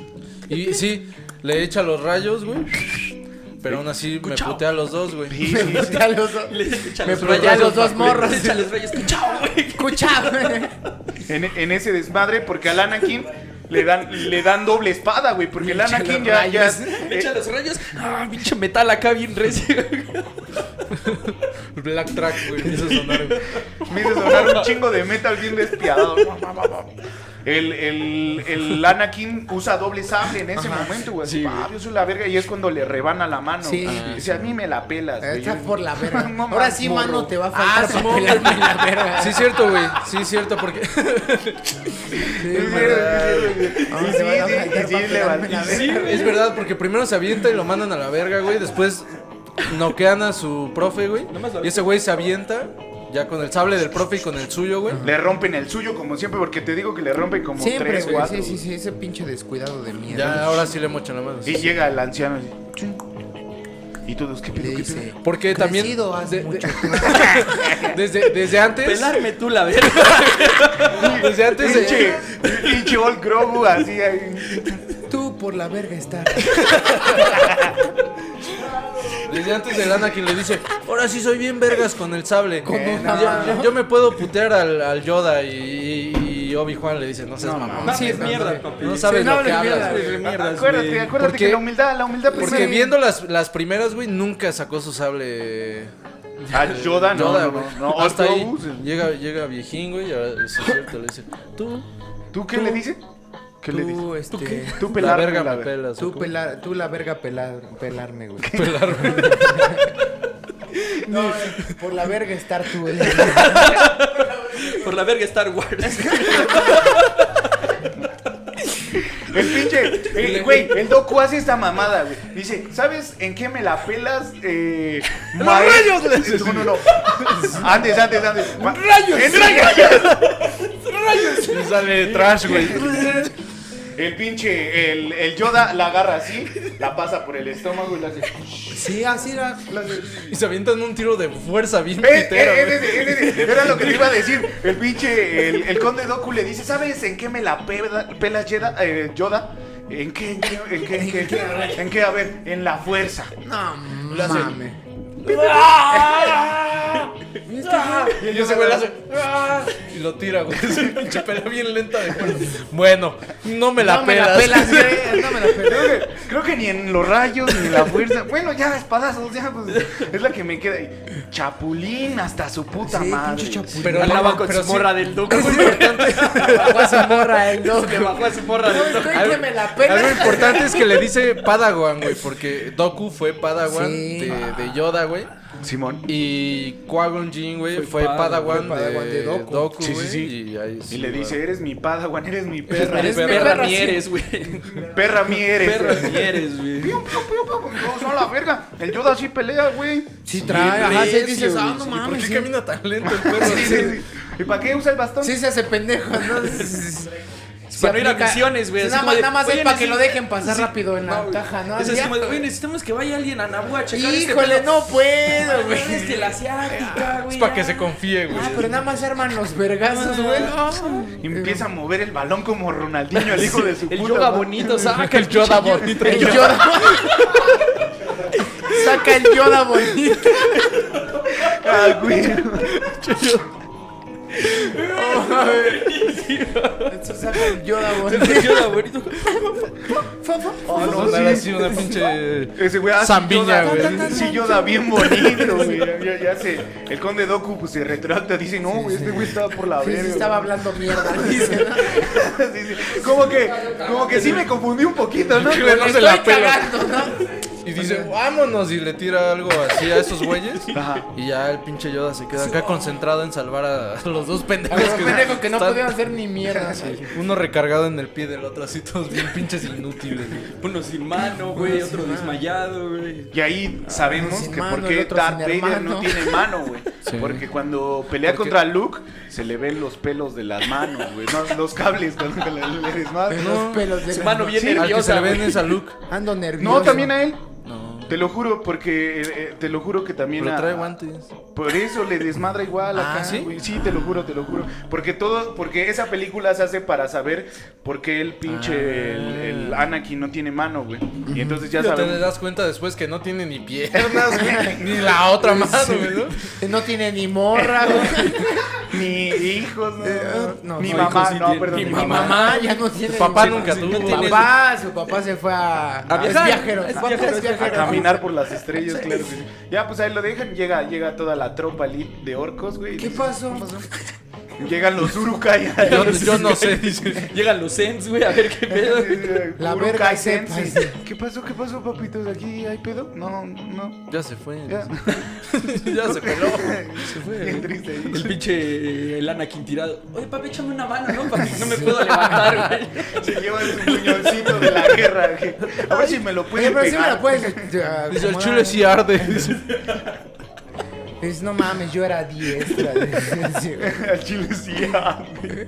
Speaker 1: Y sí, le echa los rayos, güey. Pero aún así me putea a los dos, güey.
Speaker 2: Sí, sí, sí.
Speaker 3: Ya los dos.
Speaker 4: Le echa
Speaker 3: Me
Speaker 4: los
Speaker 3: probé
Speaker 4: rayos,
Speaker 3: los dos
Speaker 4: le
Speaker 3: morros.
Speaker 4: echa los rayos. Chao, güey.
Speaker 3: Escucha, güey.
Speaker 2: en, en ese desmadre porque al Anakin le dan, le dan doble espada, güey, porque el
Speaker 3: Pinche
Speaker 2: Anakin
Speaker 3: los
Speaker 2: ya... ya eh.
Speaker 3: rayos.
Speaker 4: Le echa los rayos. Ah, pinche metal acá bien recio.
Speaker 1: Black Track, güey. me hizo sonar, güey.
Speaker 2: Me hizo sonar un chingo de metal bien despiadado. El, el, el Anakin usa doble sable en ese momento, güey. Así,
Speaker 4: Sí,
Speaker 2: "Pa,
Speaker 4: güey.
Speaker 2: yo soy la verga. Y es cuando le rebana la mano.
Speaker 3: Sí.
Speaker 2: Y dice, a mí me la pelas, güey.
Speaker 3: Está por la verga.
Speaker 2: No mames,
Speaker 3: Ahora sí, mano,
Speaker 2: morro.
Speaker 3: te va a faltar para pelarme la verga.
Speaker 1: Sí, es cierto, güey. Sí, es cierto, porque.
Speaker 2: Sí, sí, sí, sí, sí.
Speaker 3: Ahora
Speaker 2: Y
Speaker 3: te van a
Speaker 2: sí,
Speaker 3: faltar
Speaker 2: y sí, le va-
Speaker 3: para pelarme la
Speaker 2: y
Speaker 3: verga.
Speaker 2: sí.
Speaker 1: Es verdad, porque primero se avienta y lo mandan a la verga, güey. Después noquean a su profe, güey.
Speaker 4: más la-
Speaker 1: Y ese güey se avienta ya con el sable del profe y con el suyo, güey.
Speaker 2: Le rompen el suyo como siempre, porque te digo que le rompen como
Speaker 3: Siempre,
Speaker 2: tres,
Speaker 3: güey.
Speaker 2: cuatro.
Speaker 3: Sí, sí, sí, ese pinche descuidado de mierda.
Speaker 1: Ya ahora sí le mochan la mano.
Speaker 2: Y llega el anciano y chun. y todos, ¿qué
Speaker 3: Le
Speaker 2: pedo? ¿Qué pedo?
Speaker 3: dice.
Speaker 1: Porque también
Speaker 3: "Crecido has
Speaker 1: de- de-
Speaker 3: mucho".
Speaker 1: desde, desde antes,
Speaker 4: Pelarme tú la verga.
Speaker 1: desde antes de-
Speaker 2: Pinche, pinche old Grogu así ahí.
Speaker 3: Tú por la verga estás.
Speaker 1: desde antes del Anakin le dice, ahora sí soy bien vergas con el sable.
Speaker 3: Eh,
Speaker 1: Yo-
Speaker 3: no,
Speaker 1: yo, yo me puedo putear al, al Yoda y, y Obi Juan le dice, no seas mamón.
Speaker 4: mames, mierda, papi.
Speaker 1: No sabes
Speaker 3: Sí, no
Speaker 1: lo que
Speaker 3: hables mierda,
Speaker 1: hablas.
Speaker 3: güey.
Speaker 1: güey".
Speaker 4: Mierdas,
Speaker 2: Acuérdate,
Speaker 4: güey.
Speaker 2: acuérdate
Speaker 1: Porque-
Speaker 2: que la humildad, la humildad
Speaker 1: Porque
Speaker 2: primero.
Speaker 1: viendo las, las primeras, güey, nunca sacó su sable.
Speaker 2: A Yoda, no,
Speaker 1: Yoda,
Speaker 2: no,
Speaker 1: güey.
Speaker 2: no, no,
Speaker 1: Hasta ahí
Speaker 2: Octopus.
Speaker 1: llega, llega viejín, güey, y ahora sí es cierto, le dice, tú,
Speaker 2: ¿Tú qué le dices? ¿Qué le dices?
Speaker 3: Tú, este.
Speaker 2: Tú
Speaker 1: la
Speaker 2: pelarme
Speaker 1: verga
Speaker 2: la
Speaker 1: me
Speaker 2: verga.
Speaker 1: pelas.
Speaker 3: Tú,
Speaker 1: ¿o cómo?
Speaker 3: pelar, tú la verga pelar, pelarme, güey. No, eh, por la verga estar tú. güey.
Speaker 4: Por la verga Star Wars.
Speaker 2: El pinche, el- güey, el docu hace esta mamada, güey. Dice, ¿sabes en qué me la pelas? Eh, maestro? No, no, no. Antes, antes, antes. Ma-
Speaker 4: Rayos.
Speaker 2: En rayos.
Speaker 1: Y sale trash, güey.
Speaker 2: El pinche, el, el Yoda la agarra así, la pasa por el estómago y la hace.
Speaker 3: Sí, así era.
Speaker 2: la hace-
Speaker 1: Y se avientan un tiro de fuerza bien
Speaker 2: Eh, eh,
Speaker 1: pitero,
Speaker 2: eh,
Speaker 1: güey.
Speaker 2: eh, eh, eh, Era lo que te iba a decir. El pinche, el, el conde Doku le dice, ¿sabes en qué me la pela, pela Yeda- eh, Yoda? ¿En qué, en qué, en qué, en qué? ¿En qué? A ver, en la fuerza.
Speaker 3: No,
Speaker 2: hace-
Speaker 3: mames.
Speaker 2: Y
Speaker 1: Y ese güey le hace, "Ah", Y lo tira, güey. Es una pinche pelea bien lenta de fuerza. Bueno, no me la
Speaker 3: No me
Speaker 1: pelas.
Speaker 3: la pelas, güey. No me la pelas.
Speaker 2: Creo que, creo que ni en los rayos ni en la fuerza. Bueno, ya espadazos, ya pues, es la que me queda. ahí. Chapulín hasta su puta
Speaker 3: Sí,
Speaker 2: madre.
Speaker 3: pinche chapulín.
Speaker 1: Pero
Speaker 4: Andaba
Speaker 1: no,
Speaker 4: con
Speaker 1: pero
Speaker 4: su
Speaker 1: sí.
Speaker 4: morra del doco.
Speaker 3: Bajó a su morra el loco.
Speaker 4: Le bajó a su morra del doco.
Speaker 3: Estoy que me la
Speaker 1: Algo
Speaker 3: pela.
Speaker 1: importante es que le dice Padawan, güey, porque Doku fue Padawan
Speaker 3: Sí.
Speaker 1: de, de Yoda, güey.
Speaker 2: Simón.
Speaker 1: Y Qui-Gon Jinn, güey,
Speaker 4: Fue
Speaker 1: fue, Padawan,
Speaker 4: Padawan,
Speaker 3: fue Padawan
Speaker 1: de,
Speaker 3: de Doku.
Speaker 1: Doku,
Speaker 2: Sí, sí,
Speaker 1: güey.
Speaker 2: sí.
Speaker 1: Y, ahí sí,
Speaker 2: Y le
Speaker 1: güey.
Speaker 2: dice, eres mi padawan, eres mi perra.
Speaker 4: Eres
Speaker 1: Eres
Speaker 4: perra,
Speaker 1: perra, sí.
Speaker 4: ni eres, güey.
Speaker 2: Perra mi eres.
Speaker 4: Perra ni eres, güey.
Speaker 2: Piu, piu, piu, piu, piu, son la verga. El Yoda sí pelea, güey.
Speaker 3: Sí, trae, ajá, sí
Speaker 1: Necio,
Speaker 3: dices, ah,
Speaker 1: güey.
Speaker 3: no
Speaker 1: ¿Y ¿Por
Speaker 3: mames.
Speaker 1: qué
Speaker 3: sí. Ah,
Speaker 1: camina tan lento el perro?
Speaker 2: Sí, sí, sí. ¿Y para qué usa el bastón?
Speaker 3: Sí se hace pendejo, ¿no? Sí, sí, sí. Se
Speaker 4: Para no ir a
Speaker 3: aplica-
Speaker 4: misiones, güey. así
Speaker 3: Nada
Speaker 4: como
Speaker 3: más,
Speaker 4: de,
Speaker 3: nada más
Speaker 4: "Oye,
Speaker 3: es para que
Speaker 4: necesito-
Speaker 3: lo dejen pasar
Speaker 4: sí,
Speaker 3: rápido en la
Speaker 4: no,
Speaker 3: caja, ¿no?
Speaker 4: Es
Speaker 3: Así
Speaker 4: así
Speaker 3: ya.
Speaker 4: como de, "Oye, necesitamos que vaya alguien a Nabú a checar este
Speaker 3: Híjole,
Speaker 4: pedo".
Speaker 3: no puedo, güey.
Speaker 4: Güey, es de la asiática, güey.
Speaker 1: Es para que
Speaker 4: ya.
Speaker 1: se confíe, güey.
Speaker 3: Ah, pero nada más se arman los vergazos, güey. Ah.
Speaker 2: Y empieza a mover el balón como Ronaldinho, el hijo de su
Speaker 4: El
Speaker 2: puta
Speaker 4: yoga
Speaker 2: madre.
Speaker 4: bonito, saca
Speaker 1: El Yoda bonito.
Speaker 3: El Yoda. Saca el Yoda bonito.
Speaker 2: Ah, güey.
Speaker 3: Saca el Yoda bonito.
Speaker 4: El yoga bonito.
Speaker 1: Ah, no,
Speaker 2: sí.
Speaker 1: dar así una pinche.
Speaker 2: Ese güey hace
Speaker 1: Zambiña,
Speaker 2: Yoda,
Speaker 1: güey.
Speaker 2: Sí, Yoda bien bonito, güey. Ya, ya se, el conde Doku pues, se retracta, dice, no, güey, este güey estaba por la
Speaker 3: Sí,
Speaker 2: verga.
Speaker 3: sí, estaba hablando mierda. dice, ¿no?
Speaker 2: Sí, sí. Como que, como que sí me confundí un poquito, ¿no?
Speaker 1: Güey, no
Speaker 3: Me
Speaker 1: se
Speaker 3: estoy
Speaker 1: la pela.
Speaker 3: cagando, ¿no?
Speaker 1: Y dice, vámonos. Y le tira algo así a esos güeyes.
Speaker 2: Ajá.
Speaker 1: Y ya el pinche Yoda se queda acá concentrado en salvar a a los dos
Speaker 3: A
Speaker 1: pendejos
Speaker 3: los pendejos que no
Speaker 1: están-
Speaker 3: podían hacer ni mierda. güey.
Speaker 1: Uno recargado en el pie del otro, así todos bien pinches inútiles. güey.
Speaker 4: Uno sin mano, güey. Otro desmayado, güey.
Speaker 2: Y ahí sabemos
Speaker 3: sin
Speaker 2: que
Speaker 3: mano,
Speaker 2: por
Speaker 3: el
Speaker 2: qué
Speaker 3: otro
Speaker 2: Darth
Speaker 3: sin
Speaker 2: Vader no
Speaker 3: hermano.
Speaker 2: tiene mano, güey.
Speaker 1: Sí.
Speaker 2: Porque cuando pelea contra Luke, se le ven los pelos de las manos, güey. No, los cables con los que le- le desmadran.
Speaker 3: Los pelos de
Speaker 4: Su
Speaker 3: la
Speaker 4: mano
Speaker 3: noche.
Speaker 4: bien
Speaker 2: Sí, al que
Speaker 1: Al que se
Speaker 4: nerviosa,
Speaker 1: le ven
Speaker 4: güey.
Speaker 1: es a Luke.
Speaker 3: Ando nervioso.
Speaker 2: No, también a él.
Speaker 1: No.
Speaker 2: Te lo juro, porque eh, eh, te lo juro que también
Speaker 1: Pero
Speaker 2: a-
Speaker 1: trae guantes.
Speaker 2: Por eso le desmadra igual
Speaker 1: Ah,
Speaker 2: acá,
Speaker 1: ¿sí?
Speaker 2: güey. ¿sí? te lo juro, te lo juro. Porque todo, porque esa película se hace para saber por qué el pinche el, el Anakin no tiene mano, güey. Y entonces ya
Speaker 1: Pero te
Speaker 2: sabemos.
Speaker 1: das cuenta después que no tiene ni piernas, güey, ni la otra mano, güey, ¿no?
Speaker 3: No tiene ni morra, güey.
Speaker 2: Ni hijos, no,
Speaker 3: Eh,
Speaker 2: no,
Speaker 3: no,
Speaker 2: mi
Speaker 3: no,
Speaker 2: mamá,
Speaker 4: hijos sí
Speaker 2: no,
Speaker 4: tiene.
Speaker 2: perdón,
Speaker 4: Mi
Speaker 2: mi
Speaker 3: Mi
Speaker 2: mamá.
Speaker 3: mamá ya no tiene.
Speaker 1: Tu papá
Speaker 3: ni-
Speaker 1: nunca
Speaker 3: su
Speaker 1: tuvo,
Speaker 4: güey.
Speaker 3: papá, su papá se fue a.
Speaker 4: A
Speaker 3: es
Speaker 4: viajar.
Speaker 3: viajero.
Speaker 4: Es
Speaker 3: Papá
Speaker 4: viajero,
Speaker 3: es
Speaker 4: es viajero.
Speaker 2: A caminar por las estrellas, claro que sí. Ya, pues ahí lo dejan, llega, llega toda la tropa elite de orcos, güey.
Speaker 3: ¿Qué pasó?
Speaker 2: Llegan los urukai.
Speaker 1: Yo, yo no sé, dice.
Speaker 4: Llegan los Ents, güey, a ver qué pedo. güey.
Speaker 3: La
Speaker 2: Urukai
Speaker 3: verga
Speaker 2: sensei.
Speaker 3: sepa.
Speaker 2: ¿Qué pasó? ¿Qué pasó, papitos? ¿Aquí hay pedo? No, no.
Speaker 1: Ya se fue.
Speaker 2: Ya.
Speaker 1: Ya se peló. Se fue.
Speaker 2: Bien triste.
Speaker 4: El pinche eh, el Anakin tirado. Oye, papi, échame una mano, ¿no? Para que no me puedo levantar, güey.
Speaker 2: Se lleva su muñoncito de la guerra. güey. A ver si me lo
Speaker 3: Oye,
Speaker 2: pueden
Speaker 3: pero si me
Speaker 2: pegar.
Speaker 3: la puedes. ah,
Speaker 1: Dice, el
Speaker 3: acomodar".
Speaker 1: chile sí arde. dice.
Speaker 3: Dices, no mames, yo era diestra. Sí, güey.
Speaker 2: Al chile sí. ah, güey.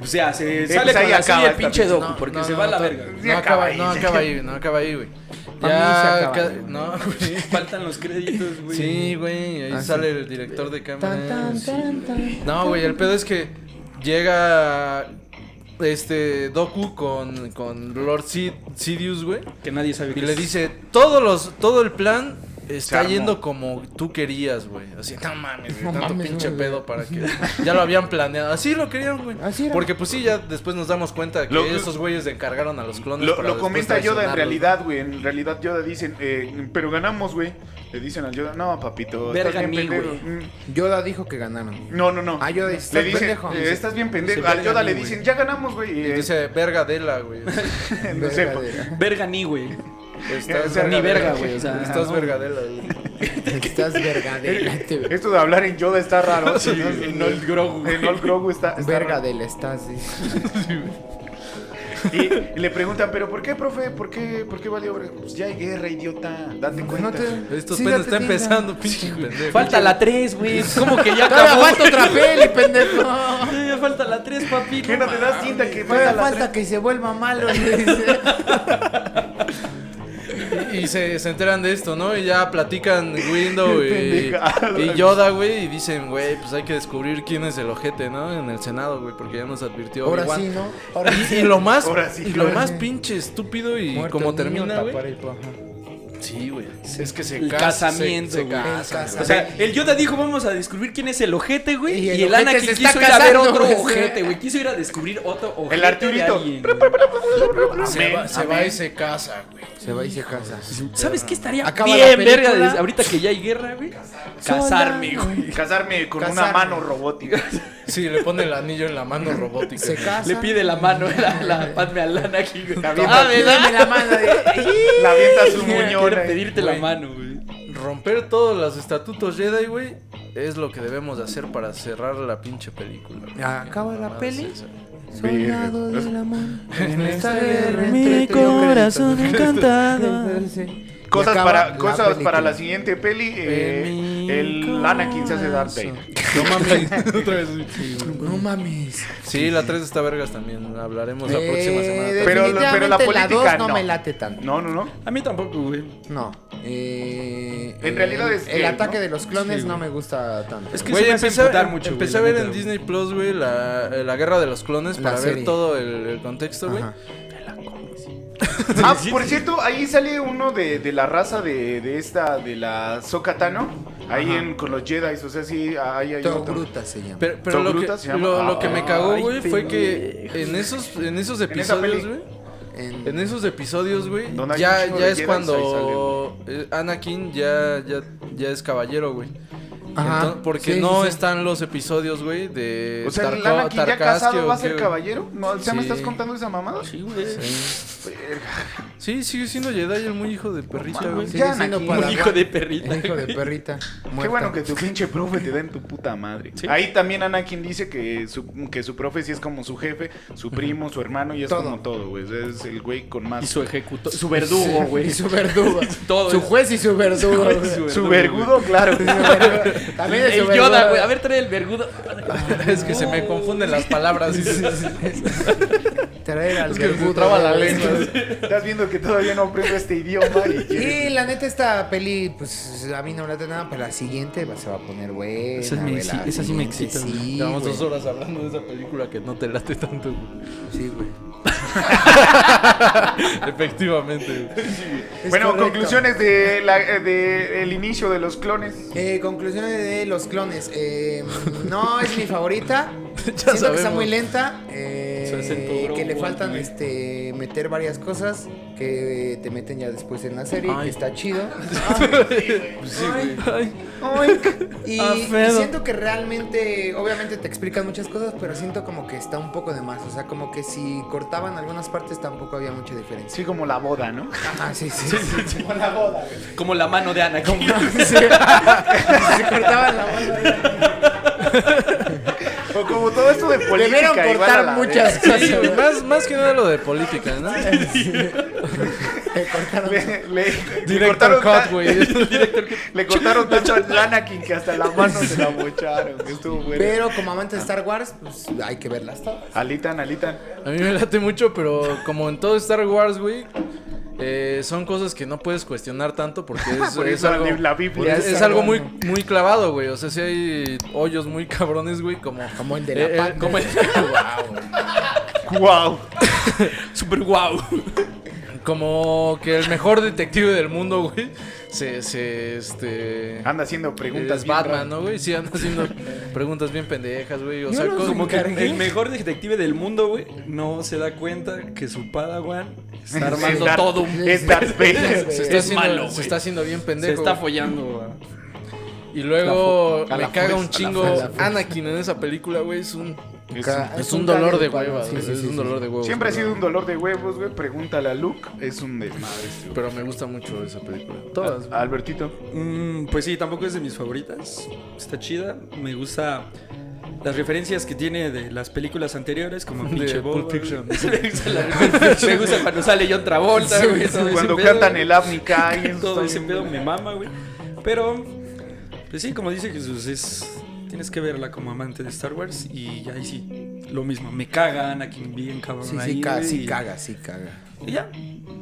Speaker 4: O sea, se
Speaker 2: pues
Speaker 4: sale
Speaker 2: ahí
Speaker 4: con la suya
Speaker 2: acaba
Speaker 4: el
Speaker 2: esta
Speaker 4: pinche
Speaker 2: pinche-
Speaker 4: docu, porque
Speaker 3: no,
Speaker 4: se
Speaker 3: no,
Speaker 4: va a la
Speaker 3: no,
Speaker 4: verga.
Speaker 2: Sí
Speaker 1: No acaba
Speaker 2: acaba ahí.
Speaker 1: ahí, no acaba ahí, güey, no acaba ahí, güey.
Speaker 3: Pa' mí se
Speaker 1: Ya,
Speaker 3: acaba,
Speaker 1: ca-
Speaker 3: güey.
Speaker 1: no, güey.
Speaker 4: Faltan los créditos, güey.
Speaker 1: Sí, güey, ahí
Speaker 3: Ah, sí.
Speaker 1: sale el director de cámara.
Speaker 3: Tan, tan,
Speaker 1: Sí.
Speaker 3: tan, tan.
Speaker 1: No, güey, el pedo es que llega este Doku con, con Lord Sid- Sidious, güey.
Speaker 4: Que nadie sabe
Speaker 1: Y
Speaker 4: qué
Speaker 1: le
Speaker 4: es.
Speaker 1: dice, todos los, todo el plan está
Speaker 2: armó.
Speaker 1: yendo como tú querías, güey. Así, no mames, güey,
Speaker 3: No
Speaker 1: tanto
Speaker 3: mames,
Speaker 1: pinche
Speaker 3: güey.
Speaker 1: pedo para que... Ya lo habían planeado. Así lo querían, güey.
Speaker 3: Así era.
Speaker 1: Porque pues sí, ya después nos damos cuenta que
Speaker 2: Lo-
Speaker 1: esos güeyes le encargaron a los clones
Speaker 2: Lo,
Speaker 1: para
Speaker 2: lo
Speaker 1: después
Speaker 2: comenta Yoda en
Speaker 1: traicionarlos.
Speaker 2: realidad, güey. En realidad Yoda dicen, eh, pero ganamos, güey. Le dicen al Yoda, no, papito. estás
Speaker 4: Verga
Speaker 2: bien
Speaker 4: ni,
Speaker 2: pendejo".
Speaker 4: güey.
Speaker 2: Mm,
Speaker 3: Yoda dijo que ganaron.
Speaker 2: No, no, no.
Speaker 3: Ah, Yoda dice,
Speaker 2: le
Speaker 3: "Estás
Speaker 2: dicen,
Speaker 3: pendejo".
Speaker 2: eh, estás bien pendejo.
Speaker 4: Dice,
Speaker 2: Al Yoda
Speaker 4: "Verga
Speaker 2: le
Speaker 4: ni, güey".
Speaker 2: dicen, ya ganamos, güey.
Speaker 1: Y
Speaker 2: Eh,
Speaker 1: dice, verga Dela, güey.
Speaker 2: no sé, pa-
Speaker 3: Verga
Speaker 4: Verga ni, güey.
Speaker 1: Estás
Speaker 2: sea,
Speaker 4: Ni verga,
Speaker 2: verga,
Speaker 4: güey. O sea,
Speaker 1: Estás
Speaker 4: no.
Speaker 1: vergadela, güey.
Speaker 3: de- Estás vergadela. te-
Speaker 2: Esto de hablar en Yoda está raro.
Speaker 4: Sí,
Speaker 2: ¿no?
Speaker 4: en Old Grogu, güey.
Speaker 2: En Old Grogu está, está raro.
Speaker 3: Vergadela estás. dice.
Speaker 2: Y, y le preguntan, ¿pero por qué, profe? ¿Por qué, por qué valió? verga?" Pues ya hay guerra, idiota. Date cuenta.
Speaker 3: No te-
Speaker 1: Estos
Speaker 3: sí,
Speaker 1: pedos
Speaker 3: date
Speaker 1: está
Speaker 3: tienda.
Speaker 1: empezando, pinche pendejo.
Speaker 4: Falta la 3, güey. ¿Cómo que ya
Speaker 3: Todavía
Speaker 4: acabó?
Speaker 3: falta otra peli, pendejo.
Speaker 4: Todavía falta la 3, papi.
Speaker 2: ¿Qué no te das
Speaker 4: mames.
Speaker 2: cinta que
Speaker 3: Todavía
Speaker 2: falta la
Speaker 3: falta que se vuelva malo. le dice.
Speaker 1: Y se, se enteran de esto, ¿no? Y ya platican Window y,
Speaker 2: Pendejada.
Speaker 1: y Yoda, güey. Y dicen, güey, pues hay que descubrir quién es el ojete, ¿no? En el Senado, güey, porque ya nos advirtió.
Speaker 3: Ahora
Speaker 1: Obi-Wan.
Speaker 3: sí, ¿no? Ahora
Speaker 1: Y,
Speaker 3: sí.
Speaker 1: y lo más,
Speaker 2: Ahora sí.
Speaker 1: y lo
Speaker 2: Ahora
Speaker 1: más
Speaker 3: sí.
Speaker 1: pinche estúpido y
Speaker 3: Muerto
Speaker 1: como
Speaker 3: el niño,
Speaker 1: termina, güey.
Speaker 3: tapar el po- ajá.
Speaker 1: Sí, güey. Es que se
Speaker 4: El
Speaker 1: casa-
Speaker 4: casamiento,
Speaker 1: Se, se
Speaker 4: güey.
Speaker 1: casan,
Speaker 3: El
Speaker 1: güey.
Speaker 4: O sea, el Yoda dijo, vamos a descubrir quién es el ojete, güey. Y
Speaker 3: Y el
Speaker 4: el,
Speaker 3: ojete
Speaker 4: Anakin
Speaker 3: se
Speaker 4: quiso
Speaker 3: está
Speaker 4: ir a ver
Speaker 3: casando,
Speaker 4: otro
Speaker 3: güey.
Speaker 4: ojete, güey. Quiso ir a descubrir otro ojete
Speaker 2: El
Speaker 4: de
Speaker 2: Arturito.
Speaker 4: alguien, güey.
Speaker 1: Se va,
Speaker 2: Amén,
Speaker 1: se va y se casa, güey.
Speaker 3: Se va y se casa.
Speaker 4: ¿Sabes qué estaría
Speaker 3: Acaba la
Speaker 4: bien,
Speaker 3: película.
Speaker 4: verga? de- ahorita que ya hay guerra, güey. Casarme, güey.
Speaker 2: Casarme con una
Speaker 3: Casarme.
Speaker 2: mano robótica.
Speaker 1: Sí, le pone el anillo en la mano robótica.
Speaker 3: Se casa.
Speaker 4: Le pide la mano, la, la Padme Alana aquí, güey.
Speaker 2: La bien
Speaker 4: Ah,
Speaker 2: partida.
Speaker 4: ¿verdad?
Speaker 3: Dame la mano de-
Speaker 2: La avienta su
Speaker 4: Quiero
Speaker 2: muñona.
Speaker 4: pedirte la
Speaker 1: Güey.
Speaker 4: mano, güey.
Speaker 1: Romper todos los estatutos Jedi, güey, es lo que debemos de hacer para cerrar la pinche película. güey.
Speaker 3: Acaba la
Speaker 1: Mamada
Speaker 3: peli. este
Speaker 1: es esa, güey.
Speaker 2: Soldado del
Speaker 3: amor.
Speaker 2: En esta guerra
Speaker 5: Mi corazón encantado.
Speaker 2: Cosas para, cosas para la siguiente peli. eh,
Speaker 5: En mi
Speaker 2: el Anakin se hace Darth
Speaker 5: corazón.
Speaker 2: Vader.
Speaker 1: No mames. Otra vez.
Speaker 3: No mames.
Speaker 1: Sí, la 3 está vergas también. Hablaremos Pues
Speaker 3: Eh,
Speaker 1: la próxima semana.
Speaker 2: Pero-
Speaker 1: Pero...
Speaker 2: pero la política
Speaker 3: no.
Speaker 2: no.
Speaker 3: me late tanto.
Speaker 2: No, no, no.
Speaker 4: A mí tampoco, güey.
Speaker 3: No. Eh,
Speaker 2: En
Speaker 3: eh,
Speaker 2: realidad es
Speaker 3: El
Speaker 2: que,
Speaker 3: ataque
Speaker 2: ¿no?
Speaker 3: de los clones no me gusta tanto.
Speaker 4: Es que
Speaker 1: Güey,
Speaker 4: se me hace
Speaker 1: empecé,
Speaker 4: emputar
Speaker 1: a,
Speaker 4: mucho, güey,
Speaker 1: empecé a
Speaker 4: la
Speaker 1: ver
Speaker 4: neta,
Speaker 1: en
Speaker 4: güey.
Speaker 1: Disney Plus, güey, la, eh, la guerra de los clones
Speaker 3: La
Speaker 1: para
Speaker 3: serie.
Speaker 1: ver todo el, el contexto, güey.
Speaker 3: Ajá.
Speaker 2: Ah, por cierto, ahí sale uno de, de la raza de, de esta, de la Sokatano. Ahí en, con los Jedi. O sea, sí, ahí hay otro.
Speaker 3: Togruta se llama.
Speaker 1: Pero, pero lo, que,
Speaker 2: Togruta se llama.
Speaker 1: lo- lo que me cagó,
Speaker 4: Ay,
Speaker 1: güey, fue que en esos, en esos
Speaker 2: En esa
Speaker 1: episodios,
Speaker 2: peli.
Speaker 1: güey. En esos episodios, güey,
Speaker 2: Donde hay un
Speaker 1: ya,
Speaker 2: chingo
Speaker 1: ya
Speaker 2: de
Speaker 1: es
Speaker 2: Jedis,
Speaker 1: cuando eh, Anakin ya, ya, ya es caballero, güey.
Speaker 3: Ajá.
Speaker 1: Enton- porque
Speaker 3: Sí,
Speaker 1: no
Speaker 3: sí, sí.
Speaker 1: están los episodios, güey, de
Speaker 2: O sea, el
Speaker 1: Tarka-
Speaker 2: Anakin ya
Speaker 1: Tarkasque
Speaker 2: casado
Speaker 1: o
Speaker 2: va a
Speaker 1: qué,
Speaker 2: ser
Speaker 1: güey.
Speaker 2: caballero. ¿No? ¿Ya me
Speaker 1: Sí.
Speaker 2: estás contando esa mamada?
Speaker 4: Sí, güey.
Speaker 1: Sí, sigue siendo Jedi el muy hijo de perrita, güey.
Speaker 3: Sigue
Speaker 2: Ya,
Speaker 3: siendo
Speaker 2: Anakin.
Speaker 3: Padawan.
Speaker 4: Un hijo de perrita.
Speaker 3: Hijo de
Speaker 4: güey.
Speaker 3: perrita.
Speaker 2: Qué
Speaker 3: muerta.
Speaker 2: bueno que tu pinche profe te da en tu puta madre.
Speaker 4: Sí.
Speaker 2: Ahí también Anakin dice que su, que su profe sí es como su jefe, su primo, su hermano y es
Speaker 3: Todo.
Speaker 2: como todo, güey. Es el güey con más...
Speaker 4: Y su ejecutor. Su verdugo,
Speaker 3: Y
Speaker 4: güey.
Speaker 3: su verdugo.
Speaker 4: Todo
Speaker 3: su
Speaker 4: es-
Speaker 3: juez y su verdugo.
Speaker 4: juez y su
Speaker 3: güey.
Speaker 2: Su vergudo, claro.
Speaker 3: También es su
Speaker 4: El
Speaker 3: verdugo.
Speaker 4: Yoda, güey. A ver, trae el verdugo.
Speaker 1: Es que se me confunden las palabras.
Speaker 3: Traer al
Speaker 1: Es que se
Speaker 3: verdugo,
Speaker 1: traba la
Speaker 3: güey.
Speaker 1: lengua.
Speaker 2: Estás viendo que todavía no aprendo este idioma y
Speaker 3: Y
Speaker 2: quieres-
Speaker 3: la neta, esta peli, pues a mí no me late nada, pero la siguiente va- se va a poner buena.
Speaker 4: Esa es mi
Speaker 3: güey, la
Speaker 4: exi- esa sí me
Speaker 3: siguiente
Speaker 4: excita,
Speaker 3: Sí,
Speaker 1: Llevamos
Speaker 3: güey.
Speaker 1: dos horas hablando de esa película que no te late tanto, güey.
Speaker 3: Sí, güey.
Speaker 1: Efectivamente, güey.
Speaker 3: Es
Speaker 2: Bueno,
Speaker 3: correcto.
Speaker 2: conclusiones de la, eh, de el inicio de los clones.
Speaker 3: Eh, conclusiones de los clones. Eh, no es mi favorita. Siento que está
Speaker 1: sabemos.
Speaker 3: muy lenta. eh,
Speaker 4: Su acento
Speaker 3: que le
Speaker 4: bronco,
Speaker 3: faltan
Speaker 4: güey.
Speaker 3: este meter varias cosas que eh, te meten ya después en la serie, que
Speaker 1: Ay.
Speaker 3: está chido.
Speaker 1: Ay,
Speaker 3: Y,
Speaker 1: Ah,
Speaker 3: y
Speaker 1: Fredo.
Speaker 3: siento que realmente, obviamente te explican muchas cosas, pero siento como que está un poco de más. O sea, como que si cortaban algunas partes tampoco había mucha diferencia.
Speaker 2: Sí, como la boda, ¿no?
Speaker 3: Ah, sí, sí. sí.
Speaker 2: Como la boda.
Speaker 4: Como la mano de Ana.
Speaker 3: Se cortaban la bola.
Speaker 2: O como todo esto de política.
Speaker 3: Debieron
Speaker 2: igual a la
Speaker 3: cortar
Speaker 2: de-
Speaker 3: muchas
Speaker 1: sí,
Speaker 3: cosas.
Speaker 1: güey, más, más que nada lo de política, ¿no?
Speaker 3: Se cortaron
Speaker 2: Le, le- le
Speaker 1: Director
Speaker 2: cortaron ta-
Speaker 1: Cut, güey.
Speaker 2: Le cortaron tanto a Anakin que hasta la mano se la mocharon. Estuvo bueno.
Speaker 3: Pero ah. como amante de Star Wars, pues hay que verlas todas.
Speaker 2: Alitan, Alitan.
Speaker 1: A mí me late mucho, pero como en todo Star Wars, güey, eh, son cosas que no puedes cuestionar tanto porque es,
Speaker 2: Por
Speaker 1: es
Speaker 2: eso
Speaker 1: algo,
Speaker 2: la Biblia
Speaker 1: es,
Speaker 3: es
Speaker 1: es algo muy,
Speaker 3: sagrado.
Speaker 1: muy clavado, güey. O sea, sí hay hoyos muy cabrones, güey, como...
Speaker 3: Como el de la
Speaker 1: eh, eh,
Speaker 3: Panther.
Speaker 1: como el-
Speaker 2: ¡Wow!
Speaker 4: Super guau.
Speaker 1: Como que el mejor detective del mundo, güey, se, se, este...
Speaker 2: Anda haciendo preguntas.
Speaker 1: es
Speaker 2: bien
Speaker 1: Batman,
Speaker 2: raras.
Speaker 1: ¿no, güey? Sí, anda haciendo preguntas bien pendejas, güey. O
Speaker 3: Yo
Speaker 1: sea,
Speaker 3: no
Speaker 1: cosas-
Speaker 3: soy
Speaker 4: Como que
Speaker 3: Cargué.
Speaker 4: el mejor detective del mundo, güey, no se da cuenta que su padawan está
Speaker 2: Es
Speaker 4: armando
Speaker 2: Darth-
Speaker 4: todo un...
Speaker 2: Es Darth Vader.
Speaker 1: se, está
Speaker 4: es
Speaker 1: haciendo,
Speaker 4: malo,
Speaker 1: se
Speaker 4: güey.
Speaker 1: está haciendo bien
Speaker 4: Se
Speaker 1: pendejo.
Speaker 4: está
Speaker 1: güey.
Speaker 4: follando a-
Speaker 1: Y luego
Speaker 2: A la
Speaker 1: me caga
Speaker 2: fuerza,
Speaker 1: un chingo
Speaker 3: a la fuerza.
Speaker 1: Anakin en esa película, güey. Es un,
Speaker 3: Ca-
Speaker 1: es un dolor de
Speaker 3: cague palo.
Speaker 1: hueva,
Speaker 3: Sí,
Speaker 1: güey,
Speaker 3: sí,
Speaker 1: es
Speaker 3: sí,
Speaker 1: un
Speaker 3: sí,
Speaker 1: dolor de hueva.
Speaker 2: Siempre ha sido un dolor de huevos, güey. Pregúntale a Luke. Es un desmadre. este, güey.
Speaker 1: Pero me gusta mucho esa película. Todas. güey.
Speaker 2: Albertito.
Speaker 4: Mm, pues sí, tampoco es de mis favoritas. Está chida. Me gusta las referencias que tiene de las películas anteriores, como
Speaker 1: De
Speaker 4: pinche Boba,
Speaker 1: Pulp Fiction.
Speaker 4: güey. Me gusta cuando sale John Travolta, güey. todo ese
Speaker 2: Cuando
Speaker 4: pedo,
Speaker 2: cantan
Speaker 4: güey.
Speaker 2: el Avnica y eso
Speaker 4: Todo
Speaker 2: está
Speaker 4: ese
Speaker 2: bien
Speaker 4: pedo
Speaker 2: bueno.
Speaker 4: me mama, güey. Pero, pues sí, como dice Jesús, es... Tienes que verla como amante de Star Wars y ahí sí, lo mismo. Me caga Anakin bien cabrón
Speaker 3: Sí,
Speaker 4: ahí,
Speaker 3: sí, ca-
Speaker 4: güey,
Speaker 3: sí
Speaker 4: y-
Speaker 3: caga, sí caga.
Speaker 4: y ya.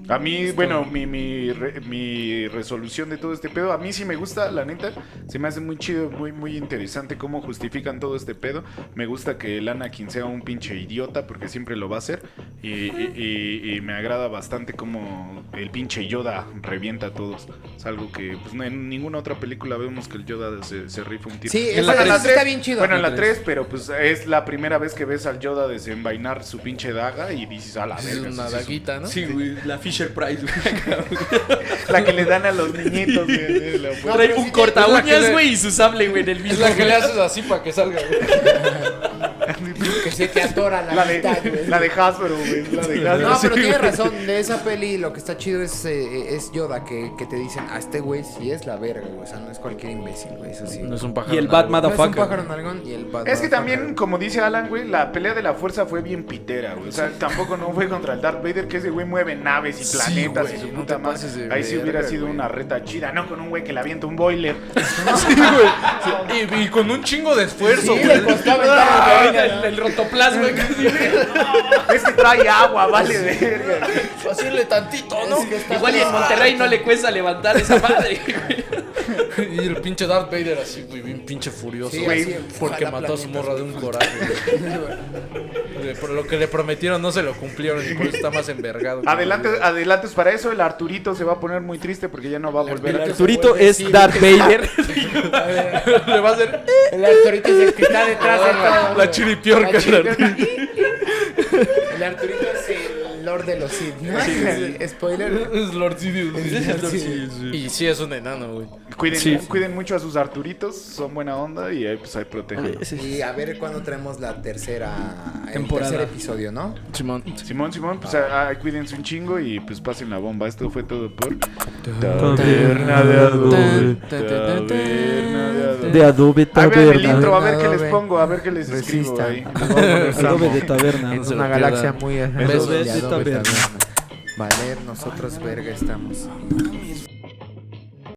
Speaker 2: A mí, bueno, mi, mi, re- mi resolución de todo este pedo, a mí sí me gusta, la neta, se me hace muy chido, muy, muy interesante cómo justifican todo este pedo. Me gusta que el Anakin sea un pinche idiota, porque siempre lo va a ser, y, y- y- y me agrada bastante cómo el pinche Yoda revienta a todos. Es algo que pues, no- en ninguna otra película vemos que el Yoda se, se rifa un tiro.
Speaker 3: Sí,
Speaker 4: En la
Speaker 3: esa-
Speaker 4: tres.
Speaker 3: esa está bien chido.
Speaker 2: Bueno, en la
Speaker 4: tres.
Speaker 2: 3, pero pues es la primera vez que ves al Yoda desenvainar su pinche daga y dices, Ah, a la
Speaker 1: Es
Speaker 2: verga.
Speaker 1: una
Speaker 2: sí, sí, sí".
Speaker 1: daguita, ¿no?
Speaker 4: Sí, güey, la Fisher Price, güey. acá, güey.
Speaker 2: La que le dan a los niñitos, güey. la
Speaker 3: No,
Speaker 4: Trae
Speaker 3: pero
Speaker 4: un
Speaker 3: sí
Speaker 4: corta
Speaker 1: tiene- es la que
Speaker 4: uñas,
Speaker 1: le-
Speaker 4: güey, y su sable, güey, en el mismo.
Speaker 1: Es la que le haces así para que salga, güey.
Speaker 2: abuela.
Speaker 3: se te atora la,
Speaker 2: La
Speaker 3: mitad,
Speaker 2: de,
Speaker 3: güey.
Speaker 2: la de Hasbro, güey. La de Hasbro.
Speaker 3: No, pero
Speaker 2: sí,
Speaker 3: tienes
Speaker 2: güey.
Speaker 3: razón. De esa peli lo que está chido es, eh, es Yoda, que, que te dicen, a este güey sí es la verga, güey. O sea, no es cualquier imbécil, güey. Eso sí.
Speaker 1: No es un pájaro.
Speaker 4: Y el
Speaker 1: nada,
Speaker 4: Batman
Speaker 3: No es un
Speaker 4: Motherfucker.
Speaker 3: pájaro nalgón y el Bad
Speaker 2: Es que
Speaker 3: Motherfucker.
Speaker 2: también, como dice Alan, güey, la pelea de la fuerza fue bien pitera, güey. O sea, tampoco no fue contra el Darth Vader, que ese güey mueve naves y
Speaker 1: Sí,
Speaker 2: planetas
Speaker 1: güey,
Speaker 2: y su
Speaker 1: no
Speaker 2: puta
Speaker 1: te
Speaker 2: madre.
Speaker 1: pases de
Speaker 2: Ahí sí
Speaker 1: verga,
Speaker 2: hubiera sido
Speaker 1: güey.
Speaker 2: una reta chida, no con un güey que le avienta un boiler. Sí, güey. Sí.
Speaker 1: güey. Y, y con un chingo de esfuerzo,
Speaker 3: Sí,
Speaker 1: güey.
Speaker 3: le costó aventar la
Speaker 4: El, Ah, el, el rotoplasma.
Speaker 2: Es que trae agua, vale verga.
Speaker 1: Facile tantito, ¿no?
Speaker 4: Igual y en Monterrey no le cuesta levantar esa madre. güey.
Speaker 1: y el pinche Darth Vader así, güey, bien pinche furioso.
Speaker 3: Sí,
Speaker 1: güey,
Speaker 3: así,
Speaker 1: porque
Speaker 3: ojalá
Speaker 1: mató a su
Speaker 3: planetas,
Speaker 1: morra de un coraje, güey. De- Por lo que le prometieron no se lo cumplieron y por eso está más envergado. que
Speaker 2: Adelante,
Speaker 1: la vida.
Speaker 2: adelantes para eso, el Arturito se va a poner muy triste porque ya no va a volver. a-
Speaker 4: Arturito es Darth Vader.
Speaker 1: le va a hacer
Speaker 3: El Arturito es el que está detrás de todo.
Speaker 1: Ah, la
Speaker 3: güey.
Speaker 1: chiripiorca.
Speaker 3: La
Speaker 1: al
Speaker 3: chiripiorca.
Speaker 1: Arturito.
Speaker 3: El Arturito es el Lord de los Sith, ¿no? Spoiler.
Speaker 1: Es Lord Sidious.
Speaker 3: Es Lord Sidious.
Speaker 1: Y sí, es un enano, güey.
Speaker 2: Cuiden,
Speaker 4: Sí.
Speaker 2: cuiden mucho a sus Arturitos, son buena onda y ahí, pues ahí protegen.
Speaker 3: Y a ver cuándo traemos la tercera el
Speaker 4: Temporada.
Speaker 3: tercer episodio, ¿no?
Speaker 1: Simón.
Speaker 2: Simón, Simón, pues ah, ah, cuídense un chingo y pues pasen la bomba. Esto fue todo por
Speaker 5: Taberna de Adobe.
Speaker 2: Taberna de Adobe.
Speaker 5: De adobe
Speaker 2: A ver el
Speaker 5: taberna.
Speaker 2: intro, a ver qué les
Speaker 3: Adobe.
Speaker 2: pongo, a ver qué les escribo
Speaker 3: Resistan.
Speaker 2: ahí. Les voy a poner
Speaker 5: Adobe
Speaker 2: Samo.
Speaker 5: de taberna.
Speaker 1: No se
Speaker 3: una
Speaker 1: lo
Speaker 3: galaxia
Speaker 1: pierdan.
Speaker 3: muy
Speaker 1: Besos
Speaker 3: Besos de
Speaker 5: de
Speaker 3: Adobe
Speaker 5: taberna.
Speaker 3: taberna. Valer, nosotros verga estamos.